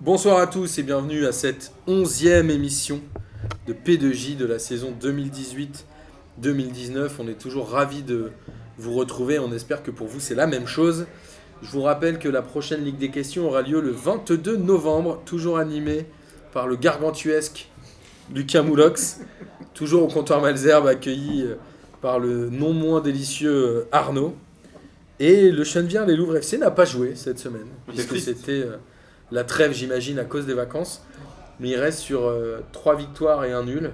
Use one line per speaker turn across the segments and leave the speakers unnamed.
Bonsoir à tous et bienvenue à cette onzième émission de P2J de la saison 2018-2019. On est toujours ravis de vous retrouver, on espère que pour vous c'est la même chose. Je vous rappelle que la prochaine Ligue des questions aura lieu le 22 novembre, toujours animée par le gargantuesque Lucas Moulox, toujours au comptoir Malzerbe, accueilli euh, par le non moins délicieux euh, Arnaud. Et le Chenevière Les Louvres FC n'a pas joué cette semaine,
T'es
puisque
triste.
c'était euh, la trêve, j'imagine, à cause des vacances. Mais il reste sur 3 victoires et un nul.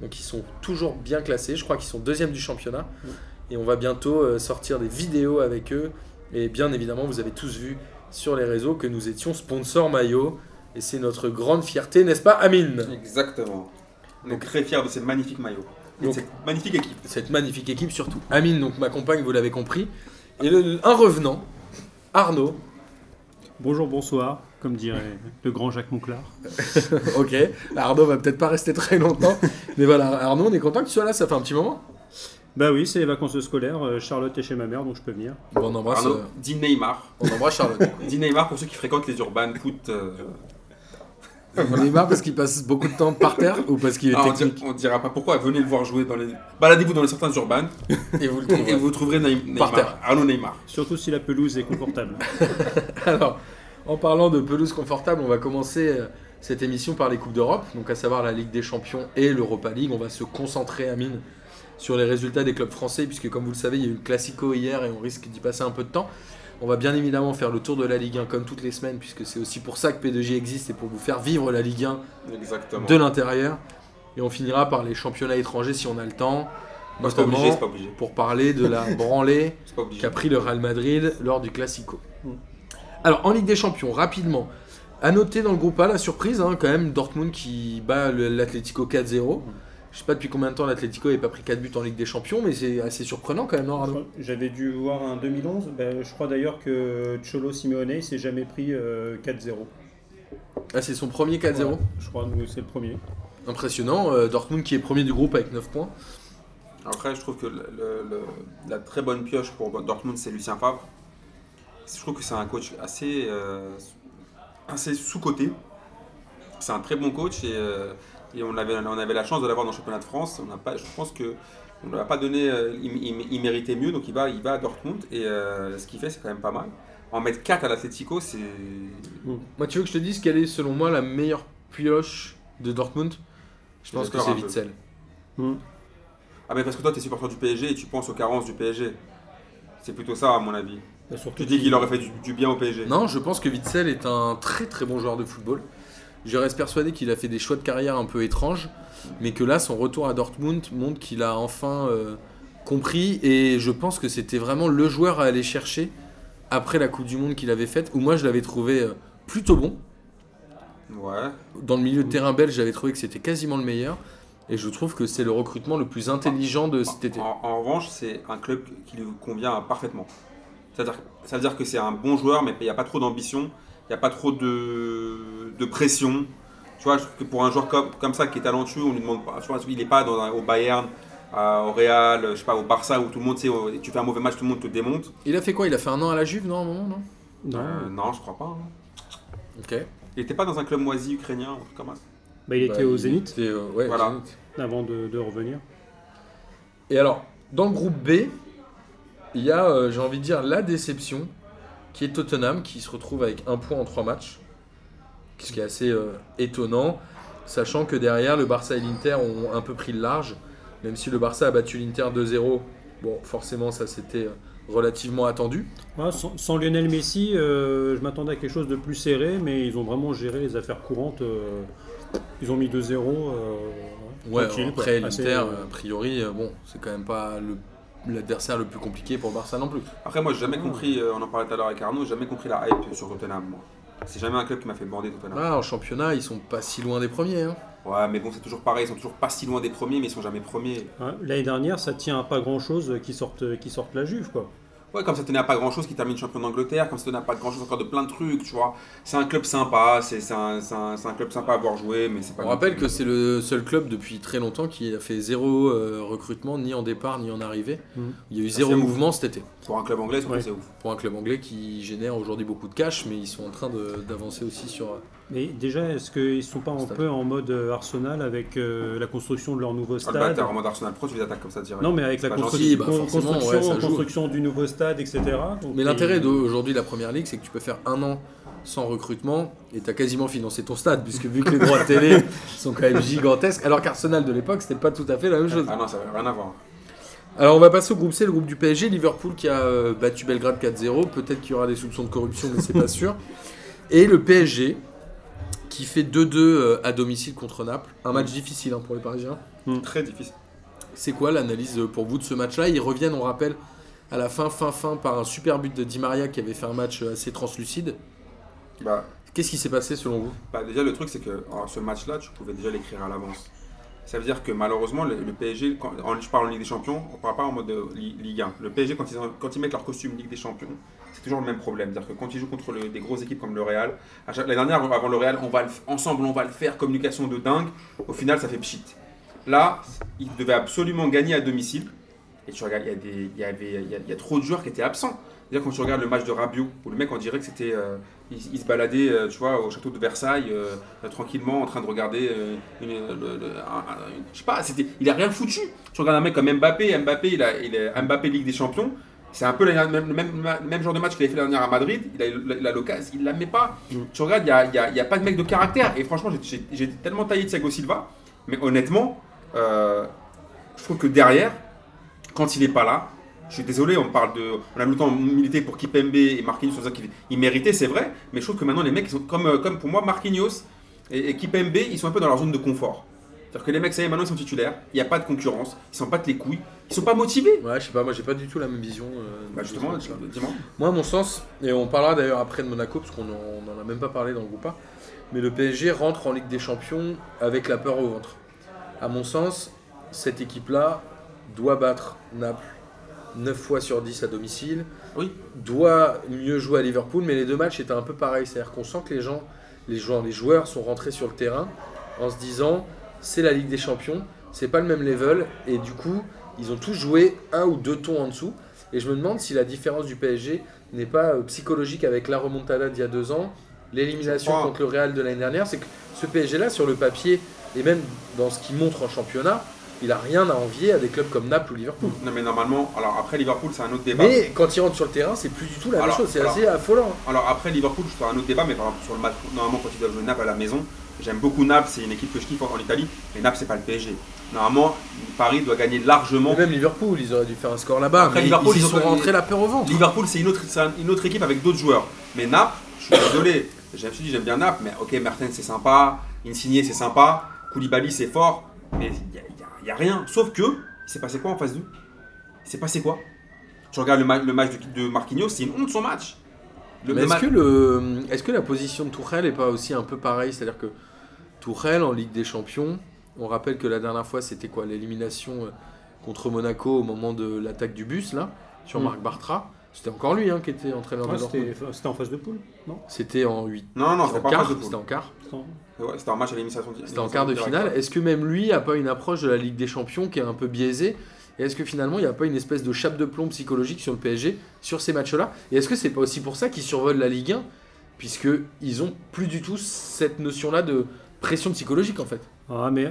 Donc ils sont toujours bien classés. Je crois qu'ils sont deuxième du championnat. Et on va bientôt euh, sortir des vidéos avec eux. Et bien évidemment, vous avez tous vu sur les réseaux que nous étions sponsor maillot. Et c'est notre grande fierté, n'est-ce pas, Amine
Exactement. On est
Donc-
très fiers de ces magnifiques maillots. Et de
Donc-
cette magnifique équipe.
cette magnifique équipe surtout. Amine, donc ma compagne, vous l'avez compris. Et le- un revenant, Arnaud,
Bonjour, bonsoir, comme dirait le grand Jacques Monclar.
ok. Arnaud va peut-être pas rester très longtemps. Mais voilà, Arnaud, on est content que tu sois là, ça fait un petit moment.
Bah oui, c'est les vacances scolaires, euh, Charlotte est chez ma mère, donc je peux venir.
Bon, on embrasse,
Arnaud,
euh,
dit Neymar.
on embrasse Charlotte.
Dit Neymar pour ceux qui fréquentent les urban foot. euh,
On est marre parce qu'il passe beaucoup de temps par terre ou parce qu'il est
ah, on,
technique
dira, on dira pas pourquoi. Venez le voir jouer dans les. Baladez-vous dans les certains urbains
et vous le
et
trouverez.
vous trouverez Ney-
Par
Neymar.
terre.
Arnaud Neymar.
Surtout si la pelouse est confortable.
Alors, en parlant de pelouse confortable, on va commencer euh, cette émission par les Coupes d'Europe, donc à savoir la Ligue des Champions et l'Europa League. On va se concentrer, Amine, sur les résultats des clubs français, puisque comme vous le savez, il y a eu le Classico hier et on risque d'y passer un peu de temps. On va bien évidemment faire le tour de la Ligue 1 comme toutes les semaines, puisque c'est aussi pour ça que P2J existe et pour vous faire vivre la Ligue 1
Exactement.
de l'intérieur. Et on finira par les championnats étrangers si on a le temps,
C'est pas obligé,
notamment
c'est pas obligé.
pour parler de la branlée
C'est pas obligé.
qui a pris le Real Madrid lors du Classico.
Mm.
Alors en Ligue des Champions, rapidement, à noter dans le groupe A la surprise hein, quand même, Dortmund qui bat le- l'Atlético 4-0. Je sais pas depuis combien de temps l'Atlético n'avait pas pris 4 buts en Ligue des Champions, mais c'est assez surprenant quand même, non Arnaud
J'avais dû voir un 2011, bah, je crois d'ailleurs que Cholo Simeone il s'est jamais pris euh, 4-0.
Ah, C'est son premier 4-0.
Voilà, Je crois que c'est le premier.
Impressionnant, euh, Dortmund qui est premier du groupe avec 9 points.
Après, je trouve que le- le- le- la très bonne pioche pour Dortmund, c'est Lucien Favre. Je trouve que c'est un coach assez, euh, assez sous-coté. C'est un très bon coach et, euh, et on, avait, on avait la chance de l'avoir dans le championnat de France. On n'a pas, je pense que on ne l'a pas donné, euh, il, il- il méritait mieux, donc il va, il va à Dortmund et euh, ce qu'il fait, c'est quand même pas mal. En mettre 4 à l'Atletico, c'est.
Moi tu veux que je te dise quelle est selon moi la meilleure pioche de Dortmund Je
J'ai
pense que
peur
c'est
un peu.
Witzel.
Ah, mais parce que toi, tu es supporter du PSG et tu penses aux carences du PSG. C'est plutôt ça, à mon avis.
Bah, surtout
Tu dis
qu'il-
qu'il aurait fait du, du bien au PSG.
Non, je pense que Witzel est un très très bon joueur de football. Je reste persuadé qu'il a fait des choix de carrière un peu étranges, mais que là, son retour à Dortmund montre qu'il a enfin euh, compris. Et je pense que c'était vraiment le joueur à aller chercher après la Coupe du Monde qu'il avait faite, où moi je l'avais trouvé euh, plutôt bon.
Ouais.
Dans le milieu de terrain belge, j'avais trouvé que c'était quasiment le meilleur. Et je trouve que c'est le recrutement le plus intelligent de cet été.
Bah, En, en revanche, c'est un club qui lui convient parfaitement. C'est-à-dire- Ça veut dire que c'est un bon joueur, mais il n'y a pas trop d'ambition, il n'y a pas trop de, de pression. Tu vois, je trouve que pour un joueur comme, comme ça qui est talentueux, on lui demande pas. tu vois, il n'est pas dans un- au Bayern, à- au Real, je sais pas, au Barça où tout le monde, tu sais, au- tu fais un mauvais match, tout le monde te démonte.
Il a fait quoi Il a fait un an à la Juve, non, à un moment, non
Non.
Euh, non, je crois pas. hein.
Ok.
Il n'était pas dans un club moisi ukrainien, un truc comme ça.
Bah, il était
Bah,
au Zénith
était, euh, ouais, au
Voilà.
Zénith.
avant de, de revenir.
Et alors, dans le groupe B, il y a, euh, j'ai envie de dire, la déception, qui est Tottenham, qui se retrouve avec un point en trois matchs, ce qui est assez euh, étonnant, sachant que derrière, le Barça et l'Inter ont un peu pris le large, même si le Barça a battu l'Inter 2-0, bon, forcément, ça c'était euh, relativement attendu.
Ouais, Ah, sans, sans Lionel Messi, euh, je m'attendais à quelque chose de plus serré, mais ils ont vraiment géré les affaires courantes. euh, ils ont mis 2-0. euh,
Ouais,
tranquille, quoi.
après,
Assez,
l'Inter,
euh,
a priori, euh, bon, c'est quand même pas le- l'adversaire le plus compliqué pour le Barça non plus.
Après, moi, j'ai jamais
Ah.
compris, euh, on en parlait tout à l'heure avec Arnaud, j'ai jamais compris la hype sur Tottenham. moi. C'est jamais un club qui m'a fait bander Tottenham.
Là, en championnat, ils sont pas si loin des premiers. hein.
Ouais, mais bon, c'est toujours pareil, ils sont toujours pas si loin
Hein,
des premiers, mais ils sont jamais premiers.
Ouais, L'année dernière, ça tient à pas grand chose qu'ils sortent, qu'ils sortent la Juve, quoi.
Ouais, comme ça tenait à pas grand chose qui termine champion d'Angleterre, comme ça tenait à pas grand chose encore de plein de trucs, tu vois. C'est un club sympa, c'est c'est un, c'est un- c'est un club sympa à voir jouer, mais c'est pas.
On
non
rappelle
plus-
que c'est le seul club depuis très longtemps qui a fait zéro euh, recrutement, ni en départ, ni en arrivée.
Mhm.
Il y a eu zéro
Mm. Ah, c'est
mouvement cet été.
Pour un club anglais, je trouve
Ouais.
que c'est ouf.
Pour un club anglais qui génère aujourd'hui beaucoup de cash, mais ils sont en train de- d'avancer aussi sur. euh,
Mais déjà, est-ce qu'ils ne sont pas un
Stade.
peu en mode euh, Arsenal avec euh, la construction de leur nouveau
Ah,
stade
le bâtard, en mode Arsenal Pro, tu les attaques comme ça direct.
Non, mais avec la
Bah,
constru-
gentil, bah,
con-
forcément,
construction,
ouais, ça joue.
construction du nouveau stade, etc. Donc, euh,
Mais
et-
l'intérêt d'aujourd'hui de la première ligue, c'est que tu peux faire un an sans recrutement et t'as quasiment financé ton stade, puisque vu que les droits de télé sont quand même gigantesques, alors qu'Arsenal de l'époque, c'était pas tout à fait la même chose.
Ah non, ça n'a rien à voir.
Alors on va passer au groupe C, le groupe du PSG, Liverpool qui a euh, battu Belgrade 4-0, peut-être qu'il y aura des soupçons de corruption, mais c'est pas sûr. Et le PSG qui fait 2-2 euh, à domicile contre Naples, un match difficile hein, pour les Parisiens.
Très difficile.
C'est quoi l'analyse euh, pour vous de ce match-là Ils reviennent, on rappelle, à la fin, fin, fin, par un super but de Di Maria qui avait fait un match euh, assez translucide.
Bah,
Qu'est-ce qui s'est passé selon vous
bah, déjà, le truc, c'est que alors, ce match-là, tu pouvais déjà l'écrire à l'avance. Ça veut dire que malheureusement, le, le PSG, quand, en- je parle en Ligue des Champions, on parle pas en mode de Li- Ligue 1. Le PSG, quand ils, ont- quand ils mettent leur costume Ligue des Champions, c'est toujours le même problème. C'est-à-dire que quand ils jouent contre le- des grosses équipes comme le Real, à chaque- la dernière avant le Real, on va le f- ensemble, on va le faire, communication de dingue. Au final, ça fait pchit. Là, ils devaient absolument gagner à domicile. Et tu regardes, il y, a des- il y avait- il y a- il y a trop de joueurs qui étaient absents. C'est-à-dire quand tu regardes le match de Rabiot, où le mec, on dirait que c'était, euh, il, il se baladait, euh, tu vois, au château de Versailles, euh, euh, tranquillement, en train de regarder, euh, une, euh, le- le- un- un- une- je sais pas, c'était, il a rien foutu. Tu regardes un mec comme Mbappé, Mbappé, il a, il est Mbappé Ligue des Champions. C'est un peu la- le même, le même- le même genre de match qu'il avait fait l'année dernière à Madrid. Il a il a l'occasion, il la met pas. Tu regardes, il n'y a, il y a- il y a pas de mec de caractère. Et franchement, j'ai- j'ai- j'ai tellement taillé Thiago Silva. Mais honnêtement, euh, je trouve que derrière, quand il n'est pas là, je suis désolé, on parle de, on a longtemps milité pour Kipembe et Marquinhos, on disait qu'ils- ils méritaient, c'est vrai, mais je trouve que maintenant les mecs, ils sont comme, euh, comme pour moi, Marquinhos et, et Kipembe, ils sont un peu dans leur zone de confort. C'est-à-dire que les mecs, ça y est, maintenant ils sont titulaires, il n'y a pas de concurrence, ils s'en battent les couilles, ils sont pas motivés.
Ouais, je sais pas, moi j'ai pas du tout la même vision. euh,
Bah
de ce
justement,
match-là.
dis-moi.
Moi, à mon sens, et on parlera d'ailleurs après de Monaco, parce qu'on n'en a même pas parlé dans le groupe A, mais le PSG rentre en Ligue des Champions avec la peur au ventre. À mon sens, cette équipe-là doit battre Naples 9 fois sur 10 à domicile,
Oui.
doit mieux jouer à Liverpool, mais les deux matchs étaient un peu pareils. C'est-à-dire qu'on sent que les gens, les joueurs, les joueurs sont rentrés sur le terrain en se disant c'est la Ligue des Champions, c'est pas le même level, et du coup, ils ont tous joué un ou deux tons en dessous. Et je me demande si la différence du PSG n'est pas euh, psychologique avec la remontada d'il y a deux ans, l'élimination
Je crois.
contre le Real de l'année dernière. C'est que ce PSG-là, sur le papier, et même dans ce qu'il montre en championnat, il a rien à envier à des clubs comme Naples ou Liverpool.
Non mais normalement, alors après Liverpool, c'est un autre débat.
Mais quand il rentre sur le terrain, c'est plus du tout la même
Bah. Alors,
chose, c'est
alors.
assez affolant.
Alors après Liverpool, je ferai un autre débat, mais par exemple sur le match, normalement quand ils doivent jouer Naples à la maison, j'aime beaucoup Naples, c'est une équipe que je kiffe en en Italie, mais Naples c'est pas le PSG. Normalement, Paris doit gagner largement.
Et même Liverpool, ils auraient dû faire un score là-bas.
Après,
Mais
Liverpool,
ils y
ils ont
sont
gagné.
rentrés la peur au ventre.
Liverpool c'est une autre, c'est un- une autre équipe avec d'autres joueurs. Mais Naples, je suis désolé, je me suis dit j'aime bien Naples, mais ok Mertens c'est sympa, Insigne c'est sympa, Koulibaly c'est fort, mais il y a, y a- y a rien. Sauf que, il s'est passé quoi en phase 2 Il s'est passé quoi Tu regardes le, ma- le match de, de Marquinhos, c'est une honte son match. Le,
Mais
le
est-ce
ma-
que, le, est que la position de Tourelle est pas aussi un peu pareille C'est-à-dire que Tourelle en Ligue des Champions, on rappelle que la dernière fois c'était quoi L'élimination euh, contre Monaco au moment de l'attaque du bus là, sur
Mm.
Marc Bartra. C'était encore lui hein, qui était entraîneur
Ouais,
de Dortmund.
c'était c'était en phase de poule, non
C'était en 8
Non, non,
c'était
c'était
en
pas en
quart,
phase de poule.
c'était en quart.
C'était en-
Ouais, c'était un match à l'élimination.
C'était en quart de finale. Est-ce que même lui a pas une approche de la Ligue des Champions qui est un peu biaisée Et est-ce que finalement il n'y a pas une espèce de chape de plomb psychologique sur le PSG sur ces matchs-là Et est-ce que c'est pas aussi pour ça qu'ils survolent la Ligue 1 Puisque ils ont plus du tout cette notion-là de pression psychologique en fait.
Ah, mais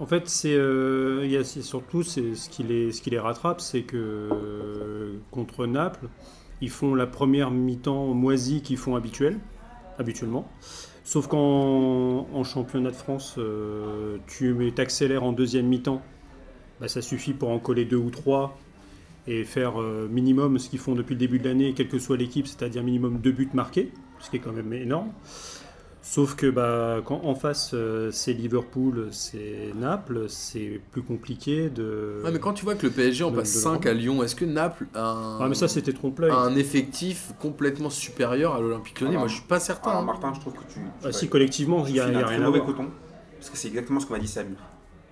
en fait, c'est euh, il y a- c'est surtout c'est ce qui les ce qui les rattrape, c'est que euh, contre Naples, ils font la première mi-temps moisie qu'ils font habituelle, habituellement. Sauf qu'en en championnat de France, euh, tu accélères en deuxième mi-temps, bah, ça suffit pour en coller deux ou trois et faire euh, minimum ce qu'ils font depuis le début de l'année, quelle que soit l'équipe, c'est-à-dire minimum deux buts marqués, ce qui est quand même énorme. Sauf que bah, quand en face euh, c'est Liverpool, c'est Naples, c'est plus compliqué
Euh,
de.
Ouais, mais quand tu vois que le PSG en
de-
passe
de
5 à Lyon, est-ce que Naples a un,
Ah, mais ça c'était trompe-l'œil.
a un effectif complètement supérieur à l'Olympique Lyonnais
Alors,
Moi je suis pas certain.
Alors
hein.
Ah, Martin, je trouve que tu. tu
Ah, si
fais-
collectivement
tu
il y a,
files
il y a
un très
rien à
mauvais
voir.
coton. Parce que c'est exactement ce qu'on m'a dit Samir.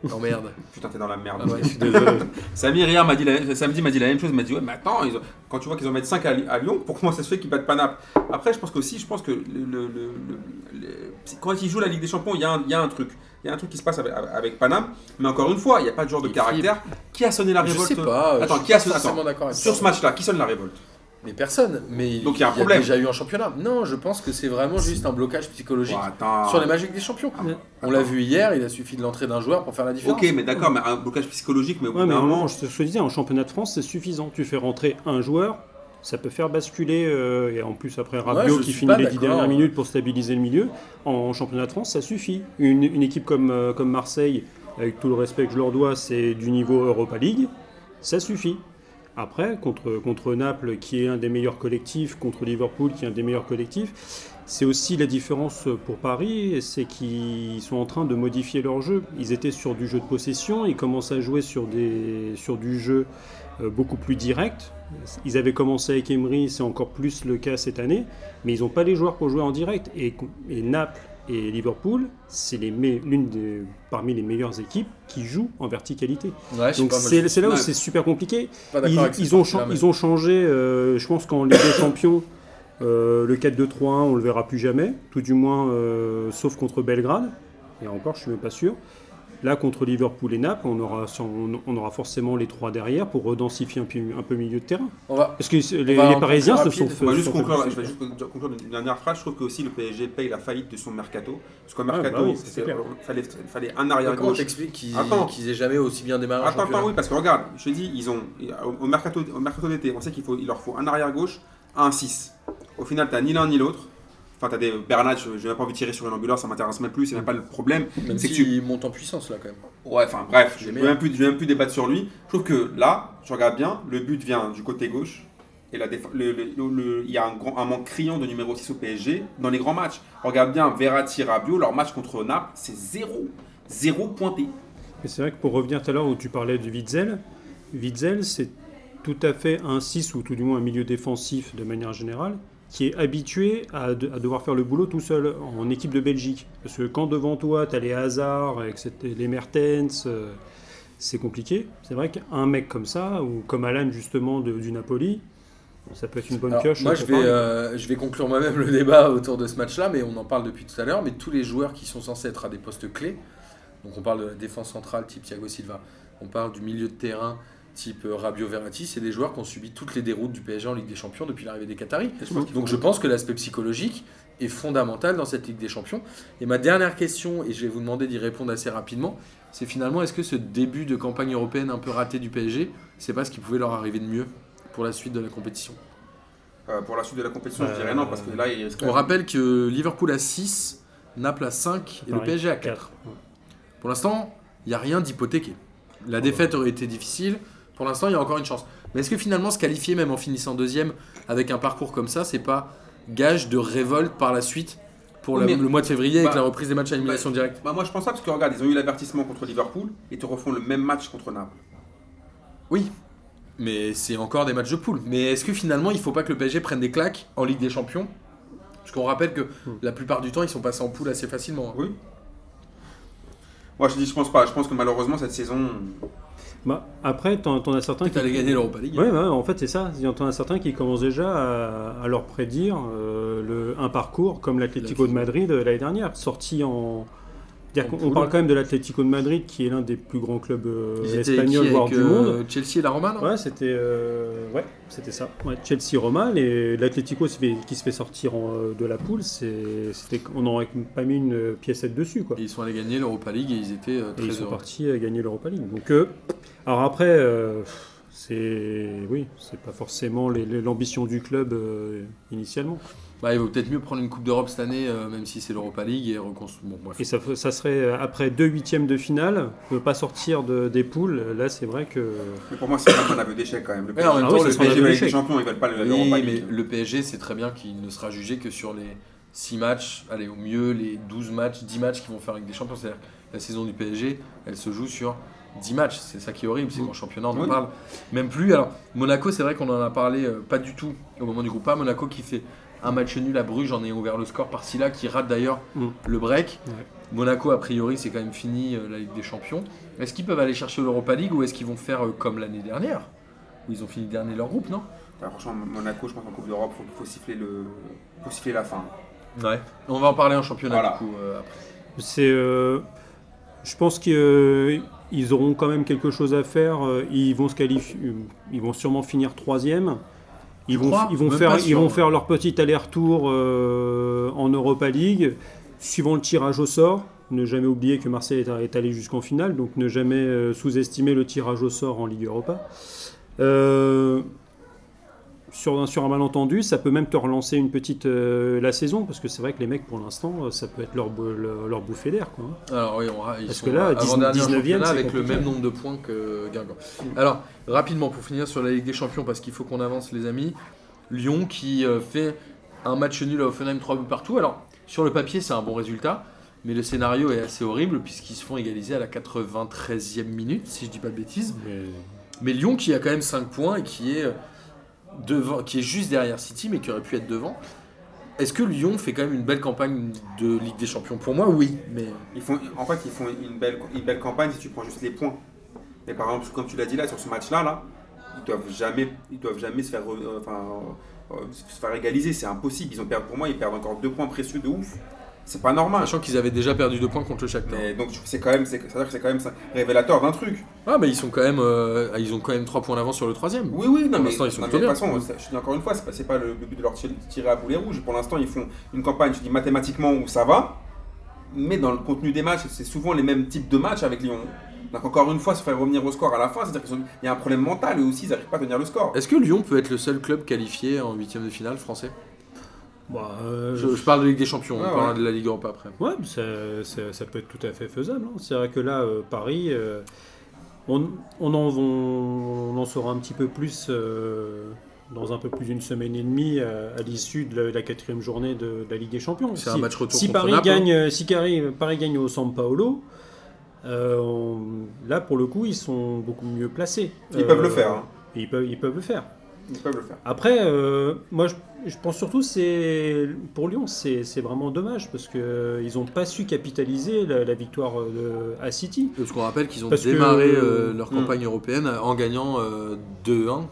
Oh merde.
Putain, t'es dans la merde.
Ah ouais.
Je suis désolé.
Samir hier m'a dit la- samedi m'a dit la même chose, il m'a dit ouais mais attends, ils ont- quand tu vois qu'ils en mettent 5 à, Li- à Lyon, pour comment ça se fait qu'ils battent pas Naples Après je pense que aussi, je pense que le, le- le- le- le- c'est- quand ils jouent la Ligue des Champions, il y, a un- il y a un truc. Il y a un truc qui se passe avec, avec Paname, mais encore une fois, il n'y a pas de joueur de
Il
caractère. Qui a sonné la
Je
révolte
sais pas. euh,
Attends,
je suis
qui a ce-
forcément
attends.
d'accord avec
Sur
ça.
ce match-là, qui sonne la révolte
Mais personne. Mais
Donc, il y a un problème.
déjà eu un championnat. Non, je pense que c'est vraiment juste un blocage psychologique
Oh, attends.
sur les matchs avec des champions.
Ah,
On l'a vu hier, il a suffi de l'entrée d'un joueur pour faire la différence.
Ok, mais d'accord, mais un blocage psychologique, mais au bout
Ouais, mais
d'un moment,
non, je te je te disais, en championnat de France, c'est suffisant. Tu fais rentrer un joueur, ça peut faire basculer, euh, et en plus après Rabiot
je
qui
suis
finit
pas
les 10
d'accord.
dernières minutes pour stabiliser le milieu, en championnat de France, ça suffit. Une, une équipe comme, euh, comme Marseille, avec tout le respect que je leur dois, c'est du niveau Europa League, ça suffit. Après, contre, contre Naples, qui est un des meilleurs collectifs, contre Liverpool, qui est un des meilleurs collectifs, c'est aussi la différence pour Paris, c'est qu'ils sont en train de modifier leur jeu. Ils étaient sur du jeu de possession, ils commencent à jouer sur, des, sur du jeu euh, beaucoup plus direct. Ils avaient commencé avec Emery, c'est encore plus le cas cette année, mais ils n'ont pas les joueurs pour jouer en direct. Et, et Naples et Liverpool, c'est les me- l'une des- parmi les meilleures équipes qui jouent en verticalité.
Ouais, Ah, je suis
Donc
pas, moi,
c'est c'est là où
Ouais.
c'est super compliqué.
je suis pas
Ils,
d'accord avec
ils
ce
ont
truc-là,
chan-
mais-
ils ont changé, euh, je pense qu'en Ligue des Champions, euh, le 4-2-3-1, on le verra plus jamais, tout du moins euh, sauf contre Belgrade, et encore je suis même pas sûr. Là, contre Liverpool et Naples, on aura, sans- on, on aura forcément les trois derrière pour redensifier un peu, un peu le milieu de terrain.
On va...
Parce que c'est- les,
va
les
en
Parisiens se
conclure rapide.
sont fait.
on va juste
se sont
conclure,
fait-
je vais juste conclure d'une dernière phrase. Je trouve que aussi le PSG paye la faillite de son mercato. Parce qu'au
bah
mercato,
oui, c'est
c'était-
clair.
il fallait, il fallait un
Mais
arrière
Comment on
gauche.
t'explique qu'ils
Attends.
qu'ils aient jamais aussi bien démarré un
Attends,
Ah, championnat
attends, oui, parce que regarde, je te dis, ils ont, au- au mercato, au mercato d'été, on sait qu'il faut, il leur faut un arrière gauche, un 6. Au final, t'as ni l'un ni l'autre. Enfin, t'as des Bernat, je n'ai même pas envie de tirer sur une ambulance, ça m'intéresse même plus, c'est même pas le problème.
Même
C'est
s'ils
que
montent en puissance là quand même.
Ouais, enfin bref, je ne
J'aimais,
vais même plus je vais même plus débattre sur lui. Je trouve que là, je regarde bien, le but vient du côté gauche. Et la défense- le- le- le- le- il y a un, grand, un manque criant de numéro 6 au PSG dans les grands matchs. Regarde bien Verratti, Rabiot, leur match contre Naples, c'est zéro. Zéro pointé.
Mais c'est vrai que pour revenir tout à l'heure où tu parlais de Witzel, Witzel, c'est tout à fait un 6 ou tout du moins un milieu défensif de manière générale qui est habitué à, de- à devoir faire le boulot tout seul en équipe de Belgique. Parce que quand devant toi, tu as les Hazard, avec cette- les Mertens, euh, c'est compliqué. C'est vrai qu'un mec comme ça, ou comme Alan justement de- du Napoli, ça peut être une bonne
Alors,
pioche.
moi,
pour
je vais,
Paris.
euh, je vais conclure moi-même le débat autour de ce match-là, mais on en parle depuis tout à l'heure. Mais tous les joueurs qui sont censés être à des postes clés, donc on parle de la défense centrale type Thiago Silva, on parle du milieu de terrain type euh, Rabiot Verratti, c'est des joueurs qui ont subi toutes les déroutes du PSG en Ligue des Champions depuis l'arrivée des Qataris.
Et je pense qu'il faut-
Donc je pense que l'aspect psychologique est fondamental dans cette Ligue des Champions. Et ma dernière question, et je vais vous demander d'y répondre assez rapidement, c'est finalement est-ce que ce début de campagne européenne un peu raté du PSG, c'est pas ce qui pouvait leur arriver de mieux pour la suite de la compétition
Euh, pour la suite de la compétition, je
Euh,
dirais non, parce que là, il risque.
On rappelle que Liverpool à 6, Naples à 5 et le
Pareil,
PSG à 4.
quatre.
Pour l'instant, il n'y a rien d'hypothéqué. La défaite aurait été difficile. Pour l'instant, il y a encore une chance. Mais est-ce que finalement, se qualifier même en finissant deuxième avec un parcours comme ça, c'est pas gage de révolte par la suite pour
Oui,
la-
mais-
le mois de février avec
bah,
la reprise des matchs à élimination directe
Bah, moi, je pense ça parce que regarde, ils ont eu l'avertissement contre Liverpool et te refont le même match contre Naples.
Oui. Mais c'est encore des matchs de poule. Mais est-ce que finalement, il faut pas que le PSG prenne des claques en Ligue des Champions Parce qu'on rappelle que la plupart du temps, ils sont passés en poule assez facilement. hein.
Oui. Moi, je dis, je pense pas. Je pense que malheureusement, cette saison,
Bah, après, t'en en as certains
Peut-être aller gagner l'Europa League.
Ouais, ouais, en fait, c'est ça. Il y en a certains qui commencent déjà à, à leur prédire euh, le, un parcours comme l'Atlético de Madrid euh, l'année dernière, sorti en.
En
dire qu'on- on
poule.
parle quand même de l'Atlético de Madrid, qui est l'un des plus grands clubs euh,
Ils étaient
espagnols,
qui
voire
avec,
du
euh,
monde.
Chelsea et la Roma, non
Ouais, c'était euh, ouais, c'était ça. Ouais, Chelsea-Roma, et l'Atlético se fait- qui se fait sortir en, euh, de la poule, c'est- c'était on n'aurait pas mis une euh, piécette dessus, quoi.
Et ils sont allés gagner l'Europa League et ils étaient euh,
Et
très
ils sont
heureux.
partis euh, gagner l'Europa League. Donc, euh, alors après, euh, pff, c'est oui, c'est pas forcément les- les- l'ambition du club euh, initialement.
Bah, il vaut peut-être mieux prendre une Coupe d'Europe cette année, euh, même si c'est l'Europa League et reconstruire. Bon, bref.
Et ça, ça serait euh, après deux huitièmes de finale, ne pas sortir de- des poules. Là, c'est vrai que
Mais pour moi, c'est quand même un aveu d'échec quand même. Le
Ouais, en
PSG,
même
Ah
temps, le
oui, ça
le
sera un
PSG,
PSG
aveu
va être
d'échec.
champions, ils veulent pas le
Oui,
l'Europa
mais
League.
le PSG, c'est très bien qu'il ne sera jugé que sur les 6 matchs, allez, au mieux les 12 matchs, 10 matchs qu'ils vont faire avec des champions. C'est-à-dire que la saison du PSG, elle se joue sur 10 matchs. C'est ça qui est horrible, c'est
Mm.
qu'en championnat, on en
Oui.
parle même plus. Alors, Monaco, c'est vrai qu'on en a parlé euh, pas du tout au moment du groupe A. Monaco qui fait Un match nul à Bruges, j'en ai ouvert le score par Silla qui rate d'ailleurs
Mm.
le break.
Ouais.
Monaco, a priori, c'est quand même fini euh, la Ligue des Champions. Est-ce qu'ils peuvent aller chercher l'Europa League ou est-ce qu'ils vont faire euh, comme l'année dernière Où ils ont fini dernier de leur groupe, non
Ah, franchement, Monaco, je pense qu'en Coupe d'Europe, faut, faut siffler le, faut siffler la fin.
Ouais. On va en parler en championnat
Voilà.
du coup euh, après.
C'est, euh, je pense qu'ils auront quand même quelque chose à faire. euh, Ils vont se qualifier, ils vont sûrement finir troisième. Ils vont,
crois
ils vont
Même
faire,
pas sûr,
ils vont
moi.
faire leur petit aller-retour euh, en Europa League, suivant le tirage au sort. Ne jamais oublier que Marseille est- est allé jusqu'en finale, donc ne jamais euh, sous-estimer le tirage au sort en Ligue Europa. Euh, sur un, sur un malentendu, ça peut même te relancer une petite euh, la saison parce que c'est vrai que les mecs pour l'instant euh, ça peut être leur, bou- leur, leur bouffée d'air quoi. hein.
Alors oui, on ra- ils
Parce
sont
que là,
avant-derniers en
19e,
championnat
c'est
avec le
compliqué.
même nombre de points que Guingamp. Alors rapidement pour finir sur la Ligue des Champions parce qu'il faut qu'on avance les amis. Lyon qui euh, fait un match nul à Offenheim 3 buts partout. Alors sur le papier c'est un bon résultat, mais le scénario est assez horrible puisqu'ils se font égaliser à la 93e minute si je dis pas de bêtises. Mais Lyon qui a quand même 5 points et qui est, euh, devant, qui est juste derrière City mais qui aurait pu être devant. Est-ce que Lyon fait quand même une belle campagne de Ligue des Champions Pour moi, oui, mais
Ils font, en fait, ils font une belle, une belle campagne si tu prends juste les points. Mais par exemple, comme tu l'as dit là, sur ce match-là, là, ils doivent jamais, ils doivent jamais se faire, re- euh, enfin, euh, se faire égaliser. C'est impossible. Ils ont perdu pour moi. Ils perdent encore deux points précieux de ouf. C'est pas normal.
Sachant Ah, qu'ils avaient déjà perdu deux points contre le Shakhtar.
Mais donc, c'est quand même, c'est, c'est-à-dire que c'est quand même ça- révélateur d'un truc.
Ah, mais ils sont quand même, euh, ils ont quand même trois points d'avance sur le troisième.
Oui, oui, non,
Pour
mais,
l'instant, ils sont
non,
plutôt
mais de toute
bien.
façon, c'est- je te dis encore une fois, c'est pas, c'est pas le but de leur tir- tirer à boulet rouge. Pour l'instant, ils font une campagne, je dis mathématiquement où ça va, mais dans le contenu des matchs, c'est souvent les mêmes types de matchs avec Lyon. Donc, encore une fois, se faire revenir au score à la fin, c'est-à-dire qu'il y a un problème mental, eux aussi, ils n'arrivent pas à tenir le score.
Est-ce que Lyon peut être le seul club qualifié en huitième de finale français
Bah, euh,
je, je parle de Ligue des Champions,
Ah,
Ouais,
on parlera
ouais.
de la Ligue Europa après.
Ouais, mais ça, ça- ça peut être tout à fait faisable. hein. C'est vrai que là, euh, Paris, euh, on, on en, on en saura un petit peu plus euh, dans un peu plus d'une semaine et demie euh, à, l'issue de la, de la quatrième journée de, de la Ligue des Champions.
C'est un match retour
si
contre
Paris
Naples. hein.
gagne, euh, Si Paris, Paris gagne au San Paolo, euh, on- là, pour le coup, ils sont beaucoup mieux placés.
Ils
Euh,
peuvent le faire, hein.
et Ils peuvent, ils peuvent le faire.
ils peuvent le faire.
Après, euh, moi, je, je pense surtout c'est pour Lyon, c'est c'est vraiment dommage parce que euh, ils n'ont pas su capitaliser la, la victoire euh, de- à City.
hein, Parce qu'on rappelle qu'ils ont
Parce que-
démarré euh, leur
Hmm.
campagne européenne en gagnant euh, Ah, 2-1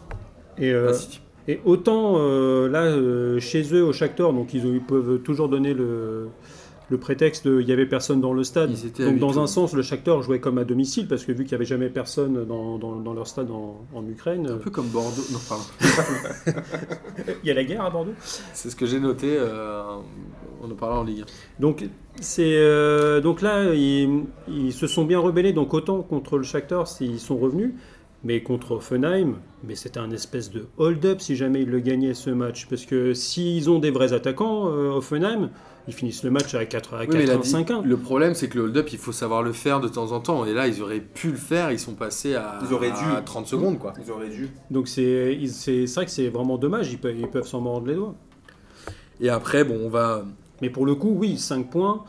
Et,
à
euh,
City.
et autant euh, là, euh, chez eux, au Shakhtar, donc ils, ont- ils peuvent toujours donner le, le prétexte de il n'y avait personne dans le stade.
Ils étaient à
Donc
huis
dans
clos.
un sens, le Shakhtar jouait comme à domicile parce que vu qu'il n'y avait jamais personne dans, dans- dans leur stade en, en Ukraine,
Un peu comme Bordeaux. Non, pardon.
euh, il y a la guerre à Bordeaux.
C'est ce que j'ai noté euh, en en parlant en Ligue
Donc, c'est, euh, donc là, ils, ils se sont bien rebellés. Donc, autant contre le Shakhtar, ils sont revenus. Mais contre Offenheim, mais c'était un espèce de hold-up si jamais ils le gagnaient ce match. Parce que s'ils ont des vrais attaquants, euh, Offenheim, ils finissent le match à 4 à
Oui, mais la-
85
Le problème, c'est que le hold-up, il faut savoir le faire de temps en temps. Et là, ils auraient pu le faire, ils sont passés à,
Ils auraient dû.
à 30 secondes. quoi.
Ils auraient dû.
Donc, c'est, ils- c'est, c'est vrai que c'est vraiment dommage. Ils peuvent, ils peuvent s'en mordre les doigts.
Et après, bon, on va.
Mais pour le coup, oui, 5 points.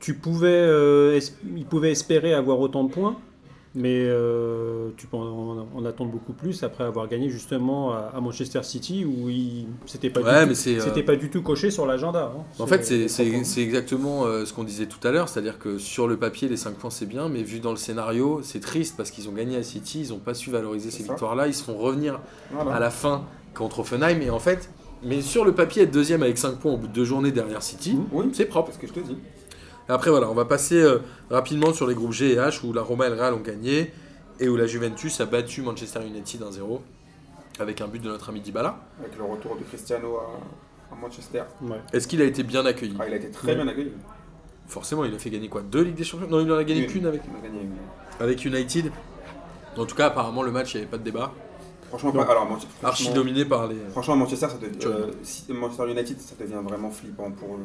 Tu pouvais, euh, es- ils pouvaient espérer avoir autant de points, mais euh, tu peux en, en- en attendre beaucoup plus après avoir gagné justement à, à Manchester City où ils- c'était pas,
Ouais,
du,
mais
tout-
c'est, euh,
c'était pas du tout coché sur l'agenda. hein.
En fait, c'est-
les trois
c'est
points.
c'est exactement euh, ce qu'on disait tout à l'heure, c'est-à-dire que sur le papier, les 5 points, c'est bien, mais vu dans le scénario, c'est triste parce qu'ils ont gagné à City, ils n'ont pas su valoriser
C'est
ces
ça.
victoires-là, ils se font revenir
Voilà.
à la fin contre Offenheim, et en fait, mais sur le papier, être deuxième avec 5 points au bout de deux journées derrière City,
Mm.
Oui,
c'est propre.
c'est ce que je te dis.
Après, voilà, on va passer euh, rapidement sur les groupes G et H où la Roma et le Real ont gagné et où la Juventus a battu Manchester United 1-0 avec un but de notre ami Dybala.
Avec le retour de Cristiano à, à Manchester.
Ouais.
Est-ce qu'il a été bien accueilli
Ah, il a été très
Ouais.
bien accueilli.
Forcément, il a fait gagner quoi Deux Ligues des Champions Non, il en a gagné
Une.
qu'une avec,
Il a gagné une.
avec United. En tout cas, apparemment, le match, il n'y avait pas de débat.
Franchement,
Non.
pas- alors, Manchester-
Archi
franchement-
dominé par les.
Franchement, Manchester, ça devient,
Tu vois.
euh, si- Manchester United, ça devient vraiment flippant pour eux.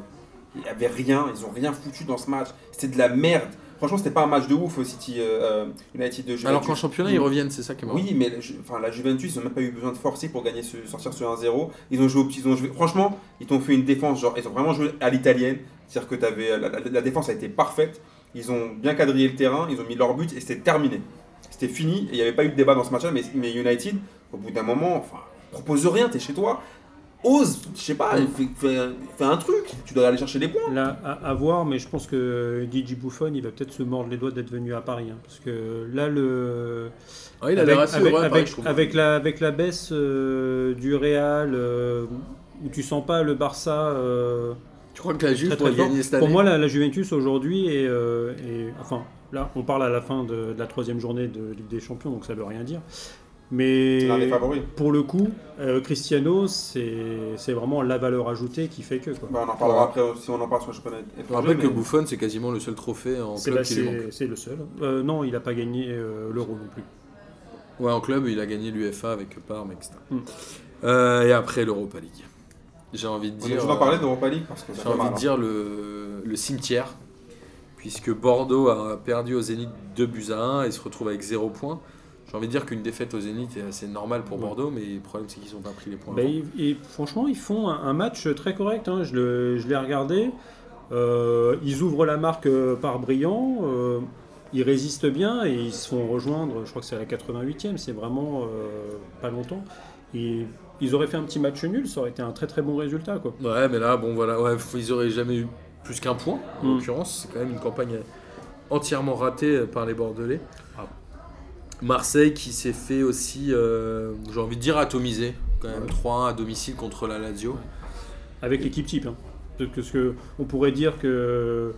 Il n'y avait rien, ils ont rien foutu dans ce match. C'était de la merde. Franchement, c'était pas un match de ouf, City euh, euh, United de Juventus.
Alors qu'en championnat, ils
Mm.
reviennent, c'est ça qui est marrant.
Oui, mais la, Ju- enfin, la Juventus, ils n'ont même pas eu besoin de forcer pour gagner ce, sortir ce 1-0. Ils ont joué, au petit- ils ont joué. Franchement, ils t'ont fait une défense, genre, ils ont vraiment joué à l'italienne. C'est-à-dire que t'avais, la, la- la défense a été parfaite. Ils ont bien quadrillé le terrain, ils ont mis leur but et c'était terminé. C'était fini et il n'y avait pas eu de débat dans ce match-là. Mais, mais United, au bout d'un moment, enfin, propose rien, t'es chez toi. Ose, je sais pas,
Mm.
fais, fais- fais un truc. Tu dois aller chercher des points.
Là, à, à voir, mais je pense que Gigi Buffon, il va peut-être se mordre les doigts d'être venu à Paris. hein, parce que là, le.
Ouais, Ah, il a l'air assez
avec,
heureux à Paris,
avec-
je trouve.
avec la, avec la baisse euh, du Real, euh, où tu sens pas le Barça. euh,
Tu crois que la Juve
très,
pourrait
très fort.
gagner cette année
Pour moi, la, la Juventus aujourd'hui est, euh, est- Enfin, là, on parle à la fin de, de la troisième journée de Ligue des Champions, donc ça veut rien dire. Mais
L'un des favoris.
pour le coup, euh, Cristiano, c'est c'est vraiment la valeur ajoutée qui fait que. quoi.
Bah, on en parlera
Ouais.
après si on en parle sur le championnat
Je rappelle
étranger,
que
mais-
Buffon, c'est quasiment le seul trophée en
C'est
club
bah,
qui lui manque.
c'est- c'est le seul. Euh, non, il n'a pas gagné euh, l'euro non plus.
Ouais, en club, il a gagné l'UFA avec Parme, etc.
Mm.
Euh, et après l'Europa League. J'ai envie de
On est
dire.
toujours en parler d'Europa League parce que ça
J'ai
fait
envie
mal.
de
hein.
dire le, le cimetière, puisque Bordeaux a perdu au Zénith 2 buts à 1 et se retrouve avec 0 points. J'ai envie de dire qu'une défaite au Zénith est assez normale pour
Ouais.
Bordeaux, mais le problème c'est qu'ils n'ont pas pris les points.
Bah,
avant.
ils- ils- franchement, ils font un, un match très correct. hein. Je, le- je l'ai regardé. Euh, ils ouvrent la marque euh, par brillant. euh, ils résistent bien et ils se font rejoindre. Je crois que c'est à la 88e. C'est vraiment euh, pas longtemps. Et ils auraient fait un petit match nul. Ça aurait été un très très bon résultat. Quoi.
Ouais, mais là, bon voilà, ouais, faut- ils auraient jamais eu plus qu'un point, en
Mm.
l'occurrence. C'est quand même une campagne euh, entièrement ratée euh, par les Bordelais.
Ah.
Marseille qui s'est fait aussi, euh, j'ai envie de dire, atomiser. Quand même
Ouais.
3-1 à domicile contre la Lazio.
Avec l'équipe type. hein. Parce que- parce que on pourrait dire que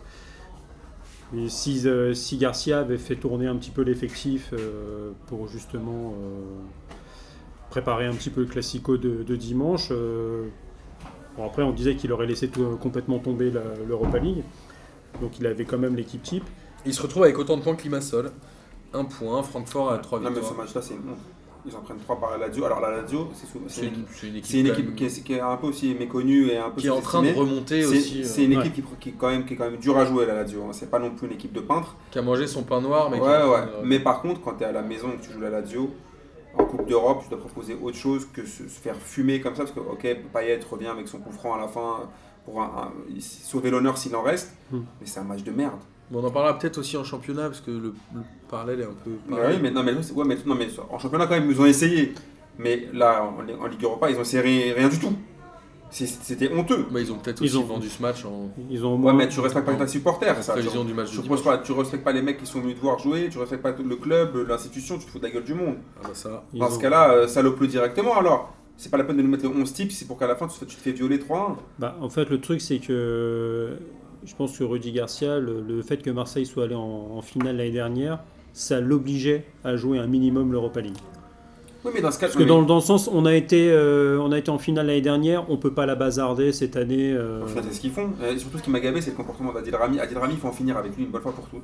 et si, euh, si Garcia avait fait tourner un petit peu l'effectif euh, pour justement euh, préparer un petit peu le classico de, de dimanche, euh, bon, après on disait qu'il aurait laissé tout- euh, complètement tomber la- l'Europa League. Donc il avait quand même l'équipe type.
Il se retrouve avec autant de points que Limassol. Un point, Francfort à 3
Non, mais
victoires.
ce match-là, c'est une honte. Ils en prennent 3 par la Lazio. Alors, la Lazio, c'est sou- c'est
C'est
une,
une, c'est une équipe,
c'est une
quand même
équipe qui est, qui est un peu aussi méconnue et un peu
qui est en train de
sous-estimée.
remonter aussi,
C'est
euh,
c'est une
ouais.
équipe qui, pr- qui est quand même, qui est quand même dure à jouer, la Lazio. hein. C'est pas non plus une équipe de peintres.
qui a mangé son pain noir. Ah, Mais
Ouais,
qui est en
ouais.
train de-
Mais par contre, quand tu es à la maison et que tu joues la Lazio, en Coupe d'Europe, tu dois proposer autre chose que se, se faire fumer comme ça. Parce que, ok, Payet revient avec son coup franc à la fin pour un- un- il- sauver l'honneur s'il en reste.
Hmm.
Mais c'est un match de merde.
Bon, on en parlera peut-être aussi en championnat, parce que le, le parallèle est un peu.
Mais
pareil.
Bah oui, mais, non, mais, ouais, mais- non, mais en championnat, quand même, ils ont essayé. Mais là, en, en Ligue Europa, ils ont essayé rien du tout. C'est- C'était honteux.
Bah, ils ont peut-être
Ils
aussi
ont-
vendu ce match en
Ils ont au
Ouais,
moins.
mais tu respectes pas tes supporters, ça.
prévision
Tu,
du match
tu
de
reposes
dimanche.
pas, tu respectes pas les mecs qui sont venus te voir jouer, tu respectes pas tout le club, l'institution, tu te fous de la gueule du monde.
Ah bah ça.
ils
Dans ce
ont-
cas-là, euh, salope-le directement alors. C'est pas la peine de nous mettre le 11 type, c'est pour qu'à la fin tu te fais, tu te fais violer 3-1.
Bah, en fait, le truc, c'est que je pense que Rudy Garcia, le, le fait que Marseille soit allé en, en finale l'année dernière, ça l'obligeait à jouer un minimum l'Europa League.
Oui, mais dans ce cas,
Parce que dans, le- dans le sens, on a été, euh, on a été en finale l'année dernière, on peut pas la bazarder cette année. euh,
c'est ce qu'ils font. Euh, Et surtout, ce qui m'a gavé, c'est le comportement d'Adil Rami. Adil Rami, il faut en finir avec lui une bonne fois pour toutes.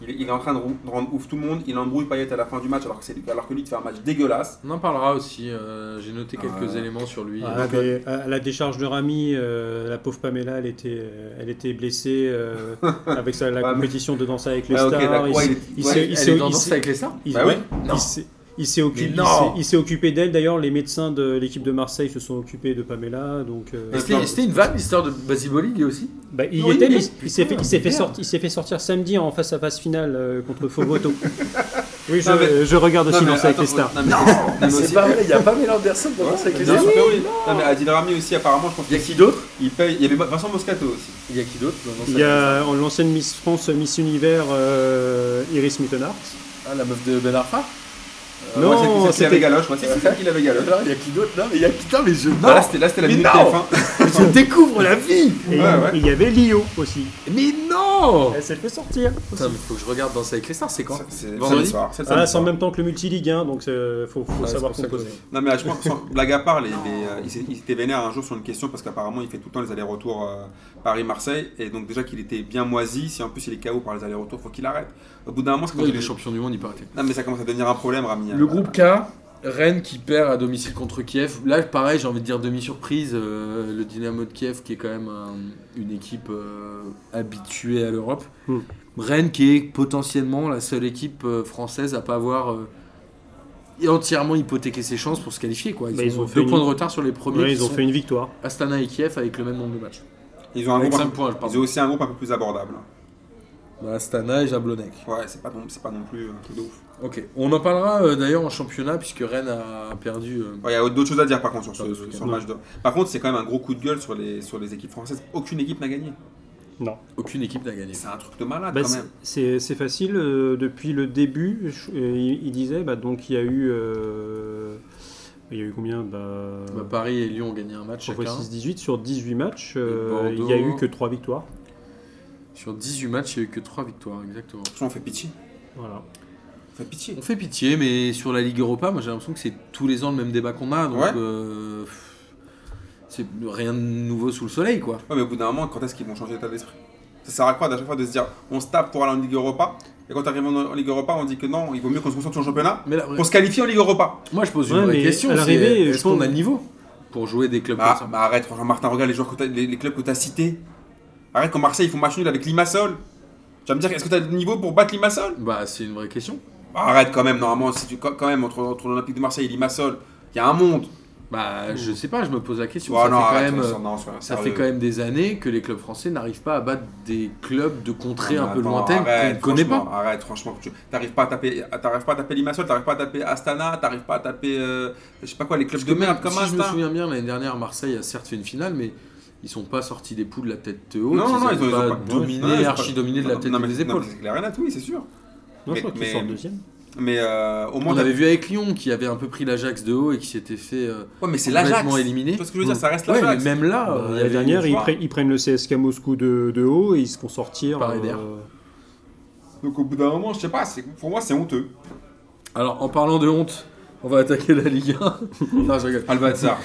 Il, est- il est en train de, rou- de rendre ouf tout le monde. Il embrouille Payet à la fin du match alors que, c'est- alors que lui, il fait un match dégueulasse.
On en parlera aussi. euh, J'ai noté quelques
Ah.
éléments sur lui. Euh,
à, des- à- à la décharge de Rami, euh, la pauvre Pamela, elle était, euh, elle était blessée euh, avec sa, la
Ouais, Ah, mais-
compétition de danse avec les
Ah, ok,
stars.
d'accord.
il
Ouais,
s'est-
il est-
il
ouais,
s'est-
elle
il
Elle
s'est-
est
il
dans
s'est-
Danse avec les stars
il-
Bah oui.
Non.
Il s'est- il s'est occu-
Mais
il
non.
s'est- il s'est occupé d'elle. D'ailleurs, les médecins de l'équipe de Marseille se sont occupés de Pamela. Donc, euh,
Et C'était c'était une vanne, l'histoire de Basiboli aussi.
bah, il y
Oui,
était, mais
mais-
il- il s'est fait, il s'est fait
Putain,
sorti- il s'est fait sortir samedi en face à face finale euh, contre Fovoto. oui, je,
Non, mais-
je regarde aussi
mais
Danse avec
attends,
les stars.
Non, mais, non, mais aussi-
il n'y a pas Mel Anderson dans
Ouais,
Danse avec les
bien
stars.
sûr que oui. Non, mais Adil Rami aussi, apparemment, je pense
Il y a qui d'autre
qu'il paye. Il y avait Vincent Moscato aussi.
Il y a qui d'autre dans Danse avec
Il y a en l'ancienne Miss France, Miss Univers, euh, Iris Mittenhart.
les stars Ah, la meuf de Ben Arfa
Euh,
Non,
ouais, c'est- c'est qu'il
c'était-
avait galoche. Moi, c'est c'est celle qu'il avait galoche.
Alors, Il y a qui d'autre là Mais il y a putain, mais je.
Bah, là, c'était là, c'était la
Mais
minute
non
TF1.
je découvre la vie
Et
Ouais, ouais.
il y avait Lio aussi.
Mais non
Elle s'est fait sortir.
Putain, mais faut que je regarde Danse avec les stars, c'est quand
C'est- C'est
Vendredi
samedi soir, c'est le
Ah,
samedi
c'est en
soir.
même temps que le multiligue, hein, donc il faut, faut
Ouais, c'est
savoir
pour ça que-
composer.
Non mais je pense que sans- blague à part, les, les, euh, il s'est- il était vénère un jour sur une question parce qu'apparemment il fait tout le temps les allers-retours euh, Paris-Marseille et donc déjà qu'il était bien moisi, si en plus il est KO par les allers-retours, faut qu'il arrête. Au bout d'un moment, ça
Ouais,
commence,
Il est
à...
champion du monde, il peut arrêter.
non, mais ça commence à devenir un problème, Rami.
Le groupe K, Rennes qui perd à domicile contre Kiev. Là, pareil, j'ai envie de dire demi-surprise. euh, le Dynamo de Kiev, qui est quand même un- une équipe euh, habituée à l'Europe.
Mm.
Rennes, qui est potentiellement la seule équipe euh, française à pas avoir euh, entièrement hypothéqué ses chances pour se qualifier. Quoi. Ils,
Bah, ils
ont
ont fait
deux
une-
points de retard sur les premiers.
Ouais,
qui
ils ont
sont
fait une victoire.
Astana et Kiev avec le même nombre de matchs.
Ils ont un
Avec
groupe,
5
un-
points, je
ils
parle.
ont aussi un groupe un peu plus abordable.
Bah, Astana et Jablonec.
Ouais, c'est pas, non- c'est pas non plus un truc de ouf.
Ok, on en parlera euh, d'ailleurs en championnat puisque Rennes a perdu. euh,
Ouais, Il y a d'autres choses à dire par contre sur,
Pas de
ce, sur-
soucis.
sur le match. De... Par contre, c'est quand même un gros coup de gueule sur les, sur les équipes françaises. Aucune équipe n'a gagné.
Non.
aucune équipe n'a gagné.
C'est un truc de malade
Ah,
Bah,
quand
c'est-
même.
c'est c'est facile. euh, depuis le début, je- euh, il, il disait, bah, donc il y a eu. euh, il y a eu combien bah,
Bah, Paris et Lyon ont gagné un match
on voit
chacun.
6-18 sur 18 matchs.
Et
euh,
Bordeaux.
il n'y a eu que 3 victoires.
Sur 18 matchs, il n'y a eu que 3 victoires, exactement.
Franchement, on fait pitié.
Voilà.
On fait pitié.
On fait pitié, mais sur la Ligue Europa, moi j'ai l'impression que c'est tous les ans le même débat qu'on a. Donc,
Ouais.
euh, pff, c'est rien de nouveau sous le soleil, quoi.
Ouais, mais au bout d'un moment, quand est-ce qu'ils vont changer d'état d'esprit Ça sert à quoi d'à chaque fois de se dire on se tape pour aller en Ligue Europa et quand arrive en en Ligue Europa, on dit que non, il vaut mieux qu'on se concentre sur le championnat
Mais là,
qu'on se qualifie en Ligue Europa
moi je pose une
Ouais,
vraie
mais
question.
à
c'est,
l'arrivée,
est-ce
je
qu'on
pense-
a le niveau pour jouer des clubs
Bah,
comme ça
bah arrête, Jean-Martin, regarde les, joueurs que t'as- les, les clubs que tu as cités. Arrête, quand Marseille, ils font match nul avec Limassol. Tu vas me dire, est-ce que tu as le niveau pour battre Limassol
Bah, c'est une vraie question.
Bah, Arrête quand même, normalement, si tu, quand quand même, entre, entre l'Olympique de Marseille et Limassol, il y a un monde.
Bah, je sais pas, je me pose la question.
Ouais,
ça
non,
fait quand
arrête,
même. euh,
on s'en- non, on s'en-
Ça
sérieux.
fait quand même des années que les clubs français n'arrivent pas à battre des clubs de contrées
Non,
un peu
Ah, attends,
lointaines qu'on
arrête,
ne connaît
franchement,
pas.
Arrête, franchement, tu n'arrives pas à taper, t'arrives pas à taper Limassol, t'arrives pas à taper Astana, t'arrives pas à taper, euh, je sais pas quoi, les clubs
Parce
de
que
merde
même,
comme
si je me
Asta.
souviens bien, l'année dernière, Marseille a certes fait une finale, mais ils sont pas sortis des poules de la tête haute.
Non, non, non, ils ont- ils ont
pas
pas-
dominé,
non, ils ont pas-
archi-dominé de la
Non,
tête
non,
et
mais-
des
non,
épaules.
mais c'est clair et net, oui, c'est sûr.
Non,
Mais-
je crois qu'ils
mais-
sortent deuxième.
Mais euh, au moins,
On
t'as-
avait vu avec Lyon qui avait un peu pris l'Ajax de haut et qui s'était fait euh,
ouais, mais c'est l'Ajax.
complètement éliminé.
Tu vois ce que je veux dire,
Mm.
ça reste
Ouais, mais
l'Ajax.
même là,
Bah,
euh, il y
la
avait-
dernière, ils,
joueurs.
pre- ils prennent le CSK Moscou de, de haut et ils se font sortir. euh,
Par Eder.
Donc au bout d'un moment, je sais pas, c'est- pour moi, c'est honteux.
Alors, en parlant de honte, on va attaquer la Ligue 1. non, je rigole.
Albatza.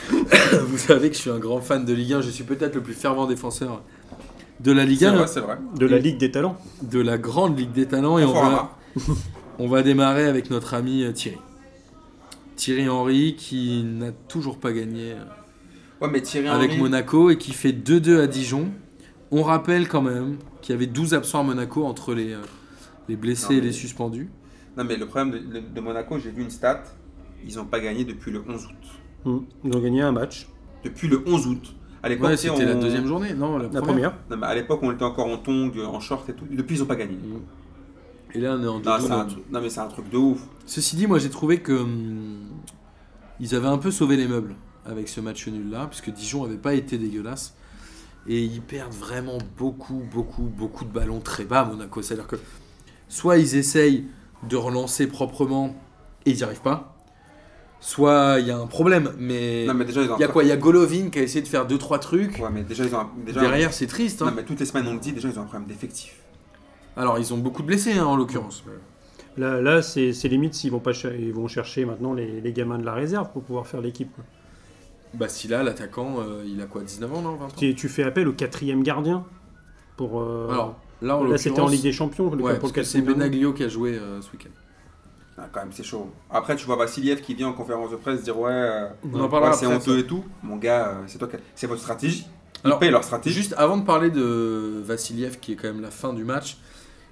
Vous savez que je suis un grand fan de Ligue 1. Je suis peut-être le plus fervent défenseur de la Ligue
C'est
1.
vrai, c'est vrai.
de la Ligue des Talents.
de la grande Ligue des Talents et on va,
Conforama.
on va démarrer avec notre ami euh, Thierry. Thierry Henry qui n'a toujours pas gagné euh,
Ouais, mais Thierry
avec
Henry,
Monaco et qui fait 2-2 à Dijon. On rappelle quand même qu'il y avait 12 absents à Monaco entre les, euh, les blessés
Non,
et les
mais-
suspendus.
Non, mais le problème de, de- de Monaco, j'ai vu une stat, ils ont pas gagné depuis le 11 août.
Mm. Ils ont gagné un match,
Depuis le 11 août. À l'époque,
Ouais,
tu sais,
c'était la
on-
deuxième journée, non, la,
la
première.
première.
Non, mais à l'époque, on était encore en tongs, en short et tout. Depuis, ils ont pas gagné.
Mm. Et là, on est en
Non,
deux
c'est un truc- non, mais c'est un truc de ouf.
Ceci dit, moi j'ai trouvé que hum, ils avaient un peu sauvé les meubles avec ce match nul là, puisque Dijon n'avait pas été dégueulasse. Et ils perdent vraiment beaucoup, beaucoup, beaucoup de ballons très bas à Monaco. C'est-à-dire que soit ils essayent de relancer proprement et ils n'y arrivent pas, soit il y a un problème. Mais
Non, mais déjà, ils ont
il y a
un-
quoi Il y a Golovin qui a essayé de faire 2-3 trucs.
Ouais, mais déjà, ils ont un- déjà,
Derrière, c'est triste. hein.
Non, mais toutes les semaines, on le dit, déjà, ils ont un problème d'effectif.
Alors, ils ont beaucoup de blessés hein, en l'occurrence.
Là, là c'est c'est limite s'ils vont, pas cher- ils vont chercher maintenant les, les gamins de la réserve pour pouvoir faire l'équipe. quoi.
Bah, si là, l'attaquant, euh, il a quoi 19 ans, non 20 ans
Tu, tu fais appel au quatrième gardien pour. euh,
Alors, là, en
là, c'était en
l'occurrence-
Ligue des Champions. le
Ouais,
cas pour
parce
le
que c'est
quatrième gardien.
Benaglio qui a joué euh, ce week-end.
Ah, quand même, c'est chaud. Après, tu vois Vassiliev qui vient en conférence de presse dire Ouais, euh,
On en
ouais,
parlera
c'est
après,
honteux et tout. Mon gars, euh, c'est toi, qui- c'est votre stratégie. Ils
Alors,
payent leur
ça.
stratégie.
Juste avant de parler de Vassiliev, qui est quand même la fin du match,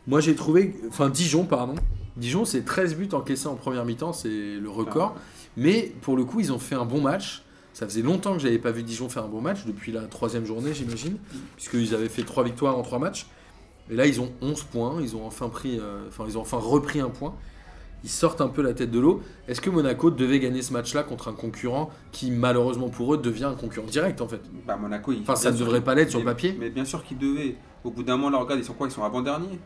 moi j'ai trouvé. Enfin, Dijon, pardon. Dijon, c'est 13 buts encaissés en première mi-temps, c'est le record. Mais pour le coup, ils ont fait un bon match. Ça faisait longtemps que j'avais pas vu Dijon faire un bon match, depuis la troisième journée, j'imagine, puisqu'ils avaient fait 3 victoires en 3 matchs. Et là, ils ont 11 points, ils ont enfin, pris, euh, enfin, ils ont enfin repris un point. Ils sortent un peu la tête de l'eau. Est-ce que Monaco devait gagner ce match-là contre un concurrent qui, malheureusement pour eux, devient un concurrent direct en fait
Bah, Monaco, ils.
Enfin, ça
bien
ne
sûr
devrait
qu'ils-
pas l'être sur
mais-
le papier.
Mais bien sûr qu'ils devaient. Au bout d'un moment, là, regarde, ils sont quoi Ils sont avant-derniers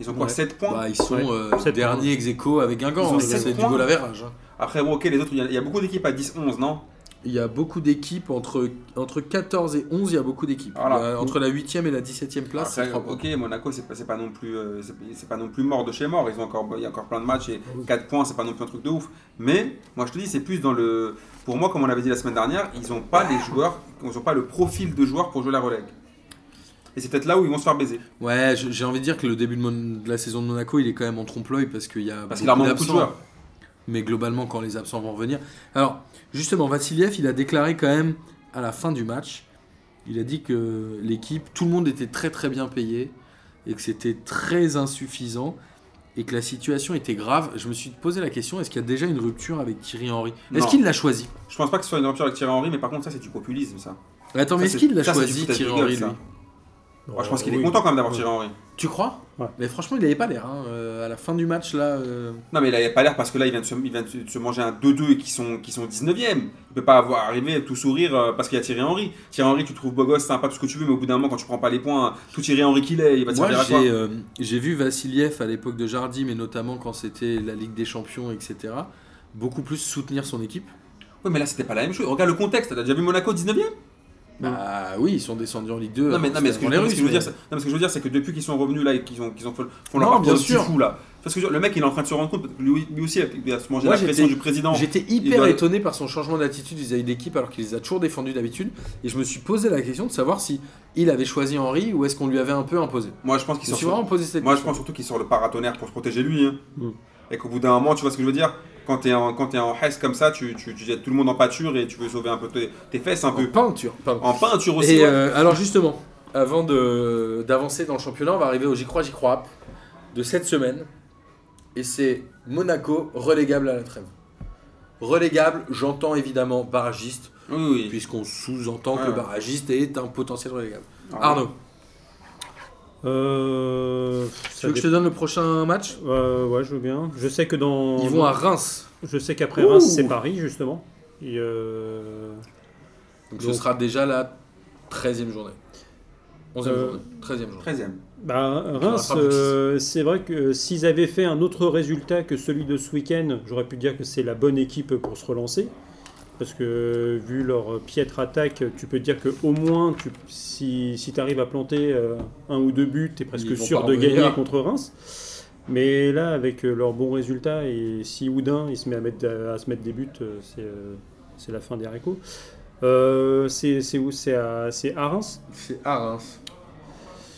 Ils ont quoi
Ouais.
7 points
Bah, ils sont
Ouais.
euh,
Sept
derniers ex aequo avec un
Ils
gant. hein.
ont sept
C'est du
points.
goal à verrage, hein.
Après, bon, ok, les autres, il y a- il y, a beaucoup d'équipes à 10-11, non
Il y a beaucoup d'équipes entre, entre 14 et 11, il y a beaucoup d'équipes.
Voilà.
Il y a Entre la 8e et la 17e place, c'est
Après,
trois points.
ok, Monaco, c'est pas, c'est pas non plus, euh, c'est c'est pas non plus mort de chez mort. Ils ont encore, il y a encore plein de matchs et 4 points, c'est pas non plus un truc de ouf. Mais moi, je te dis, c'est plus dans le, pour moi, comme on l'avait dit la semaine dernière, ils ont pas les joueurs, ils ont pas le profil de joueurs pour jouer la relève. Et c'est peut-être là où ils vont se faire baiser.
Ouais, je- j'ai envie de dire que le début de, mon- de la saison de Monaco, il est quand même en trompe-l'œil parce qu'il y a
Parce qu'il leur manque beaucoup de
d'absents.
joueurs.
Mais globalement, quand les absents vont revenir. Alors, justement, Vassiliev, il a déclaré quand même à la fin du match, il a dit que l'équipe, tout le monde était très très bien payé et que c'était très insuffisant et que la situation était grave. Je me suis posé la question est-ce qu'il y a déjà une rupture avec Thierry Henry Est-ce
Non.
qu'il l'a choisi
Je pense pas que ce soit une rupture avec Thierry Henry, mais par contre, ça, c'est du populisme, ça.
Attends, mais
Ça,
est-ce
c'est-
qu'il l'a
ça, c'est du
choisi
foutage de
Thierry
gueule,
Henry
ça.
lui
Moi, je pense qu'il
Euh, Oui.
est content quand même d'avoir Thierry Henry.
Tu crois
Ouais.
Mais franchement, il n'avait pas l'air. hein, euh, à la fin du match, là. euh,
Non, mais il n'avait pas l'air parce que là, il vient de se, il vient de se- de se manger un 2-2 et qui sont, qui sont 19e. Il peut pas avoir arrivé tout sourire euh, parce qu'il y a Thierry Henry. Thierry Henry, tu le trouves beau gosse, sympa, tout ce que tu veux, mais au bout d'un moment, quand tu prends pas les points, tout Thierry Henry qu'il est, il va te
Moi,
servir à quoi
j'ai euh, j'ai vu Vassiliev à l'époque de Jardim, mais notamment quand c'était la Ligue des Champions, etc., beaucoup plus soutenir son équipe.
Ouais, mais là, c'était pas la même chose. Regarde le contexte. T'as déjà vu Monaco 19 e
Bah oui, ils sont descendus en Ligue hein, 2.
Non, mais, non, mais ce que,
avant
non, mais ce que je veux
mais-
dire, c'est- non, mais ce que je veux dire, c'est que depuis qu'ils sont revenus là et qu'ils ont, qu'ils ont fait, font
Non,
leur parcours
bien
de petits
sûr.
fous, là. Parce que je veux dire, le mec, il est en train de se rendre compte, parce que lui, lui aussi, il va se manger
Moi,
la pression
j'étais-
du président.
J'étais
Il
hyper
doit-
étonné par son changement d'attitude vis-à-vis d'équipe alors qu'il les a toujours défendus d'habitude. Et je me suis posé la question de savoir si il avait choisi Henry ou est-ce qu'on lui avait un peu imposé.
Moi, je pense qu'il
Je me
sort.
suis vraiment posé cette
Moi, je
question.
pense surtout qu'il sort le paratonnerre pour se protéger lui. hein.
Mm.
Et qu'au bout d'un moment, tu vois ce que je veux dire Quand t'es en, quand t'es en Hesse comme ça, tu, tu, tu jettes tout le monde en pâture et tu veux sauver un peu tes, tes fesses un
En
peu.
peinture. pardon.
En peinture aussi.
Et
ouais.
euh, alors justement, avant de- d'avancer dans le championnat, on va arriver au J'y crois, J'y crois de cette semaine. Et c'est Monaco relégable à la trêve. Relégable, j'entends évidemment barragiste,
Oui, oui.
puisqu'on sous-entend que
Ouais.
le barragiste est un potentiel relégable.
Ah,
Arnaud,
Euh,
tu
ça
veux que je te
dé-
donne le prochain match
Euh, ouais, je veux bien. Je sais que dans.
Ils vont à Reims.
Je sais qu'après
Ouh.
Reims, c'est Paris, justement. Et, euh,
Donc,
Donc.
ce sera déjà la 13e journée. 11e
Euh,
journée. 13e journée.
13 e
bah, Reims,
pas beaucoup.
euh, c'est vrai que euh, s'ils avaient fait un autre résultat que celui de ce week-end, j'aurais pu dire que c'est la bonne équipe pour se relancer. Parce que euh, vu leur euh, piètre attaque, tu peux dire que au moins, tu- si, tu arrives à planter euh, un ou deux buts, tu es
Ils
presque
vont
sûr
pas
de
revenir.
gagner contre Reims. Mais là, avec euh, leur bon résultat, et si Houdin il se met à, mettre, à se mettre des buts, euh, c'est euh, c'est la fin des haricots. Euh, c'est c'est où C'est à, c'est à Reims
C'est à Reims.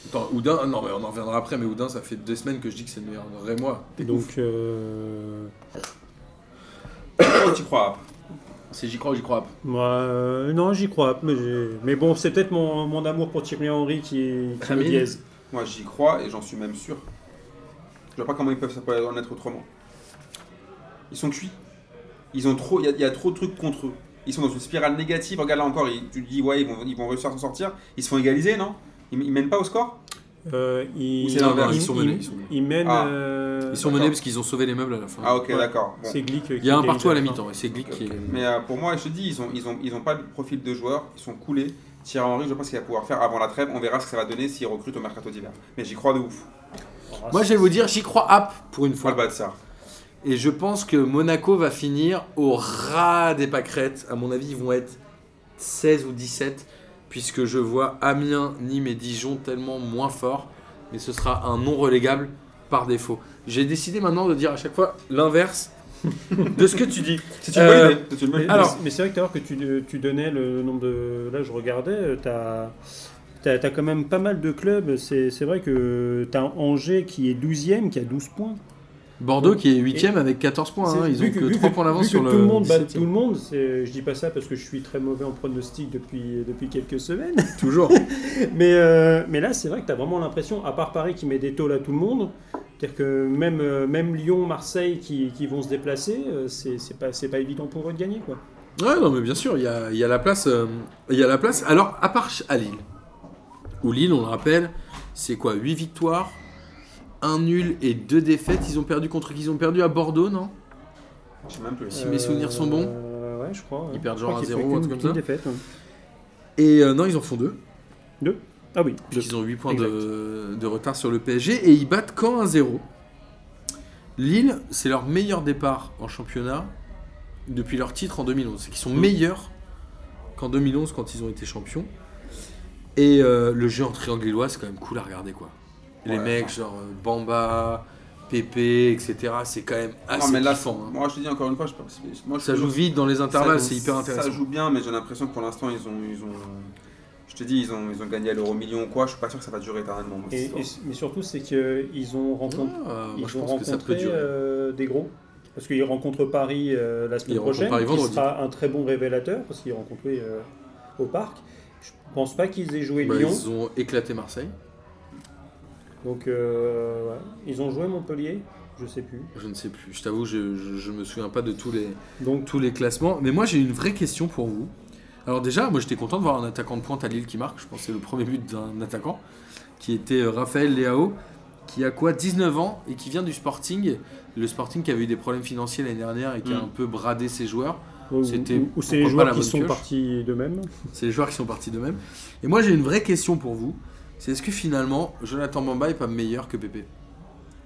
Attends, Oudin, non mais on en reviendra après, mais Oudin, ça fait deux semaines que je dis que c'est le meilleur vrai moi.
Donc, euh,
Oh, tu crois
C'est j'y crois ou j'y crois pas.
moi, euh, non, j'y crois. pas, Mais, j'ai- mais bon, c'est peut-être mon, mon amour pour Thierry Henry qui, qui me
Amine
biaise.
Moi, j'y crois et j'en suis même sûr. Je vois pas comment ils peuvent ça peut en être autrement. Ils sont cuits. Ils ont trop, il y a- il y, a trop de trucs contre eux. Ils sont dans une spirale négative. Regarde là encore, ils- tu te dis ouais, ils vont, ils vont réussir à s'en sortir. Ils se font égaliser, non ils, ils mènent pas au score
Euh,
Ou
il,
c'est l'inverse,
il-
ils sont
il-
menés, ils sont menés.
il mène.
Ah.
euh,
Ils sont
D'accord.
menés parce qu'ils ont sauvé les meubles à la fin.
Ah ok,
Ouais.
d'accord. Bon.
C'est Glick. euh,
Il y a un partout à la mi-temps et c'est Glick qui est.
Mais euh, pour moi, je te dis, ils ont, ils ont, ils ont pas de profil de joueur. Ils sont coulés. Thierry Henry, je pense qu'il va pouvoir faire avant la trêve. On verra ce que ça va donner s'il recrute au mercato d'hiver. Mais j'y crois de ouf.
Moi je vais vous dire j'y crois app pour une
Faut
fois.
le battre ça.
Et je pense que Monaco va finir au ras des pâquerettes. À mon avis, ils vont être 16 ou 17 puisque je vois Amiens, Nîmes et Dijon tellement moins forts. Mais ce sera un non relégable par défaut. J'ai décidé maintenant de dire à chaque fois l'inverse de ce que tu dis.
C'est une bonne
Euh,
idée, c'est une bonne idée.
alors-
Alors, mais c'est vrai que tout à l'heure que tu, tu donnais le nombre de. Là, je regardais, euh, t'as. T'as t'as quand même pas mal de clubs, c'est c'est vrai que t'as Angers qui est 12ème, qui a 12 points.
Bordeaux qui est 8 avec 14 points. hein.
C'est-
Ils
vu
ont que,
vu
3 points d'avance
vu
sur
que
le.
Tout le monde bat
17e.
tout le monde, c'est- je dis pas ça parce que je suis très mauvais en pronostic depuis, depuis quelques semaines.
Toujours.
Mais, euh, mais là, c'est vrai que tu as vraiment l'impression, à part Paris qui met des tôles à tout le monde, c'est-à-dire que même, euh, même Lyon, Marseille qui, qui vont se déplacer, euh, c'est c'est pas, c'est pas évident pour eux de gagner. Quoi.
Ouais, non, mais bien sûr, il y a, il y a la place. euh, Il y a la place. Alors, à part ch- à Lille, où Lille, on le rappelle, c'est quoi 8 victoires, 1 nul et 2 défaites. Ils ont perdu contre qui Ils ont perdu à Bordeaux, non
Je sais même plus.
Si mes souvenirs sont bons.
Euh, Ouais, je crois. ouais.
Ils perdent
Je crois
genre
qu'ils
1-0
font
ou un
qu'une-
truc comme
qu'une défaite, hein.
Et euh, non, ils en font 2.
Ah oui,
Ils ont 8 points de,
Exact.
de retard sur le PSG et ils battent Caen 1-0. Lille, c'est leur meilleur départ en championnat depuis leur titre en 2011. C'est qu'ils
Mm.
sont meilleurs qu'en 2011 quand ils ont été champions. Et euh, le jeu en triangle lillois, c'est quand même cool à regarder quoi. Les
Ouais.
mecs genre euh, Bamba, Pépé, etc. C'est quand même assez
non, mais là,
kiffant, hein.
moi je te dis encore une fois, je pense. Moi, je
Ça
suis-
joue vite dans les intervalles,
Ça-
c'est hyper intéressant.
Ça joue bien, mais j'ai l'impression que pour l'instant, ils ont, ils ont. Je te dis, ils ont, ils ont gagné à l'euro million ou quoi. Je suis pas sûr que ça va durer éternellement. moi, cette
Et- et-
histoire.
mais surtout, c'est qu'ils ont rencontré,
Ah, moi,
ils
je
ont
pense que ça peut
rencontré,
durer.
euh, des gros. Parce qu'ils rencontrent Paris euh, la semaine
Ils rencontrent
prochaine,
Paris
qui
vendredi.
sera un très bon révélateur, parce qu'ils rencontrent euh, au parc. Je pense pas qu'ils aient joué
Bah,
Lyon.
ils ont éclaté Marseille,
Donc, euh, ouais. ils ont joué Montpellier, je sais plus.
je ne sais plus. Je t'avoue, je- je- je me souviens pas de tous les,
Donc,
tous les classements. Mais moi, j'ai une vraie question pour vous. Alors déjà, moi, j'étais content de voir un attaquant de pointe à Lille qui marque. Je pense que c'est le premier but d'un attaquant, qui était euh, Raphaël Leao, qui qui a quoi 19 ans et qui vient du Sporting. Le Sporting qui avait eu des problèmes financiers l'année dernière et qui a
Mm.
un peu bradé ses joueurs.
Ou,
C'était
ou- ou
pourquoi
c'est les
pas
joueurs
la
qui
bonne
sont
pioche.
partis d'eux-mêmes.
C'est les joueurs qui sont partis d'eux-mêmes. Et moi j'ai une vraie question pour vous. C'est est-ce que finalement Jonathan Bamba est pas meilleur que Pépé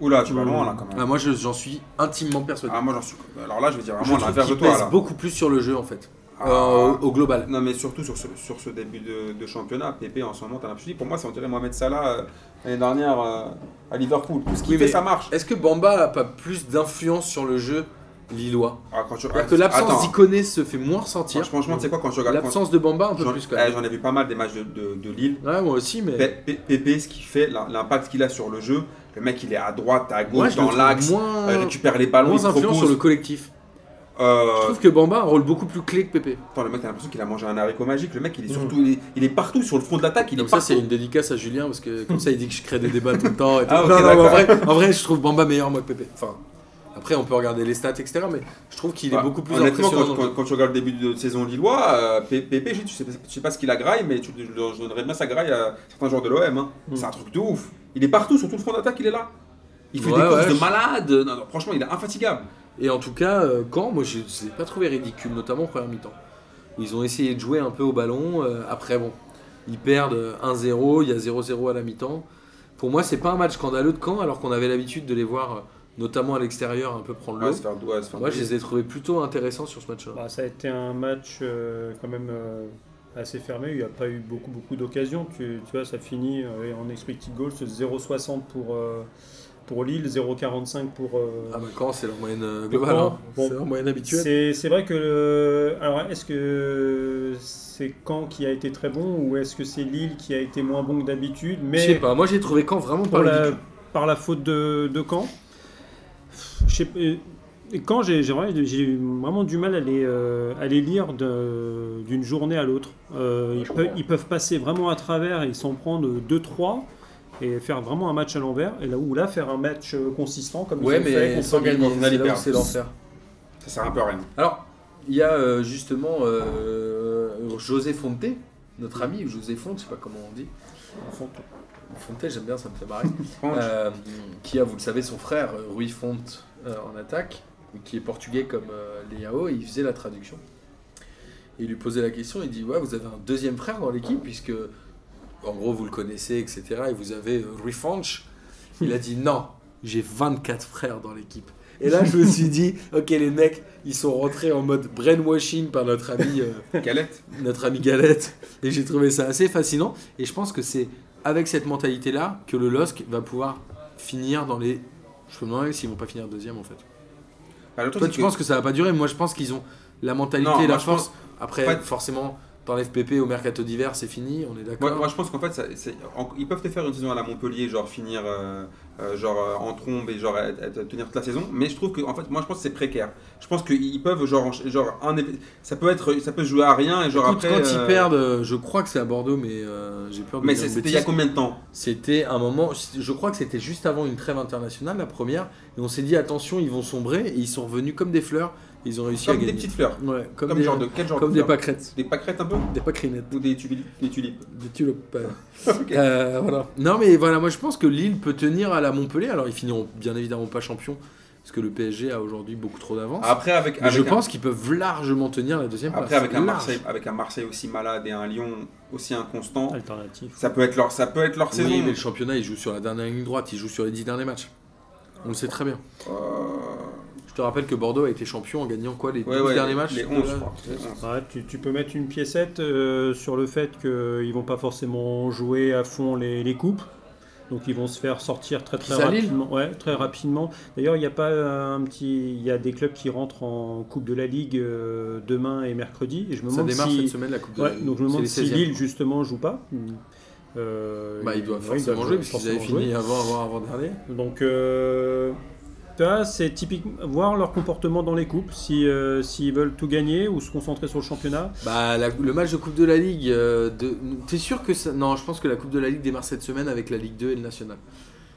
Oula, tu vas
Ouh.
loin là Ah, quand même.
Bah, Moi je- j'en suis intimement persuadé.
Ah, moi j'en suis. Alors là, je vais dire
je
vraiment
trouve
l'inverse de
qu'il
toi
pèse
là.
beaucoup plus sur le jeu en fait.
Ah.
Euh, au- au global.
Non, mais surtout sur ce, sur ce début de, de championnat, Pépé en ce moment, t'en as plus dit. Pour moi, c'est on dirait Mohamed Salah euh, l'année dernière euh, à Liverpool. Tout ce qu'il
Oui,
fait,
mais-
ça marche.
Est-ce que Bamba a pas plus d'influence sur le jeu lillois
Ah, quand tu...
C'est-à-dire que l'absence
Attends,
d'Iconé se fait moins
franchement,
ressentir.
franchement, tu sais quoi, quand je regarde.
L'absence de Bamba un
quand-
peu
j'en-
plus quand
eh,
même.
J'en ai vu pas mal des matchs de, de- de Lille.
Ouais, moi aussi, mais.
Pé- Pé- Pépé, ce qu'il fait, la- l'impact qu'il a sur le jeu, le mec il est à droite, à
Moi,
gauche,
je le
dans
trouve
l'axe,
moins,
euh, il récupère les ballons, il
moins influent
propose.
sur le collectif.
Euh,
Je trouve que Bamba a un rôle beaucoup plus clé que Pépé.
Attends, le mec, t'as l'impression qu'il a mangé un haricot magique. Le mec, il est surtout, il, est, il est partout sur le front de l'attaque. Il
Comme
est
Mmh. ça,
partout.
c'est une dédicace à Julien parce que comme ça, il dit que je crée des débats tout le temps. Et tout.
Ah, ok,
non, non, mais en
d'accord.
vrai, en vrai, je trouve Bamba meilleur moi que Pépé. Enfin, après, on peut regarder les stats, etc. Mais je trouve qu'il est
Bah,
beaucoup plus
Honnêtement,
impressionnant.
quand,
dans le
quand, quand tu regardes le début de saison lillois, euh, P- Pépé, je, tu sais, pas- tu sais pas ce qu'il a graille, mais tu, je, je donnerais bien sa graille à certains joueurs de l'OM. hein.
Mm.
C'est un truc de ouf. Il est partout, sur tout le front d'attaque, il est là. Il fait
Ouais,
des courses
ouais,
de
je-
malade. Non, non, franchement, il est infatigable.
Et en tout cas, euh, quand moi je ne l'ai pas trouvé ridicule, notamment en première mi-temps. Ils ont essayé de jouer un peu au ballon. euh, après, bon, ils perdent euh, 1-0, il y a 0-0 à la mi-temps. Pour moi, c'est pas un match scandaleux de Caen, alors qu'on avait l'habitude de les voir, euh, notamment à l'extérieur, un peu prendre l'eau.
Ouais, se faire, ouais, se faire-
moi, je les ai trouvés plutôt intéressants sur ce match-là.
Bah, ça a été un match euh, quand même euh, assez fermé. Il n'y a pas eu beaucoup, beaucoup d'occasions. Tu, tu vois, ça finit euh, en expected goals 0,60 pour, euh, pour Lille, 0,45 pour. euh,
Ah bah Caen, c'est leur moyenne euh, globale,
Caen,
hein.
bon.
c'est leur moyenne habituelle.
c'est c'est vrai que. le- alors, est-ce que c'est Caen qui a été très bon ou est-ce que c'est Lille qui a été moins bon que d'habitude
Je sais
Mais
pas, moi j'ai trouvé Caen vraiment pas
pour la-
ridicule.
par la faute de, de Caen. Je sais pas, euh, Caen, j'ai j'ai vraiment, j'ai eu vraiment du mal à les, euh, à les lire de- d'une journée à l'autre. Euh, ils,
Je
peuvent-
comprends.
ils peuvent passer vraiment à travers et s'en prendre 2-3 et faire vraiment un match à l'envers. Et là où là, faire un match euh, consistant comme ils
Ouais,
ont fait
mais
contre
sans
Lille.
gagner,
on a
c'est
les
là où
pertes.
c'est l'enfer.
Ça sert un peu à rien.
Alors, il y a euh, justement euh, José Fonte, notre ami José Fonte, je sais pas comment on dit. Fonte, j'aime bien, ça me fait marrer. Euh, qui a, vous le savez, son frère euh, Rui Fonte euh, en attaque, qui est portugais comme euh, Leao, et il faisait la traduction. Et il lui posait la question, il dit ouais, vous avez un deuxième frère dans l'équipe puisque en gros vous le connaissez, etc. Et vous avez euh, Rui Fonte. Il a dit non, j'ai 24 frères dans l'équipe. Et là, je me suis dit, ok, les mecs, ils sont rentrés en mode brainwashing par notre ami, euh,
Galette.
notre ami Galette. Et j'ai trouvé ça assez fascinant. Et je pense que c'est avec cette mentalité-là que le LOSC va pouvoir finir dans les. Je me demande même s'ils vont pas finir deuxième en fait.
Bah, le truc,
Toi,
c'est
tu
que-
penses que ça va pas durer Moi, je pense qu'ils ont la mentalité
Non,
et
moi,
la
je
force. Après,
Ouais.
forcément, t'enlèves Pépé au mercato d'hiver, c'est fini, on est
Moi,
d'accord.
moi, je pense qu'en fait, ça- c'est- en- ils peuvent te faire une saison à la Montpellier, genre finir euh, euh, genre euh, en trombe et genre être- être- tenir toute la saison. Mais je trouve que, en fait, moi, je pense que c'est précaire. Je pense qu'ils peuvent genre, encha- genre un, ép- ça peut être, ça peut se jouer à rien et genre
Écoute,
après.
quand
euh,
ils perdent, euh, je crois que c'est à Bordeaux, mais euh, j'ai peur de
Mais
dire
c'est-
une
c'était il
bêtise.
y a combien de temps
C'était un moment, je crois que c'était juste avant une trêve internationale, la première, et on s'est dit attention, ils vont sombrer, et ils sont revenus comme des fleurs, et ils ont réussi à
Comme
gagner.
des petites fleurs.
Ouais, comme,
Comme,
des,
genre de quel genre
comme
de
des
fleurs
pâquerettes,
Des pâquerettes un peu
des pâquerettes,
ou des tulipes, des tulipes.
des tulipes. euh.
Ok.
Euh, voilà. Non, mais voilà, moi je pense que Lille peut tenir à la Montpellier, alors ils finiront bien évidemment pas champions, parce que le PSG a aujourd'hui beaucoup trop d'avance.
Après avec,
mais
Ah, avec
je
un,
pense qu'ils peuvent largement tenir la deuxième
après
place.
avec un
Large.
Marseille, avec un Marseille aussi malade et un Lyon aussi inconstant,
Alternative.
ça peut être leur, ça peut être leur saison.
Oui, mais le championnat, il joue sur la dernière ligne droite, il joue sur les dix derniers matchs. On le sait très bien.
Euh,
Je te rappelle que Bordeaux a été champion en gagnant quoi les 12
Ouais, ouais,
derniers matchs
les
de la-
11, je crois. Les 11.
Ouais, tu, tu peux mettre une piécette euh, sur le fait qu'ils vont pas forcément jouer à fond les, les coupes. Donc ils vont se faire sortir très très
C'est à Lille
rapidement. Ouais, très rapidement. D'ailleurs, il y a pas euh, un petit, il y a des clubs qui rentrent en Coupe de la Ligue euh, demain et mercredi. Et je me
Ça
demande
démarre
si,
cette semaine la Coupe de
Ouais,
la Ligue.
donc je me
C'est
demande
les
si
16e.
Lille justement joue pas. Euh,
Bah, ils doivent
ouais,
forcément
doivent
jouer parce qu'ils
forcément
avaient
jouer.
fini hein. avant, avant, avant dernier.
Donc, euh, ça, c'est typique. Voir leur comportement dans les coupes, si, euh, s'ils veulent tout gagner ou se concentrer sur le championnat.
Bah, la- le match de Coupe de la Ligue, euh, de- t'es sûr que ça. Non, je pense que la Coupe de la Ligue démarre cette semaine avec la Ligue 2 et le National.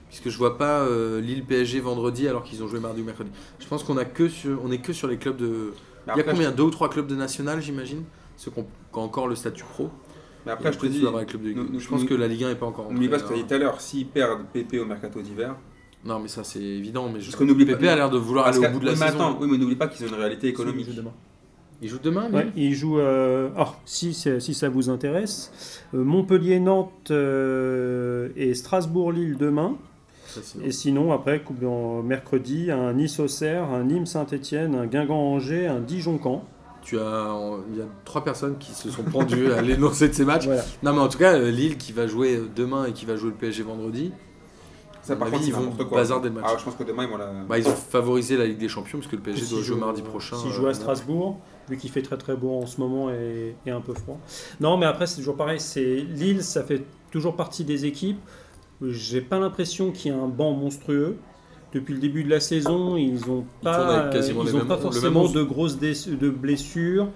Puisque je vois pas euh, Lille PSG vendredi alors qu'ils ont joué mardi ou mercredi. Je pense qu'on a que sur, on est que sur les clubs de.
Mais
Il y a
après,
combien Deux ou trois clubs de National, j'imagine Ceux qui ont qui ont encore le statut pro.
Mais après, je te dis,
avec club de Ligue
nous- nous-
Je pense
nous-
que la Ligue 1 n'est pas encore.
n'oublie pas
rentrée,
ce que tu as
hein.
dit tout à l'heure, s'ils perdent PP au mercato d'hiver,
Non, mais ça c'est évident. Mais je...
Parce qu'on n'oublie pas-
Pepe a l'air de vouloir
parce
aller au
qu'à-
bout de la
oui, mais
saison.
attends, oui, mais n'oublie pas qu'ils ont une réalité
économique.
économique.
Il joue demain,
Ouais,
mais
il joue. euh, alors, si, c'est- si ça vous intéresse, euh, Montpellier, Nantes euh, et Strasbourg-Lille demain.
Ça, c'est
Et sinon, après, coupe en mercredi, un Nice-Auxerre, un Nîmes-Saint-Etienne, un Guingamp-Angers, un Dijon-Caen.
Tu as, en- il y a trois personnes qui se sont pendues à l'énoncé de ces matchs.
Voilà.
Non, mais en tout cas, euh, Lille qui va jouer euh, demain et qui va jouer le PSG vendredi,
Ça,
À
par
mon
contre,
avis,
c'est
ils vont
n'importe quoi.
bazarder le match.
Ah, je pense que demain, ils vont la.
bah, ils ont favorisé la Ligue des Champions parce que le PSG doit
S'il
jouer
joue-
mardi prochain.
S'il
euh,
joue à
Naples.
Strasbourg, vu qu'il fait très très beau en ce moment et, et un peu froid. Non, mais après, c'est toujours pareil. C'est Lille, ça fait toujours partie des équipes. J'ai pas l'impression qu'il y a un banc monstrueux. Depuis le début de la saison, ils n'ont
tournent
pas,
avec quasiment
ils
les
ont
mêmes-
pas
le même
forcément
onze.
de grosses déce- de blessures.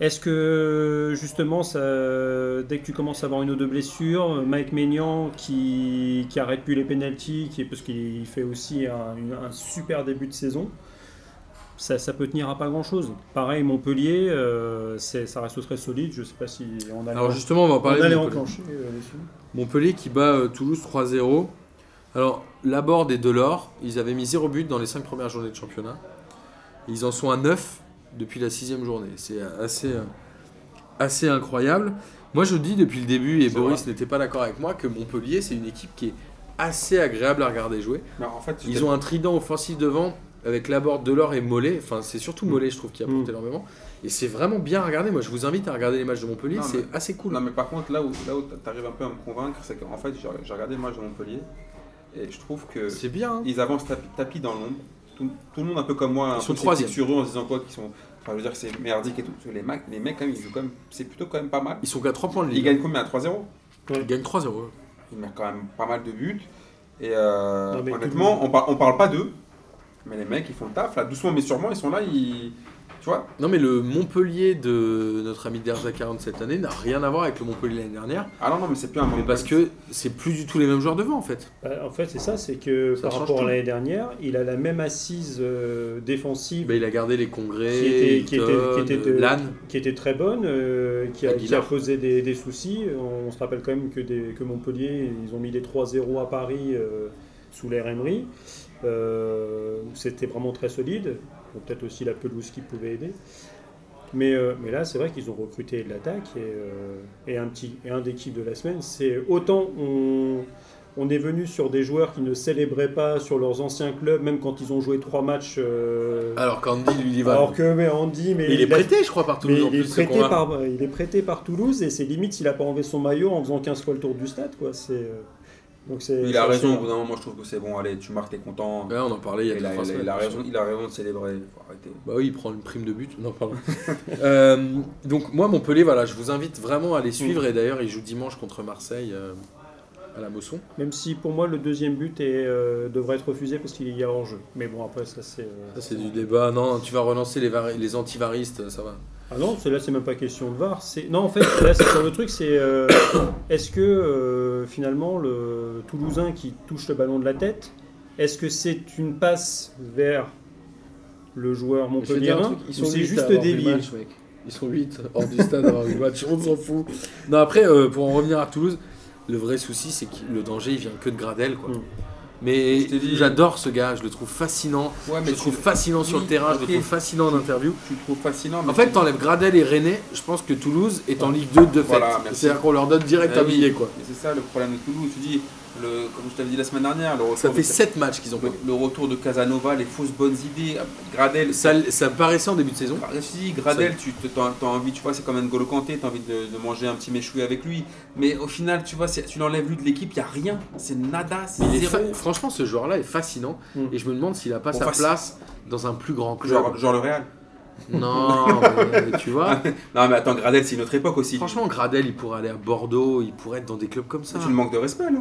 Est-ce que justement, ça, dès que tu commences à avoir une ou deux blessures, Mike Maignan qui, qui arrête plus les pénalties, qui, parce qu'il fait aussi un, une- un super début de saison, ça, ça peut tenir à pas grand-chose. Pareil, Montpellier, euh, c'est- ça reste très solide. Je sais pas si on a
Alors justement, on va en
on
parler.
a
de
les
Montpellier.
enclenchés euh, dessus.
Montpellier qui bat euh, Toulouse 3-0. Alors, Laborde et Delors, ils avaient mis 0 but dans les 5 premières journées de championnat. Ils en sont à 9 depuis la 6 journée. C'est assez, euh, assez incroyable. Moi, je dis depuis le début, et
C'est
Boris n'était pas d'accord avec moi, que Montpellier, c'est une équipe qui est assez agréable à regarder jouer.
Non, en fait,
Ils ont un trident offensif devant avec Laborde, Delors et Mollet. Enfin, c'est surtout Mollet, je trouve, qui apporte
Mm.
énormément. Et c'est vraiment bien à regarder. Moi, je vous invite à regarder les matchs de Montpellier.
Non,
C'est
mais-
assez cool.
Non, mais par contre, là où, là où t'arrives un peu à me convaincre, c'est qu'en fait, j'ai j'ai regardé le match de Montpellier et je trouve
euh,
que
C'est bien. hein.
ils avancent tapi- tapis dans l'ombre. Tout, tout le monde, un peu comme moi, un
Ils sont
peu
troisième.
sceptique sur eux en se disant quoi qu'ils sont. Enfin, je veux dire que c'est merdique et tout. Parce que les, mecs- les mecs, quand même, ils jouent quand même. C'est plutôt quand même pas mal.
Ils sont qu'à 3 points de
Ils
Ligue.
gagnent combien à 3-0
Ils gagnent 3-0.
Ils marquent quand même pas mal de buts. Et euh,
Non, mais tout
honnêtement, on, par- on parle pas d'eux. Mais les mecs, ils font le taf. Là, doucement, mais sûrement, ils sont là. Ils... Tu vois
Non mais le Montpellier de notre ami Derza 40 cette année n'a rien à voir avec le Montpellier de l'année dernière,
Ah non, non, mais c'est plus un
mais
moment.
parce que c'est plus du tout les mêmes joueurs devant en fait.
Bah, en fait, c'est ça, c'est que
Ça
par
change
rapport
tout.
à l'année dernière, il a la même assise euh, défensive
Ben, il a gardé les congrès,
Qui était- qui était-
Hilton,
qui était de-
euh, Lannes.
qui était très bonne, euh, qui, a, qui a
Aguilar.
posé des, des soucis. On, se rappelle quand même que, des- que Montpellier, ils ont mis des 3-0 à Paris euh, sous l'air Emery. Euh, C'était vraiment très solide. Bon, Peut-être aussi la pelouse qui pouvait aider. Mais, euh, mais là, c'est vrai qu'ils ont recruté de l'attaque. Et, euh, et un petit, et un des kiffs de la semaine, c'est autant on, on est venu sur des joueurs qui ne célébraient pas sur leurs anciens clubs, même quand ils ont joué trois matchs. euh,
Alors qu'Andy lui il y va.
alors que, mais on dit, mais
Ah, Mais il est
la-
prêté je crois par Toulouse
mais
en
il
plus.
est,
ce
prêté
qu'on a.
par, il est prêté par Toulouse et c'est limite s'il a pas enlevé son maillot en faisant 15 fois le tour du stade. Quoi. C'est, euh, donc c'est,
Il
c'est-
a raison.
c'est-
Au bout d'un moment, je trouve que c'est bon. Allez, tu marques, t'es content.
Ouais, on en parlait il y a
Il
deux,
a,
trois
il a-
semaines.
il a raison, il a raison de célébrer. Faut arrêter.
Bah oui, il prend une prime de but. Non, pardon. Euh, donc moi, Montpellier, voilà, je vous invite vraiment à les suivre. Et d'ailleurs, ils jouent dimanche contre Marseille euh, à la Mosson.
Même si pour moi le deuxième but est, euh, devrait être refusé parce qu'il y a hors-jeu. Mais bon, après, ça c'est. euh,
Ça, c'est du débat. Non, tu vas relancer les, vari- les antivaristes, ça va.
Ah non, c'est- là c'est même pas question de VAR. C'est... Non, en fait, là c'est sur le truc, c'est euh, est-ce que euh, finalement le Toulousain qui touche le ballon de la tête, est-ce que c'est une passe vers le joueur
Je vais dire un
montpelliérain
truc,
ou
ils sont
c'est
huit à
juste
avoir vu le
dévié
match, mec. Ils sont 8 hors du stade à avoir vu le match, on s'en fout. Non, après, euh, pour en revenir à Toulouse, le vrai souci, c'est que le danger, il vient que de Gradel. Quoi.
Mm.
Mais
Je t'ai dit-
j'adore ce gars, je le trouve fascinant.
Ouais,
je le trouve
tu,
fascinant sur le
Oui,
terrain,
ok.
je le trouve fascinant en interview.
tu le trouves fascinant. mais
En fait,
tu-
t'enlèves Gradel et René, je pense que Toulouse est en Ligue 2 de fait.
Voilà, merci.
C'est-à-dire qu'on leur donne direct
Eh
un
oui,
billet. Quoi.
mais c'est ça le problème de Toulouse. Tu dis, le, comme je t'avais dit la semaine dernière, le retour,
Ça
de,
fait 7 matchs qu'ils ont pas.
le, le retour de Casanova, les fausses bonnes idées, Gradel.
Ça, ça me paraissait en début de saison.
Je te dis, Ah, Gradel, tu as, envie, tu vois, c'est comme N'Golo Kanté, tu as envie de, de manger un petit méchoui avec lui. Mais au final, tu vois, c'est- tu l'enlèves lui de l'équipe, il n'y a rien. C'est nada, c'est
Il est
zéro.
fa- Franchement, ce joueur-là est fascinant
Mm.
et je me demande s'il a pas
Bon,
sa
faci-
place dans un plus grand club.
Genre, genre le Real.
Non, mais tu vois.
Non, mais attends, Gradel, c'est une autre époque aussi.
Franchement, Gradel, il pourrait aller à Bordeaux, il pourrait être dans des clubs comme ça.
c'est une manque de respect, là.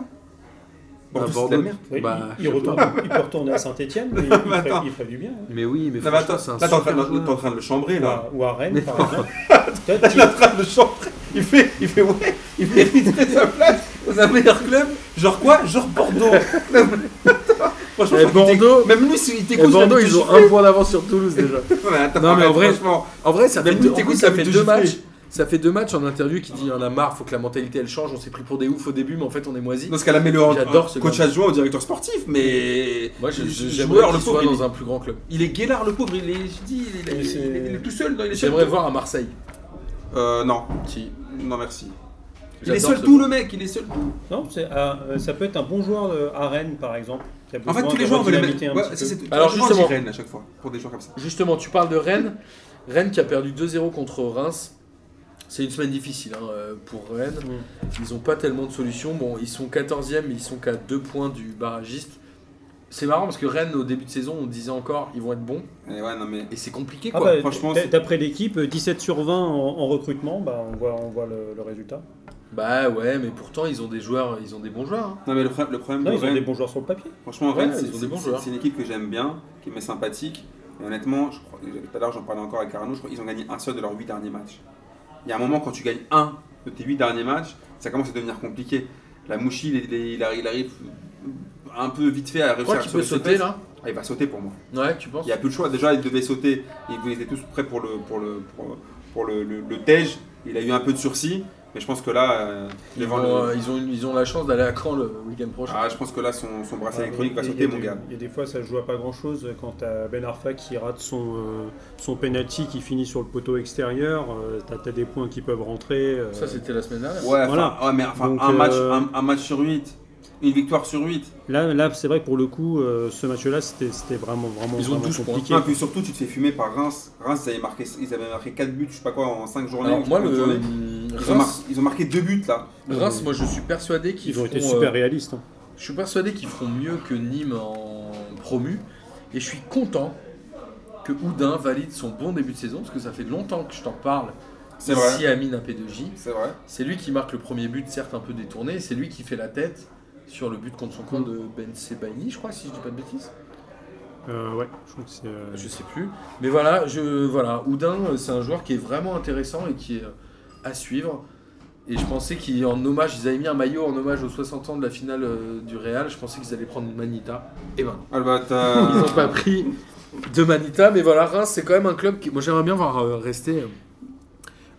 Bordeaux,
À
c'est de la
Bordeaux.
merde.
Oui,
Bah,
il,
je
il
sais
retourne, il peut retourner à Saint-Etienne, mais il, il ferait,
Bah, attends.
il ferait du bien. hein.
Mais oui, mais
Non, mais
franchement,
attends,
c'est un
là, t'es en, train
super
de- t'es en
joueur. hein.
train de le chambrer,
Ou,
là.
à, ou à Rennes, par exemple. Toi,
Il
tu-
est en train de le chambrer. Il fait, il fait, ouais, il fait éviter sa place dans un meilleur club. Genre quoi Genre Bordeaux. Non, mais attends, Franchement,
Eh,
je crois qu'il
Bordeaux-
t'éc- même lui, si- il
Et
t'écoute.
Bordeaux,
il
ils
a envie de
ont un point d'avance sur Toulouse déjà.
te gifler. Non, mais attends,
Non, mais en vrai-
franchement,
En vrai, ça fait
même
deux,
lui,
en plus,
t'écoutes,
ça
ça
fait
fait
deux matchs. Ça fait deux matchs en interview qui dit il y en a marre, faut que la mentalité elle change. On s'est pris pour des oufs au début, mais en fait on est moisi.
Dans ce cas-là, mais le hand-
J'adore ce
coach
gars.
adjoint au directeur sportif, mais.
Moi, je-
le
je-
joueur,
j'aimerais
le
qu'il
pauvre,
soit
il
dans
est-
un plus grand club.
il est guélard, le pauvre, il est. Je dis, il est,
Mais c'est-
il est- il est tout seul dans les
J'aimerais voir à Marseille.
Euh, non,
Si.
non, merci. Il
J'adore
est seul
ce
tout,
gars.
le mec, il est seul tout.
Non, c'est- ah, euh, ça peut être un bon joueur euh, à Rennes, par exemple. qui a
En fait,
besoin
tous les
de
joueurs veulent les mettre.
redynamiter un
Ouais,
petit
c'est-
peu.
c'est-
Alors,
je pense
justement.
qu'ils rennent à chaque fois pour des joueurs comme ça.
Justement, tu parles de Rennes. Rennes qui a perdu 2-0 contre Reims. C'est une semaine difficile hein, euh, pour Rennes. Ils n'ont pas tellement de solutions. Bon, ils sont 14e, mais ils sont qu'à 2 points du barragiste. C'est marrant parce que Rennes, au début de saison, on disait encore ils vont être bons.
Et ouais, non, mais.
Et c'est compliqué
Ah
quoi.
bah,
Franchement,
d'a-
c'est-
D'après l'équipe, euh, 17 sur 20 en, en recrutement, bah, on voit, on voit le, le résultat.
Bah ouais, mais pourtant ils ont des joueurs, ils ont des bons joueurs. hein.
Non, mais le, pro- le problème
Non,
de
ils ont des
Rennes,
bons joueurs sur le papier.
franchement,
Ouais,
Rennes,
ils
c'est-
ont des
c'est-
bons
c'est-
joueurs.
c'est une équipe que j'aime bien, qui m'est sympathique. Et honnêtement, je crois, tout à l'heure, j'en parlais encore avec Arnaud, je crois qu'ils ont gagné un seul de leurs 8 derniers matchs. Il y a un moment, quand tu gagnes un de tes 8 derniers matchs, ça commence à devenir compliqué. La mouchi, il, est- il est- il arrive, il arrive un peu vite fait à
Je
réussir
crois
à
qu'il
sur
peut
les
sauter
fesses.
là.
Ah, Il va sauter pour moi.
Ouais, tu penses
Il n'y a plus le choix. Déjà, il devait sauter. Ils étaient tous prêts pour le, pour le, pour, pour le, le, le Tej. Il a eu un peu de sursis. Mais je pense que là, euh,
ils,
devant
vont,
le-
euh, ils ont, une- ils ont la chance d'aller à Caen le week-end prochain.
Ah, je pense que là, son, son bracelet
Ah,
Ouais,
électronique va
mais il y a
sauter,
des-
mon gars.
Il y a des fois, ça joue à pas grand chose quand t'as Ben Arfa qui rate son, euh, son penalty qui finit sur le poteau extérieur. euh, t'as t'as des points qui peuvent rentrer. euh,
Ça c'était la semaine dernière.
Ouais,
Voilà.
enfin, ouais, mais enfin,
Donc,
un, match,
euh,
un, un match sur 8. Une victoire sur 8.
là, là c'est vrai que pour le coup, euh, ce match-là, c'était c'était vraiment, vraiment,
Ils ont
vraiment
12 points.
compliqué.
Et puis surtout, tu te fais fumer par Reims. Reims, ils avaient marqué, ils avaient marqué 4 buts, je sais pas quoi, en 5 journées.
Alors
ou
moi
cinq journées.
le euh,
Ils, ont mar-
Reims,
ils ont marqué 2 buts là.
Reims, moi je suis persuadé qu'ils
Ils ont été
feront,
super
euh,
réalistes. hein.
Je suis persuadé qu'ils feront mieux que Nîmes en promu. Et je suis content que Houdin valide son bon début de saison, parce que ça fait longtemps que je t'en parle.
C'est vrai.
Ici, Amine à P2J.
C'est vrai.
C'est lui qui marque le premier but, certes un peu détourné. C'est lui qui fait la tête sur le but contre son
Mm.
compte de Ben Sebaini, je crois, si je dis pas de bêtises.
Euh, ouais, je trouve que c'est. euh,
Je sais plus. Mais voilà, je, voilà. Houdin, euh, c'est un joueur qui est vraiment intéressant et qui est euh, à suivre. Et je pensais qu'en hommage, ils avaient mis un maillot en hommage aux 60 ans de la finale euh, du Real. Je pensais qu'ils allaient prendre une Manita. Et ben,
Ah, bah,
non. ils
t'as-
n'ont pas pris de Manita. Mais voilà, Reims, c'est quand même un club qui. Moi, j'aimerais bien voir euh, rester euh,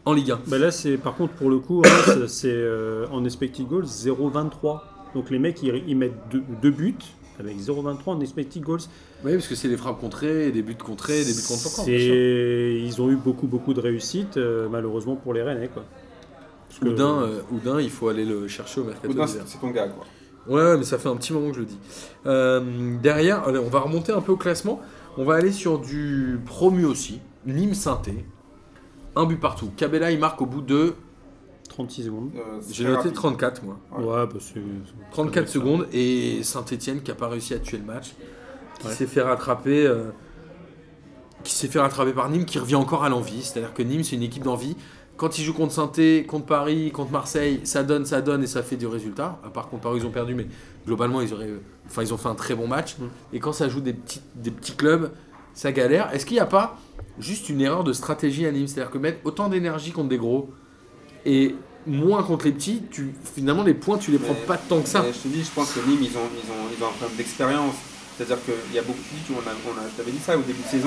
en Ligue 1.
Bah là, c'est par contre pour le coup, Reims, c'est euh, en expected goals 0,23. Donc les mecs, ils, ils mettent deux, deux buts avec 0,23 en expected goals.
Oui, parce que c'est des frappes contrées, des buts contrés, des buts contre son camp, bien sûr.
C'est- Ils ont eu beaucoup, beaucoup de réussites, euh, malheureusement pour les Rennais. Quoi. Parce que-
Houdin, euh, Houdin, il faut aller le chercher au mercato
Oudin,
d'hiver.
c'est c'est ton gars quoi.
Ouais, ouais, mais ça fait un petit moment que je le dis. Euh, derrière, allez, on va remonter un peu au classement. On va aller sur du promu aussi. Nîmes Synthé. Un but partout. Cabella, il marque au bout de.
36 secondes.
Euh, c'est
J'ai
très
noté
rapide.
34, moi.
Ouais.
Ouais, bah c'est.
34
ça.
secondes. Et Saint-Etienne qui n'a pas réussi à tuer le match. Qui
Ouais.
s'est fait rattraper. euh, qui s'est fait rattraper par Nîmes, qui revient encore à l'envie. C'est-à-dire que Nîmes, c'est une équipe d'envie. Quand ils jouent contre Saint-Etienne, contre Paris, contre Marseille, ça donne, ça donne et ça fait du résultat. À part contre Paris, ils ont perdu, mais globalement, ils, auraient, enfin, ils ont fait un très bon match.
Mm.
Et quand ça joue des petits, des petits clubs, ça galère. Est-ce qu'il n'y a pas juste une erreur de stratégie à Nîmes C'est-à-dire que mettre autant d'énergie contre des gros et moins contre les petits, tu, finalement, les points, tu les prends
Mais-
pas tant que ça.
Mais je te dis, je pense que Nîmes, ils ont, ils ont, ils ont un problème d'expérience. C'est-à-dire qu'il y a beaucoup d'équipes, on a, on a, je t'avais dit ça au début de saison,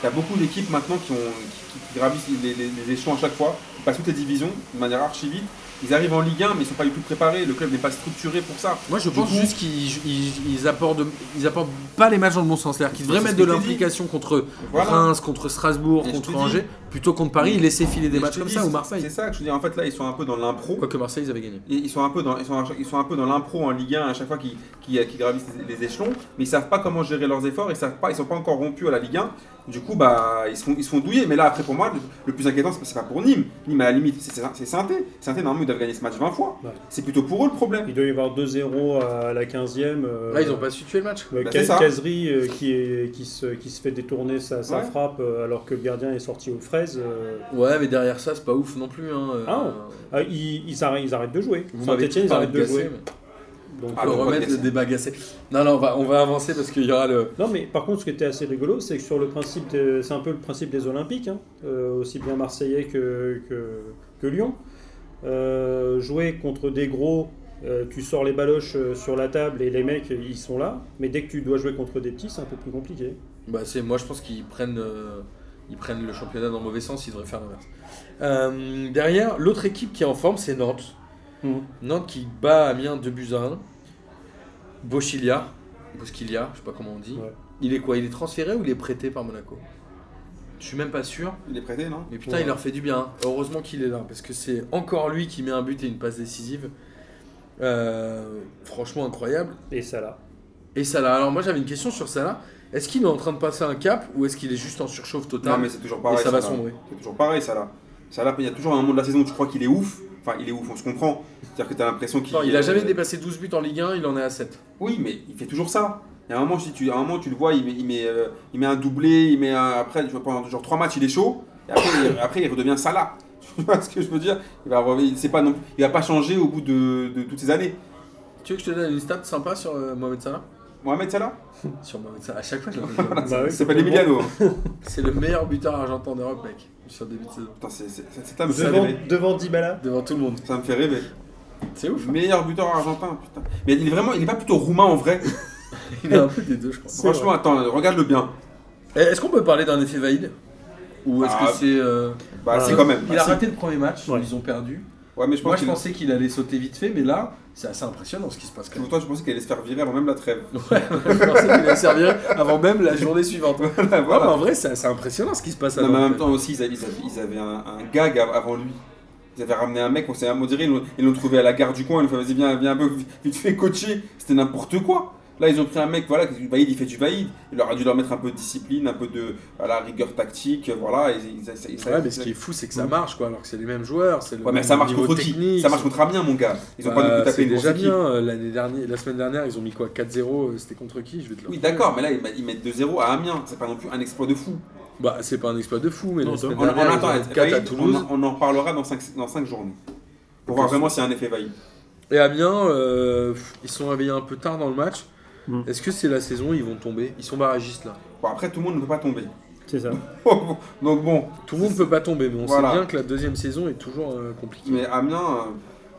il y a beaucoup d'équipes maintenant qui, ont, qui, qui gravissent les, les- les échelons à chaque fois, ils passent toutes les divisions de manière archi vite. Ils arrivent en Ligue 1, mais ils sont pas du tout préparés, le club n'est pas structuré pour ça.
Moi, je
Du
pense
coup-
juste qu'ils ils, ils apportent, de- ils apportent pas les matchs dans le bon sens. C'est-à-dire qu'ils devraient
C'est ce
mettre de
que je t'ai
l'implication contre
Voilà.
Reims, contre Strasbourg,
Et je
contre
te dis-
Angers, plutôt contre Paris,
Mais-
laisser filer des
Et je
matchs
te
comme
dis,
ça ou
c'est-
Marseille.
C'est ça que je veux dire, en fait là, ils sont un peu dans l'impro.
Quoique Marseille, ils avaient gagné.
Et Ils sont un peu dans, ils sont, ils sont un peu dans l'impro en Ligue 1 à chaque fois qu'ils qu'ils- qu'ils gravissent les, les échelons, mais ils savent pas comment gérer leurs efforts, ils savent pas, ils sont pas encore rompus à la Ligue 1. Du coup, bah, ils se font, ils se font douiller. Mais là, après pour moi, le, le plus inquiétant, c'est pas- c'est pas pour Nîmes. Nîmes à la limite, c'est- c'est c'est Sainté. Sainté, normalement, ils doivent gagner ce match 20 fois.
Ouais.
C'est plutôt pour eux le problème.
Il doit y avoir 2-0 à la 15e. euh,
Là, ils ont pas su tuer le match.
euh,
Bah,
Ca-
c'est ça.
Cazerie euh, qui, est, qui, se, qui se fait détourner sa, sa
Ouais.
frappe euh, alors que le gardien est sorti aux fraises. euh.
Ouais, mais derrière ça, c'est pas ouf non plus. Hein. Euh,
Ah, Ah, ils, ils arrêtent, ils arrêtent de jouer.
vous m'avez
Saint-Etienne,
tous
ils
parlé
arrêtent
de
de
Gasset,
jouer.
mais
Donc,
Ah,
on peut
bon, on va
remettre le
Gasset.
débat Gasset. Non, non, on va, on va avancer parce qu'il y aura le.
euh, Non, mais par contre, ce qui était assez rigolo, c'est que sur le principe, de- c'est un peu le principe des Olympiques, hein, euh, aussi bien marseillais que, que, que Lyon. Euh, jouer contre des gros, euh, tu sors les baloches euh, sur la table et les mecs, ils sont là. Mais dès que tu dois jouer contre des petits, c'est un peu plus compliqué.
Bah, c'est moi, je pense qu'ils prennent. euh, Ils prennent le championnat dans le mauvais sens, ils devraient faire l'inverse. Euh, derrière, l'autre équipe qui est en forme, c'est Nantes.
Mmh.
Mhm.
Nantes qui bat Amiens 2 buts à 1. Bochilia, Boskilia, je sais pas comment on dit.
Ouais.
Il est quoi Il est transféré ou il est prêté par Monaco Je suis même pas sûr.
Il est prêté, non
Mais putain,
Ouais.
il leur fait du bien. hein. Heureusement qu'il est là, parce que c'est encore lui qui met un but et une passe décisive. Euh, franchement incroyable.
Et ça là.
Et Salah, alors moi j'avais une question sur Salah. Est-ce qu'il est en train de passer un cap ou est-ce qu'il est juste en surchauffe totale
Non, mais c'est toujours
et
pareil.
ça va
là.
sombrer
C'est toujours pareil, ça là. Ça là, il y a toujours un moment de la saison où tu crois qu'il est ouf. Enfin, il est ouf, on se comprend. C'est-à-dire que t'as l'impression qu'il.
Non, Il a jamais
euh,
dépassé 12 buts en Ligue 1, il en est à 7.
Oui, mais il fait toujours ça. Il y a un moment, si tu, à un moment, tu le vois, il met, il met, euh, il met un doublé, il met un- après, tu vois, pendant genre trois matchs, il est chaud. Et après, il, après, il redevient Salah. Tu vois ce que je veux dire Il va revenir- c'est pas non, il va pas changer au bout de, de toutes ces années.
Tu veux que je te donne une stat sympa sur euh, Mohamed Salah
Mohamed Salah
Sur Mohamed Salah, à chaque fois je le
Bah oui,
Il s'appelle
complètement.
Emiliano. hein.
C'est le meilleur buteur argentin d'Europe, mec, sur le début de saison.
Putain, c'est, c'est, c'est- ça me fait
Devant,
rêver.
devant Dybala.
Devant tout le monde.
Ça me fait rêver.
C'est ouf.
Meilleur buteur argentin, putain. Mais il est vraiment, il est pas plutôt roumain en vrai.
Il est un peu des deux, je crois.
C'est
Franchement, attends, regarde-le bien.
Eh, Est-ce qu'on peut parler d'un effet valide Ou est-ce
Ah.
que c'est. euh,
Bah,
Ah,
c'est quand même.
Il a raté le premier match,
Ouais.
ils ont perdu.
Ouais, mais je pense
Moi je
qu'il.
pensais qu'il allait sauter vite fait, mais là, c'est assez impressionnant ce qui se passe quand même.
Toi, je pensais qu'il allait se faire virer avant même la trêve.
Ouais, je pensais qu'il allait servir avant même la journée suivante.
Voilà,
Ouais,
voilà.
mais en vrai, c'est c'est impressionnant ce qui se passe à
Non, mais en
Nantes.
même temps aussi, ils avaient, ils avaient- ils avaient un, un gag av- avant lui. Ils avaient ramené un mec, on s'est on dirait, ils l'ont- ils l'ont trouvé à la gare du coin, ils lui ont fait vas-y, viens, viens un peu, vite fait coacher. C'était n'importe quoi. Là, ils ont pris un mec, voilà, qui fait du vaïd, il fait du vaïd. Il aurait dû leur mettre un peu de discipline, un peu de voilà, rigueur tactique, voilà. Ils, ils- ils- ils-
Ouais, mais ce qui est fou, c'est que ça marche, quoi, alors que c'est les mêmes joueurs. c'est le
Ouais, mais
même
ça marche
niveau
contre qui
technique,
Ça marche contre Amiens, mon gars. Ils ont
Bah,
pas non plus tapé
c'est
une grosse
déjà
équipe.
bien. euh, L'année dernière, la semaine dernière, ils ont mis quoi 4-0, euh, c'était contre qui Je vais te le retrouver.
Oui, d'accord, mais là, ils mettent- ils mettent 2-0 à Amiens. C'est pas non plus un exploit de fou.
Bah, c'est pas un exploit de fou, mais
Non,
la semaine
On, on
dernière, ils
attend,
ont
être
mis 4 à
valide,
Toulouse.
on en- on en parlera dans 5, dans cinq journées. Pour voir vraiment s'il y a un effet vaïd.
Et Amiens, euh, pff, ils sont réveillés un peu tard dans le match.
Mm.
Est-ce que c'est la saison où ils vont tomber Ils sont barragistes là.
Bon, après, tout le monde ne peut pas tomber.
C'est ça.
Donc bon,
Tout le monde peut pas tomber, mais on
Voilà.
sait bien que la deuxième saison est toujours euh, compliquée.
mais Amiens,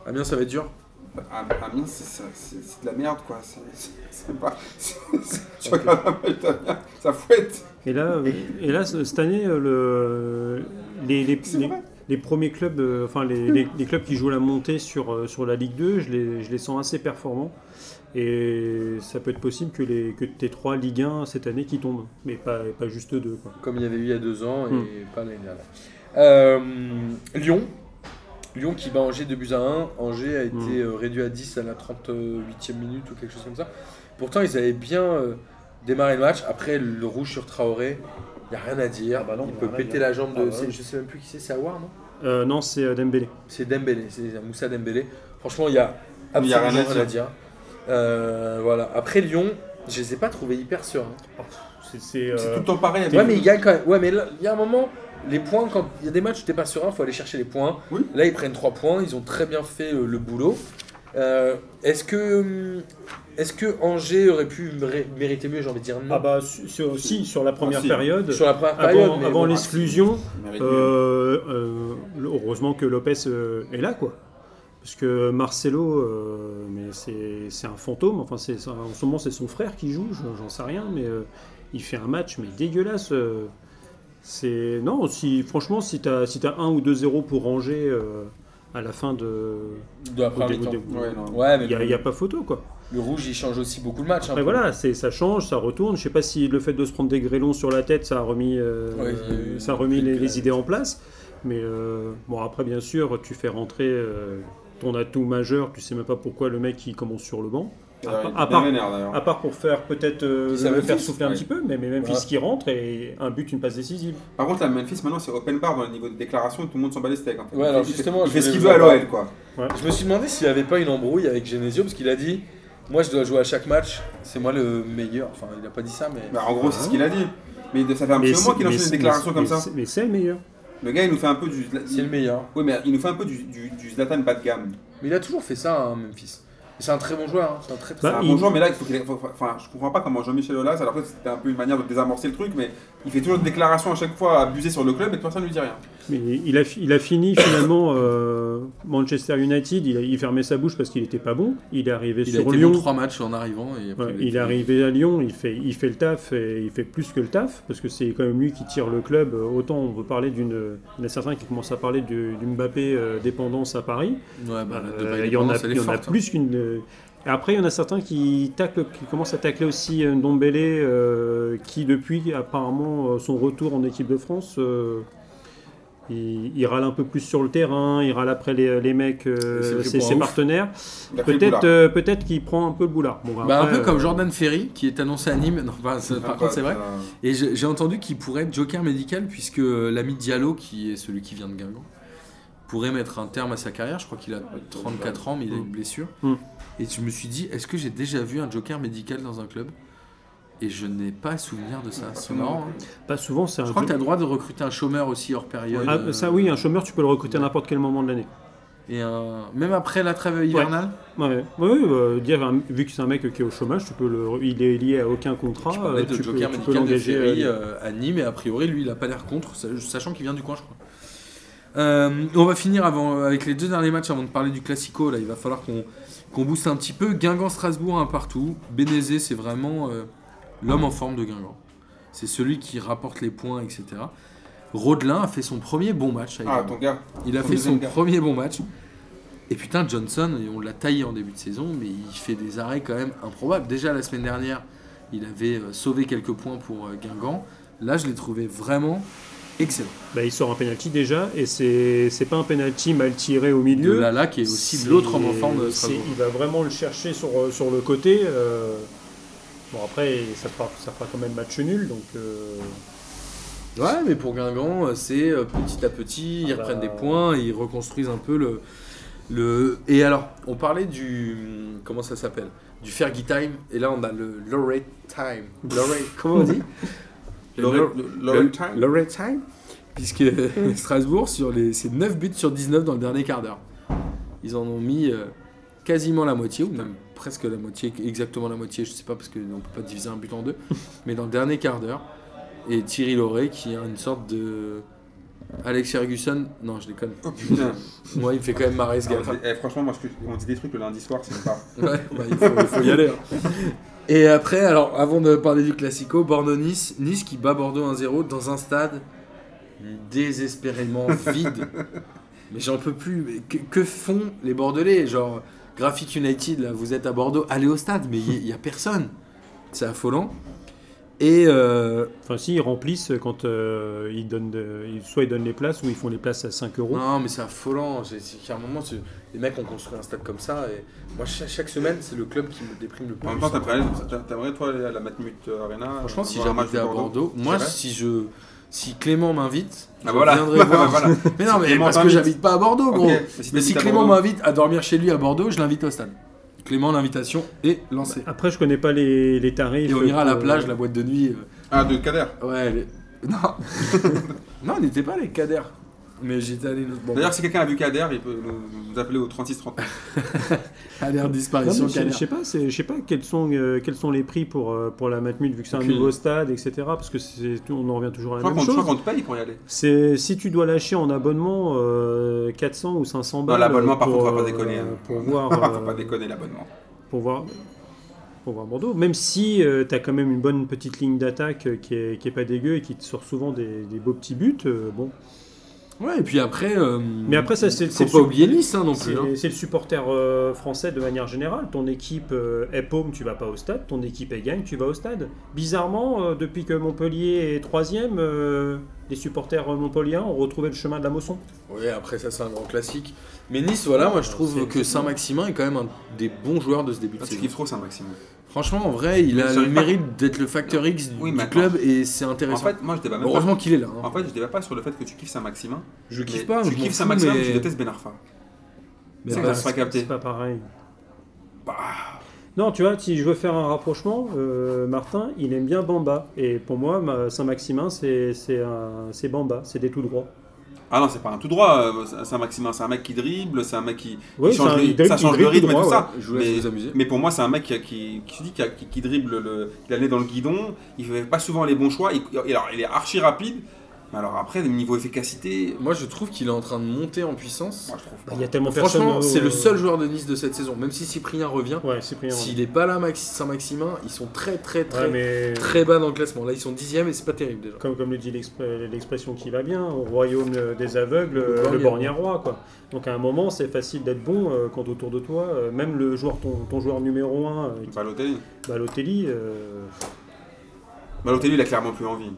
Amiens, ça va être dur.
euh, Am- Amiens, c'est- c'est c'est- c'est de la merde, quoi. C'est- C'est c'est pas... c'est- c'est- Tu
Ok.
regardes un match d'Amiens, ça fouette.
Et là, euh, et là ce- cette année, euh, le, les, les,
C'est
les-
vrai.
les premiers clubs, euh, enfin les, les- les clubs qui jouent la montée sur, euh, sur la Ligue 2, je les, je les sens assez performants. Et ça peut être possible que, les, que tes trois Ligue 1 cette année qui tombent, mais pas, pas juste deux. Quoi.
comme il y avait eu il y a deux ans et
Hmm.
pas l'année dernière. Euh, Lyon. Lyon qui bat Angers 2 buts à 1. Angers a été
Hmm.
euh, réduit à 10 à la 38e minute ou quelque chose comme ça. Pourtant, ils avaient bien euh, démarré le match. Après, le rouge sur Traoré, il n'y a rien à dire.
Ah bah non,
il
y a
peut
rien à
péter
dire.
la jambe de.
Ah ouais.
c'est- Je sais même plus qui c'est, c'est Aouar, non
Euh, non, c'est euh, Dembélé.
C'est Dembélé, c'est Moussa Dembélé. Franchement, il y a
Il y a
absolument
rien
rien,
à dire.
à dire. Euh, voilà. Après, Lyon, je les ai pas trouvés hyper sereins.
C'est- C'est
C'est
euh,
tout le temps pareil.
Ouais,
Amiens.
mais il gagne quand même. Ouais, mais là, il y a un moment, les points, quand il y a des matchs où t'es pas serein, faut aller chercher les points.
Oui.
Là, ils prennent 3 points, ils ont très bien fait euh, le boulot. Euh, est-ce que. hum, Est-ce que Angers aurait pu mé- mériter mieux J'ai envie de dire non.
ah bah su- sur, si sur la première
Ah, si.
période.
Sur la première période.
Avant,
mais
avant
ah,
bon,
l'exclusion,
Mérite mieux.
Euh, euh, heureusement que Lopez euh, est là, quoi. Parce que Marcelo, euh, mais c'est c'est un fantôme. Enfin, c'est c'est- en ce moment, c'est son frère qui joue. j'en- J'en sais rien, mais euh, il fait un match mais dégueulasse. euh. c'est non, si franchement, si t'as si t'as un ou 2-0 pour ranger euh, à la fin de,
de la première
au début-
mi-temps.
au début,
Ouais, non.
Ouais, mais
il y a,
le,
il y a pas photo, quoi.
le rouge, il change aussi beaucoup le match. hein,
Après
pour-
voilà, c'est ça change, ça retourne. Je sais pas si le fait de se prendre des grêlons sur la tête, ça a remis, euh,
Ouais, il y a eu
ça a
une
remis les,
petite-
les idées en place. Mais euh, bon, après bien sûr, tu fais rentrer euh, ton atout majeur. Tu sais même pas pourquoi le mec il commence sur le banc.
D'ailleurs, il est bien
à part-
vénère, d'ailleurs.
À part pour faire peut-être euh,
Qui ça,
le
Memphis
faire souffler un
Ouais.
petit peu, mais, mais Memphis
Voilà. Ah,
qui rentre et un but, une passe décisive.
Par contre, la Memphis, maintenant, c'est open bar dans le niveau des déclarations, tout le monde s'en bat les steaks. en fait.
Ouais, alors
Il fait-
justement,
il
je
fait ce
voulais vous
qu'il veut à
en parler.
l'OL, quoi.
Je me suis demandé s'il n'y avait pas une embrouille avec Genesio, parce qu'il a dit Moi, je dois jouer à chaque match, c'est moi le meilleur. Enfin, il a pas dit ça, mais.
Bah, en gros, c'est ce qu'il a dit. Mais ça fait un
Mais
petit moment
c'est-
qu'il
mais
enchaîne des
c'est-
déclarations
mais
comme
c'est-
ça.
Mais c'est le meilleur.
Le gars, il nous fait un peu du.
C'est le meilleur.
Oui, mais il nous fait un peu du, du, du Zlatan bas de gamme.
Mais il a toujours fait ça, hein, Memphis. C'est un très bon joueur. hein. C'est un très, très-
C'est
Bah,
un
il-
bon joueur, Ah, mais là, il faut qu'il ait- faut- enfin, je comprends pas comment Jean-Michel Aulas, alors que c'était un peu une manière de désamorcer le truc, mais il fait toujours des déclarations à chaque fois abusées sur le club et personne ne lui dit rien.
Mais il a, fi- il a fini finalement euh, Manchester United, il, a- il fermait sa bouche parce qu'il n'était pas bon. Il est arrivé
Il a
sur
été
Lyon.
bon trois matchs en arrivant. Et après, euh,
Ouais,
a
il
été-
est arrivé à Lyon, il fait, il fait le taf et il fait plus que le taf parce que c'est quand même lui qui tire le club. Euh, Autant on peut parler d'une. Il y en a certains qui commencent à parler du, du Mbappé euh, dépendance à Paris.
Ouais, bah, de
Euh,
Paris
il y en a,
Dépendance, elle est
il y en a
forte, hein.
plus qu'une. euh, et Après, il y en a certains qui, taclent, qui commencent à tacler aussi euh, Ndombélé, euh, qui depuis apparemment euh, son retour en équipe de France, euh, il, il râle un peu plus sur le terrain, il râle après les, les mecs, euh,
C'est le
ses,
point
ses
ouf.
partenaires.
Il a pris le boulard.
Peut-être euh, peut-être qu'il prend un peu le boulard. Bon,
Bah, un
après,
peu comme
euh,
Jordan Ferry qui est annoncé à Nîmes. Non, bah, ça- par
Ah,
contre, c'est vrai.
euh,
Et je- j'ai entendu qu'il pourrait être joker médical puisque euh, l'ami Diallo, qui est celui qui vient de Guingamp, pourrait mettre un terme à sa carrière. Je crois qu'il a 34 ans, mais il a une blessure.
Mm.
Et je me suis dit, est-ce que j'ai déjà vu un joker médical dans un club Et je n'ai pas souvenir de ça. C'est marrant. hein.
Pas souvent, c'est un.
Je crois que tu as
jeu-
le droit de recruter un chômeur aussi hors période.
Ah,
euh,
ça oui, un chômeur, tu peux le recruter à n'importe quel moment de l'année.
Et un... même après la trêve hivernale
Ouais, ouais, ouais, bah, dire, un- vu que c'est un mec qui est au chômage, tu peux le, il est lié à aucun contrat,
Tu
euh,
parlais de
tu, peux,
Joker
tu peux
médical de
l'engager.
Ferry
euh,
euh, à Nîmes et a priori lui il a pas l'air contre, sa- sachant qu'il vient du coin je crois. Euh, on va finir avant, avec les deux derniers matchs avant de parler du Classico. Là, il va falloir qu'on qu'on booste un petit peu. Guingamp-Strasbourg un partout. Bénézé, c'est vraiment euh, l'homme en forme de Guingamp. C'est celui qui rapporte les points, etc. Rodelin a fait son premier bon match. avec
Ah,
Guingamp.
ton gars.
Il a
Son
fait
deuxième
son
gars.
premier bon match. Et putain, Johnson, on l'a taillé en début de saison, mais il fait des arrêts quand même improbables. Déjà la semaine dernière, il avait euh, sauvé quelques points pour euh, Guingamp. Là, je l'ai trouvé vraiment excellent.
bah, il sort un penalty déjà, et c'est c'est pas un penalty mal tiré au
De
milieu.
Lala, qui est aussi
C'est-
l'autre homme en forme de
c'est-
Strasbourg.
Il va vraiment le chercher sur, euh, sur le côté. euh, bon, après, ça fera, ça fera quand même match nul, donc. euh,
Ouais, mais pour Guingamp, euh, c'est euh, petit à petit, ils
Ah bah.
reprennent des points, ils reconstruisent un peu le. le... Et alors, on parlait du. Comment ça s'appelle Du Fergie Time, et là, on a le Lorette Time. Lorette, comment on dit Le Lor-
Laurie- Laurie Time. Mm.
Lorette Time Puisque Strasbourg, sur les, c'est 9 buts sur 19 dans le dernier quart d'heure. Ils en ont mis euh, quasiment la moitié, ou même presque la moitié, exactement la moitié, je sais pas, parce qu'on ne peut pas diviser un but en deux, mais dans le dernier quart d'heure. Et Thierry Lauré, qui a une sorte de. Alex Ferguson, non, je déconne.
Oh putain.
Moi, il me fait quand même marrer ce
Ah,
gars.
on dit- eh, franchement, moi, ce que- on dit des trucs le lundi soir, c'est pas.
Ouais, bah, il, faut, il faut y aller. hein. Et après, alors, avant de parler du Classico, Bordeaux-Nice, Nice qui bat Bordeaux 1-0 dans un stade désespérément vide. Mais j'en peux plus. Mais que, que font les Bordelais Genre, Graphic United, là, vous êtes à Bordeaux, allez au stade, mais il n'y a personne. C'est affolant. Et euh,
Enfin, si, ils remplissent quand euh, ils donnent. de- ils- soit ils donnent les places, ou ils font les places à 5
Oh.
euros.
Non, mais c'est affolant. C'est c'est qu'à un moment, c'est- les mecs ont construit un stade comme ça. Et moi, cha- chaque, semaine, c'est le club qui me déprime le plus.
En même temps, t'aimerais, t'aimerais, toi, aller à la Matmut Arena euh,
Franchement, si
voir un match
j'habitais
de
à Bordeaux, moi,
c'est vrai
si je, si Clément m'invite,
Ah,
je
voilà.
viendrai
Bah,
voir.
voilà.
Mais non, mais
Clément
parce que
t'invite.
j'habite pas à Bordeaux,
Ok,
gros. Mais
t'habites
si
à
Clément
Bordeaux,
m'invite à dormir chez lui à Bordeaux, je l'invite au stade. Clément, l'invitation est lancée.
Après, je connais pas les, les tarifs.
Et on ira à la
euh,
plage, la boîte de nuit. euh,
Ah, de Kader.
Ouais. les- Non, non, on n'était pas les cadères. Mais j'étais allé. Bon,
D'ailleurs, si quelqu'un a vu Kader, il peut nous, nous appeler au 3639.
Bah, à l'air
Non,
disparition
mais je, je
cadère.
sais pas, c'est- je sais pas quels sont euh, quels sont les prix pour euh, pour la matmut vu que c'est un
Aucune.
nouveau stade etc parce que c'est on en revient toujours à
Je crois
la même
qu'on je crois
chose.
qu'on te paye pour y aller.
C'est si tu dois lâcher en abonnement euh, 400 ou 500 balles.
Bah, l'abonnement, par
pour,
contre, on va pas
euh,
déconner, hein.
Pour voir
Ah, faut
euh,
pas déconner l'abonnement.
pour voir pour voir Bordeaux même si tu as quand même une bonne petite ligne d'attaque euh, qui est qui est pas dégueu et qui te sort souvent des, des beaux petits buts euh, bon.
Ouais, et puis après. euh,
Mais après, ça, c'est-
Faut
c'est
pas
le-
oublier Nice hein, non
C'est
plus. hein.
c'est le supporter euh, français de manière générale. Ton équipe euh, est paume, tu vas pas au stade. Ton équipe est gagne, tu vas au stade. Bizarrement, euh, depuis que Montpellier est troisième, euh, les supporters montpelliéens ont retrouvé le chemin de la Mosson.
Oui, après ça c'est un grand classique. Mais Nice, voilà, moi je trouve
C'est-
que Saint-Maximin est quand même un des bons joueurs de ce début de
Ah, tu
saison.
kiffes trop, ça, Maxime.
Franchement, en vrai, il a
Ça
le
arrive pas.
mérite d'être le facteur X du,
Oui,
du
maintenant.
club et c'est
En
intéressant.
fait, moi, je débat même pas.
Heureusement qu'il est là. hein.
En fait, je débat pas sur le fait que tu kiffes Saint-Maximin.
je
mais
kiffe pas. je
Tu
m'en
kiffes
fous,
Saint-Maximin, mais
mais-
tu détestes Ben Arfa.
mais
Ça,
bah,
ça se fait capter.
C'est pas pareil. Non, tu vois, si je veux faire un rapprochement, euh, Martin, il aime bien Bamba. Et pour moi, ma- Saint-Maximin, c'est c'est un- c'est Bamba, c'est des tout droits.
Ah non, c'est pas un tout droit, euh, c'est- c'est un maximum, c'est un mec qui dribble, c'est un mec qui, qui
Oui,
change,
c'est un-
le-
il dribble-
ça
il
change le
dribble
rythme et
droit,
tout ça.
bah, Je vous laisse
Mais-
vous amuser.
Mais pour moi, c'est un mec qui, qui, qui se dit, qui, qui- qui dribble, le, il a le nez dans le guidon, il fait pas souvent les bons choix, il, il- alors, il est archi rapide, mais alors après, niveau efficacité,
Moi, je trouve qu'il est en train de monter en puissance.
moi je trouve pas.
Bah, Il y a tellement
Franchement,
personne au-
c'est le seul joueur de Nice de cette saison. Même si Cyprien revient,
Ouais, Cyprien.
s'il n'est pas là, Maxi Saint-Maximin, ils sont très, très,
ouais.
très,
Ouais, mais
très bas dans le classement. Là, ils sont dixièmes et c'est pas terrible déjà.
comme, comme le dit l'expré- l'expression qui va bien, au royaume euh, des aveugles, euh,
Le
le
borgne
borgne est roi. Quoi. Donc à un moment, c'est facile d'être bon euh, quand autour de toi, euh, même le joueur, ton, ton joueur numéro 1,
Balotelli.
Balotelli, euh,
Balotelli, il a clairement plus envie.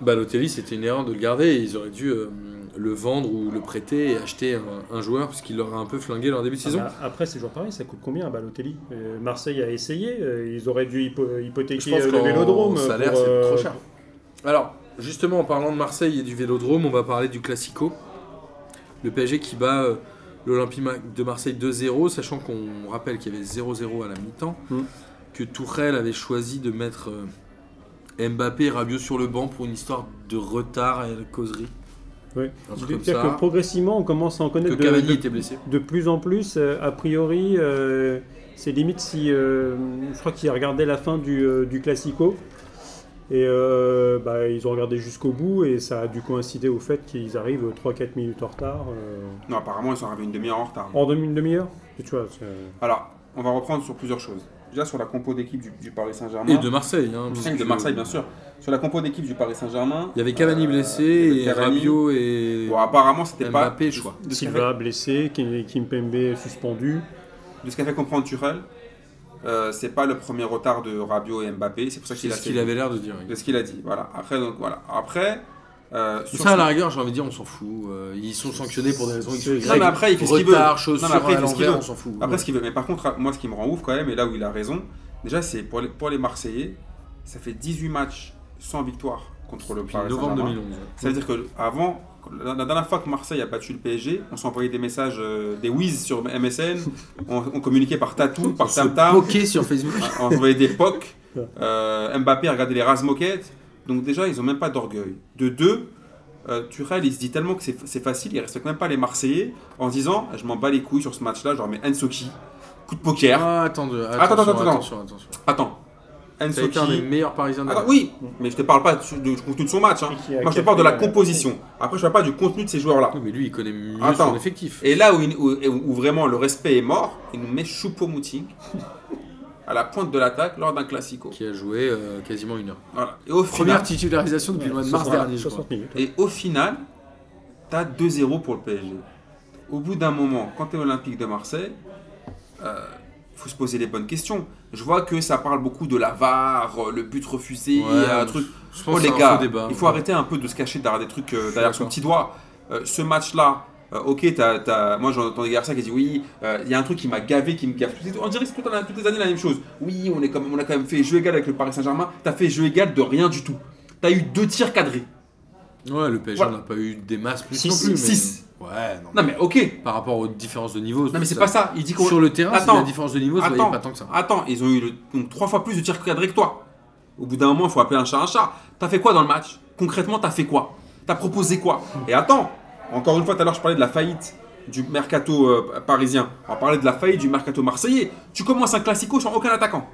Balotelli, c'était une erreur de le garder. et Ils auraient dû euh, le vendre ou le prêter et acheter un, un joueur parce qu'il leur a un peu flingué leur début de saison.
bah, après c'est toujours pareil, ça coûte combien à Balotelli Euh, Marseille a essayé, euh, ils auraient dû hypo-
Je
hypothéquer
pense
euh, le
qu'en
vélodrome.
salaire,
pour,
c'est
euh,
trop cher. Alors, justement, en parlant de Marseille et du Vélodrome, on va parler du Classico. Le PSG qui bat euh, l'Olympique de Marseille 2-0, sachant qu'on rappelle qu'il y avait 0-0 à la mi-temps,
Mm.
que Tourelle avait choisi de mettre euh, Mbappé et Rabiot sur le banc pour une histoire de retard et de causerie.
Ouais.
Un truc comme
C'est-à-dire
ça.
que progressivement, on commence à en
Que
connaître de-
Cavani
de-
était blessé.
de plus en plus, euh, a priori, euh, c'est limite si. euh, je crois qu'ils regardaient la fin du, euh, du Classico. Et euh, bah, ils ont regardé jusqu'au bout et ça a dû coïncider au fait qu'ils arrivent 3-4 minutes en retard. euh,
Non, apparemment, ils sont arrivés une demi-heure en retard.
en demi- une demi-heure Tu vois, c'est- euh,
Alors, on va reprendre sur plusieurs choses. Déjà, sur la compo d'équipe du, du Paris Saint-Germain.
Et de Marseille. hein, parce
Cinq de
que-
Marseille, bien sûr. Sur la compo d'équipe du Paris Saint-Germain.
Il y avait Cavani
euh,
blessé
il y avait
et
Cavani.
Rabiot et
Bon, apparemment, c'était pas.
Mbappé, je crois.
de ce qu'a fait-
Silva blessé, Kim Kimpembe suspendu.
de ce qu'a fait comprendre Tuchel, euh, c'est pas le premier retard de Rabiot et Mbappé. C'est pour ça
c'est
qu'il a
ce qu'il
fait-
avait l'air de dire.
de ce qu'il a dit. Voilà. Après, donc voilà. Après. euh, sur
Ça, à
son-
la rigueur, j'ai envie de dire, on s'en fout. Euh, ils sont sanctionnés pour des raisons X ou Y.
Non, mais après, il fait ce qu'il veut.
Retard,
Non,
chaussures
mais après, il
à
fait ce qu'il
l'envers,
veut.
on s'en fout.
Après, ce qu'il veut. Mais par contre, moi, ce qui me rend ouf quand même, et là où il a raison, déjà, c'est pour les, pour les Marseillais, ça fait 18 matchs sans victoire contre le
Depuis
Paris
novembre
Saint-Germain.
2011.
Ça veut dire que avant, la la dernière fois que Marseille a battu le PSG, on s'envoyait des messages, euh, des whiz sur MSN, on, on communiquait par tatou, par
Se
tam-tam, hein,
poquer sur Facebook.
on s'envoyait des pocs, euh, Mbappé regardait les rases moquettes. Donc déjà, ils ont même pas d'orgueil. De deux, euh, Tuchel, il se dit tellement que c'est c'est facile, il respecte même pas les Marseillais en se disant « Je m'en bats les couilles sur ce match-là, je leur mets Ensoki, coup de poker.
Ah, attends, de-
Attends,
attention,
attends, attends.
attention, attention.
Attends,
Ça a été
Ensoki...
un des meilleurs parisiens de
Attends, oui, mais je te parle pas du du contenu de son match. hein.
Et qui a
Moi, je te parle de la
capté la-
composition. Après, je parle pas du contenu de ces joueurs-là.
Oui, Mais lui, il connaît mieux
Attends.
son effectif.
Et là où, il- où- où vraiment le respect est mort, il nous met Choupo-Moting à la pointe de l'attaque lors d'un classico.
Qui a joué euh, quasiment une heure.
Voilà. Et, au
Première
final,
titularisation depuis le mois de mars
60
dernier, je crois.
60 minutes.
et au final, t'as 2-0 pour le PSG. Au bout d'un moment, quand t'es olympique de Marseille, euh, faut se poser les bonnes questions. Je vois que ça parle beaucoup de la VAR, le but refusé,
Ouais,
un
mais
truc.
Je
Oh
pense que
les
c'est un
gars,
faux débat.
il faut arrêter un peu de se cacher derrière des trucs, euh,
suis
derrière son
d'accord.
petit doigt. Euh, ce match-là, euh, ok, t'as, t'as- moi j'entends des garçons qui disent oui, euh, il y a un truc qui m'a gavé, qui me gave. C'est- On dirait que c'est tout- toutes les années la même chose. Oui, on, est comme, on a quand même fait jeu égal avec le Paris Saint-Germain, t'as fait jeu égal de rien du tout. T'as eu deux tirs cadrés.
Ouais, le PSG,
Voilà.
on n'a pas eu des masses plus
Six,
non plus.
six.
mais- Ouais, non.
Non mais ok,
Par rapport aux différences de niveau.
non mais c'est
ça-
pas ça. Il dit qu'on.
Sur le terrain, c'est
Attends.
la différence de niveau, ça
Attends.
voyait pas tant que ça.
Attends, ils ont eu le- donc, trois fois plus de tirs cadrés que toi. Au bout d'un moment, il faut appeler un chat un chat. T'as fait quoi dans le match Concrètement, t'as fait quoi T'as proposé quoi Et attends, encore une fois, tout à l'heure, je parlais de la faillite du mercato euh, parisien. On parlait de la faillite du mercato marseillais. Tu commences un classico sans aucun attaquant.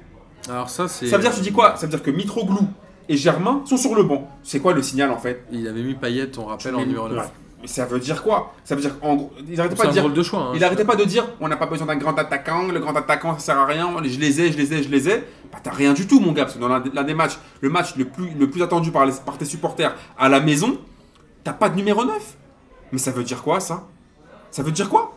Alors, ça, c'est.
Ça veut dire, tu dis quoi Ça veut dire que Mitroglou et Germain sont sur le banc. C'est quoi le signal en fait
Il avait mis Payet, on rappelle, en
Mais-
numéro 9.
ouais. Mais ça veut dire quoi Ça veut dire qu'en gros, ils n'arrêtaient
C'est
pas
un
de dire
drôle de choix. hein.
il arrêtait pas de dire on n'a pas besoin d'un grand attaquant, le grand attaquant ça sert à rien, je les ai, je les ai, je les ai. Bah t'as rien du tout mon gars, parce que dans l'un des- l'un des matchs, le match le plus, le plus attendu par, les, par tes supporters à la maison, t'as pas de numéro 9. Mais ça veut dire quoi ça Ça veut dire quoi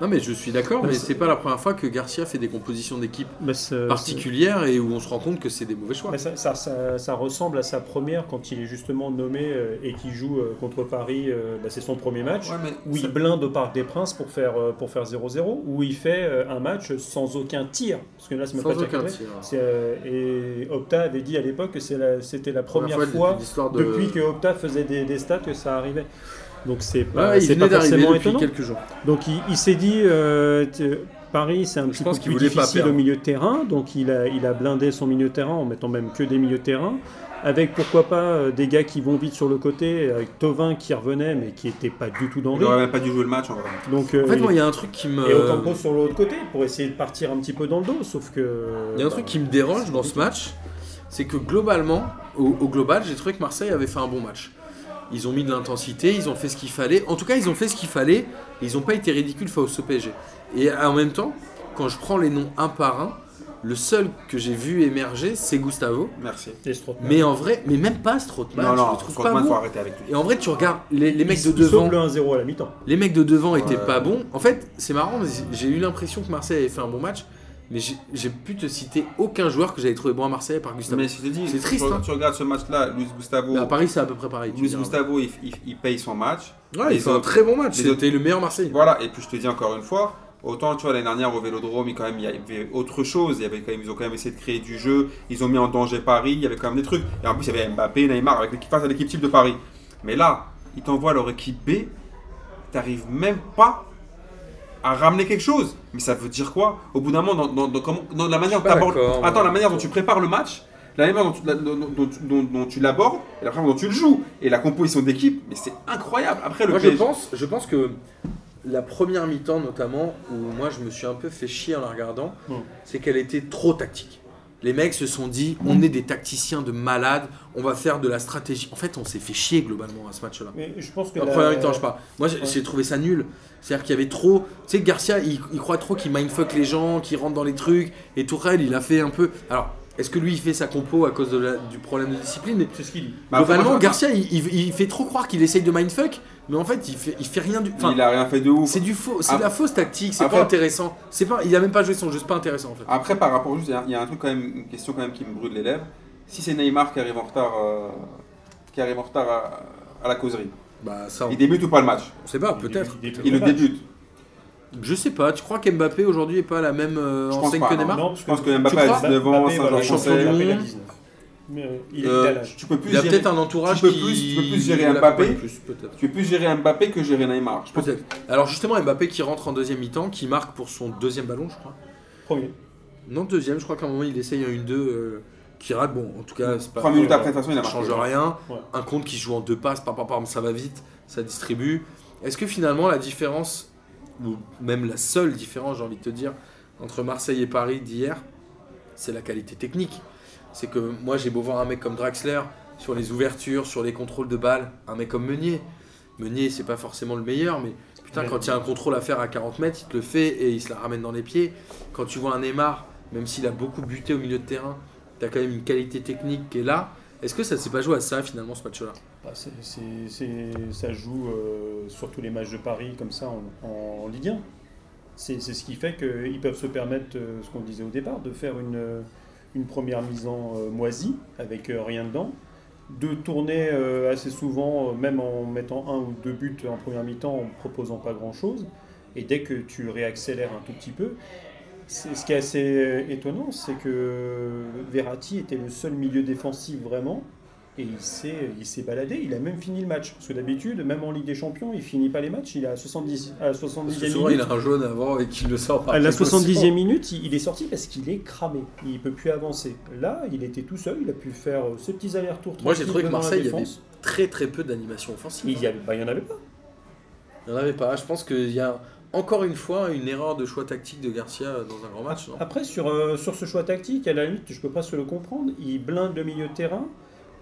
Non, mais je suis d'accord,
Bah,
mais
c'est-
c'est pas la première fois que Garcia fait des compositions d'équipe
Bah, ça-
Euh,
particulières et où on se rend compte que c'est des mauvais choix.
Ouais, ça, ça- ça- ça ressemble à sa première quand il est justement nommé euh, et qui joue euh, contre Paris. euh, bah, c'est son premier match.
mais
Où il blinde au Parc des Princes pour faire, euh, pour faire 0-0. Où il fait euh, un match sans aucun tir. Parce que là, c'est même
Sans
pas tir
aucun
cadré.
tir.
C'est, euh, et Opta avait dit à l'époque que c'est la- c'était la première
Première
fois,
de- l'histoire de-
depuis que Opta faisait des, des stats que ça arrivait. Donc c'est
Ouais,
pas,
il
c'est
venait
Bah,
pas
d'arriver
forcément
depuis
étonnant.
quelques jours.
Donc il, il s'est dit, euh, t- Paris, c'est un
Je
petit peu
pense qu'il
plus
voulait pas
difficile au
perdre.
milieu de terrain, donc il a, il a blindé son milieu de terrain en mettant même que des milieux de terrain, avec pourquoi pas euh, des gars qui vont vite sur le côté, avec Tovin qui revenait mais qui n'était pas du tout dans
Il
le
aurait même pas dû jouer le match en vrai.
Donc, euh,
En fait,
il-
moi, il y a un euh, truc qui me.
et Ocampo sur l'autre côté pour essayer de partir un petit peu dans le dos, sauf que.
Il y a un
bah,
truc qui me dérange dans ce match, c'est que globalement, au, au global, j'ai trouvé que Marseille avait fait un bon match. Ils ont mis de l'intensité, ils ont fait ce qu'il fallait. En tout cas, ils ont fait ce qu'il fallait. et ils n'ont pas été ridicules face au PSG. Et en même temps, quand je prends les noms un par un, le seul que j'ai vu émerger, c'est Gustavo.
Merci.
les Strootman.
Mais en vrai, mais même pas Strootman.
non,
Bah, je
non,
le trouve pas
Strootman, faut
bon.
arrêter avec lui.
Et en vrai, tu regardes les, les mecs de
Ils
devant.
sauvent le 1-0 à la mi-temps.
Les mecs de devant étaient
Ouais.
pas bons. En fait, c'est marrant, mais j'ai eu l'impression que Marseille avait fait un bon match, mais j'ai- j'ai pu te citer aucun joueur que j'avais trouvé bon à Marseille par Gustavo.
Mais si je te dis,
C'est
tu-
triste,
tu,
hein.
tu regardes ce match-là, Luis Gustavo,
Mais à Paris, c'est à peu près pareil. tu
Luis
diras.
Gustavo, il, il- il paye son match.
Ouais,
Les
ils font un
autres-
très bon match.
les autres-
C'était le meilleur Marseille.
Voilà, et puis je te dis encore une fois, autant tu vois l'année dernière au Vélodrome, il, quand même, il y avait autre chose, il y avait quand même, ils ont quand même essayé de créer du jeu, ils ont mis en danger Paris, il y avait quand même des trucs. Et en plus, il y avait Mbappé, Neymar avec l'équipe face à l'équipe type de Paris. Mais là, ils t'envoient leur équipe B, t'arrives même pas à ramener quelque chose. Mais ça veut dire quoi Au bout d'un moment, dans, dans- dans- comment- dans la manière
Je suis
dont
pas
t'abordes-
d'accord,
attends,
moi.
la manière dont tu prépares le match, la manière dont tu, la- dont- dont- dont- dont tu l'abordes, et la manière dont tu le joues, et la composition d'équipe, mais c'est incroyable. Après le
Moi, je
PSG
pense, je pense que la première mi-temps, notamment, où moi je me suis un peu fait chier en la regardant,
Mm.
c'est qu'elle était trop tactique. Les mecs se sont dit, on est des tacticiens de malades, on va faire de la stratégie. En fait, on s'est fait chier globalement à ce match-là.
Mais je pense que.
En
la-
première mi-temps, je parle. Moi, j'ai
Ouais.
j'ai trouvé ça nul. C'est-à-dire qu'il y avait trop. Tu sais, Garcia, il, il croit trop qu'il mindfuck les gens, qu'il rentre dans les trucs. Et Tourelle, il a fait un peu. Alors, est-ce que lui, il fait sa compo à cause de la- du problème de discipline Mais
C'est ce qu'il dit.
Bah, après,
Globalement,
moi, je-
Garcia, il, il- il fait trop croire qu'il essaye de mindfuck, mais en fait, il fait, il fait rien du. Enfin,
il a rien fait de ouf.
c'est du faux, c'est de la fausse tactique. C'est
Après- Ah,
pas intéressant. C'est pas, il a même pas joué son jeu. C'est pas intéressant en fait.
Après, par rapport juste, il y a- il y, a un truc quand même, une question quand même qui me brûle les lèvres. Si c'est Neymar qui arrive en retard, euh, qui arrive en retard à, à la causerie,
Bah ça, on,
il débute ou pas le match
on sait pas. Ah, Peut-être.
Il le débute.
Je sais pas. Tu crois qu'Mbappé aujourd'hui est pas à la même euh,
Je pense
enseigne
pas,
que
non.
Neymar
Non,
Je pense que Mbappé
crois
a 19 ans,
Mbappé,
c'est un
voilà,
joueur
champion
français.
du monde.
Mbappé, il a 19. Mais, euh, il est à
Euh,
l'âge.
tu peux plus
Il a
gérer-
peut-être un entourage
tu peux
qui
plus- tu peux plus gérer
l'accompagne
Mbappé.
plus, peut-être.
tu peux plus gérer Mbappé que gérer Neymar. Je pense
Peut-être. Alors justement, Mbappé qui rentre en deuxième mi-temps, qui marque pour son deuxième ballon, je crois.
Premier.
Non, deuxième, je crois qu'à un moment il essaye un 1-2 euh, qui rate. Bon, en tout cas, c'est pas.
3 minutes après, de toute façon, il a
ça
marqué.
change rien.
Ouais.
Un compte qui joue en deux passes, pam, pam, pam, ça va vite, ça distribue. Est-ce que finalement la différence, ou même la seule différence, j'ai envie de te dire, entre Marseille et Paris d'hier, c'est la qualité technique. C'est que moi j'ai beau voir un mec comme Draxler sur les ouvertures, sur les contrôles de balles, un mec comme Meunier. Meunier, c'est pas forcément le meilleur, mais putain,
Mais-
quand il y a un contrôle à faire à 40 mètres, il te le fait et il se la ramène dans les pieds. Quand tu vois un Neymar, même s'il a beaucoup buté au milieu de terrain, t'as quand même une qualité technique qui est là. Est-ce que ça s'est pas joué à ça finalement ce match-là
Bah, c'est- c'est- c'est- ça joue euh, sur tous les matchs de Paris comme ça en, en Ligue 1. C'est c'est ce qui fait qu'ils peuvent se permettre, euh, ce qu'on disait au départ, de faire une, euh, une première mise en euh, moisie avec euh, rien dedans, de tourner euh, assez souvent, euh, même en mettant un ou deux buts en première mi-temps, en proposant pas grand-chose. Et dès que tu réaccélères un tout petit peu, c'est- ce qui est assez euh, étonnant, c'est que Verratti était le seul milieu défensif vraiment et il s'est, il s'est baladé, il a même fini le match. Parce que d'habitude, même en Ligue des Champions, il finit pas les matchs, il est à 70 à la
Parce
70e
que souvent
minute.
il a un jaune avant et qu'il le sort par
À la 70e minute, il il est sorti parce qu'il est cramé. Il peut plus avancer. Là, il était tout seul, il a pu faire euh, ses petits allers-retours.
Moi, j'ai
tranquilles
trouvé que
devant la
Marseille, il y avait-
défense.
Très très peu d'animation offensive. hein.
Il y avait- bah, il y en avait pas.
Il n'y en avait pas. Je pense qu'il y a encore une fois une erreur de choix tactique de Garcia dans un grand match. non
Après, sur, euh, sur ce choix tactique, à la limite, je peux presque le comprendre. Il blinde le milieu de terrain.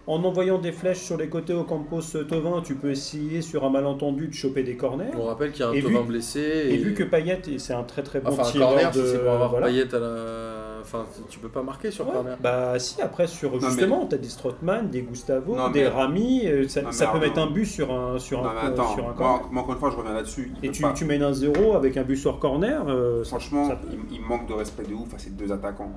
En envoyant des flèches sur les côtés au Campos Tovin, tu peux essayer sur un malentendu de choper des corners.
On rappelle qu'il y a un
Et vu-
Thauvin blessé.
Et, vu que Payet, et c'est un très très bon
Enfin, un
tireur
corner,
de-
si c'est pour avoir
voilà.
Payet à la. Enfin, tu peux pas marquer sur
Ouais,
corner.
Bah si, après sur
mais-
justement, t'as des Strootman, des Gustavo,
Non,
des
mais-
Rami, euh, ça,
Non, mais
ça peut
alors,
mettre un but sur un sur
Non,
un
mais
euh,
attends,
sur un corner.
moi, moi, encore une fois, je reviens là-dessus. il
Et
peut
tu,
pas-
tu mènes un zéro avec un but sur corner. euh, ça-
Franchement,
ça-
il, il manque de respect de ouf à ces deux attaquants.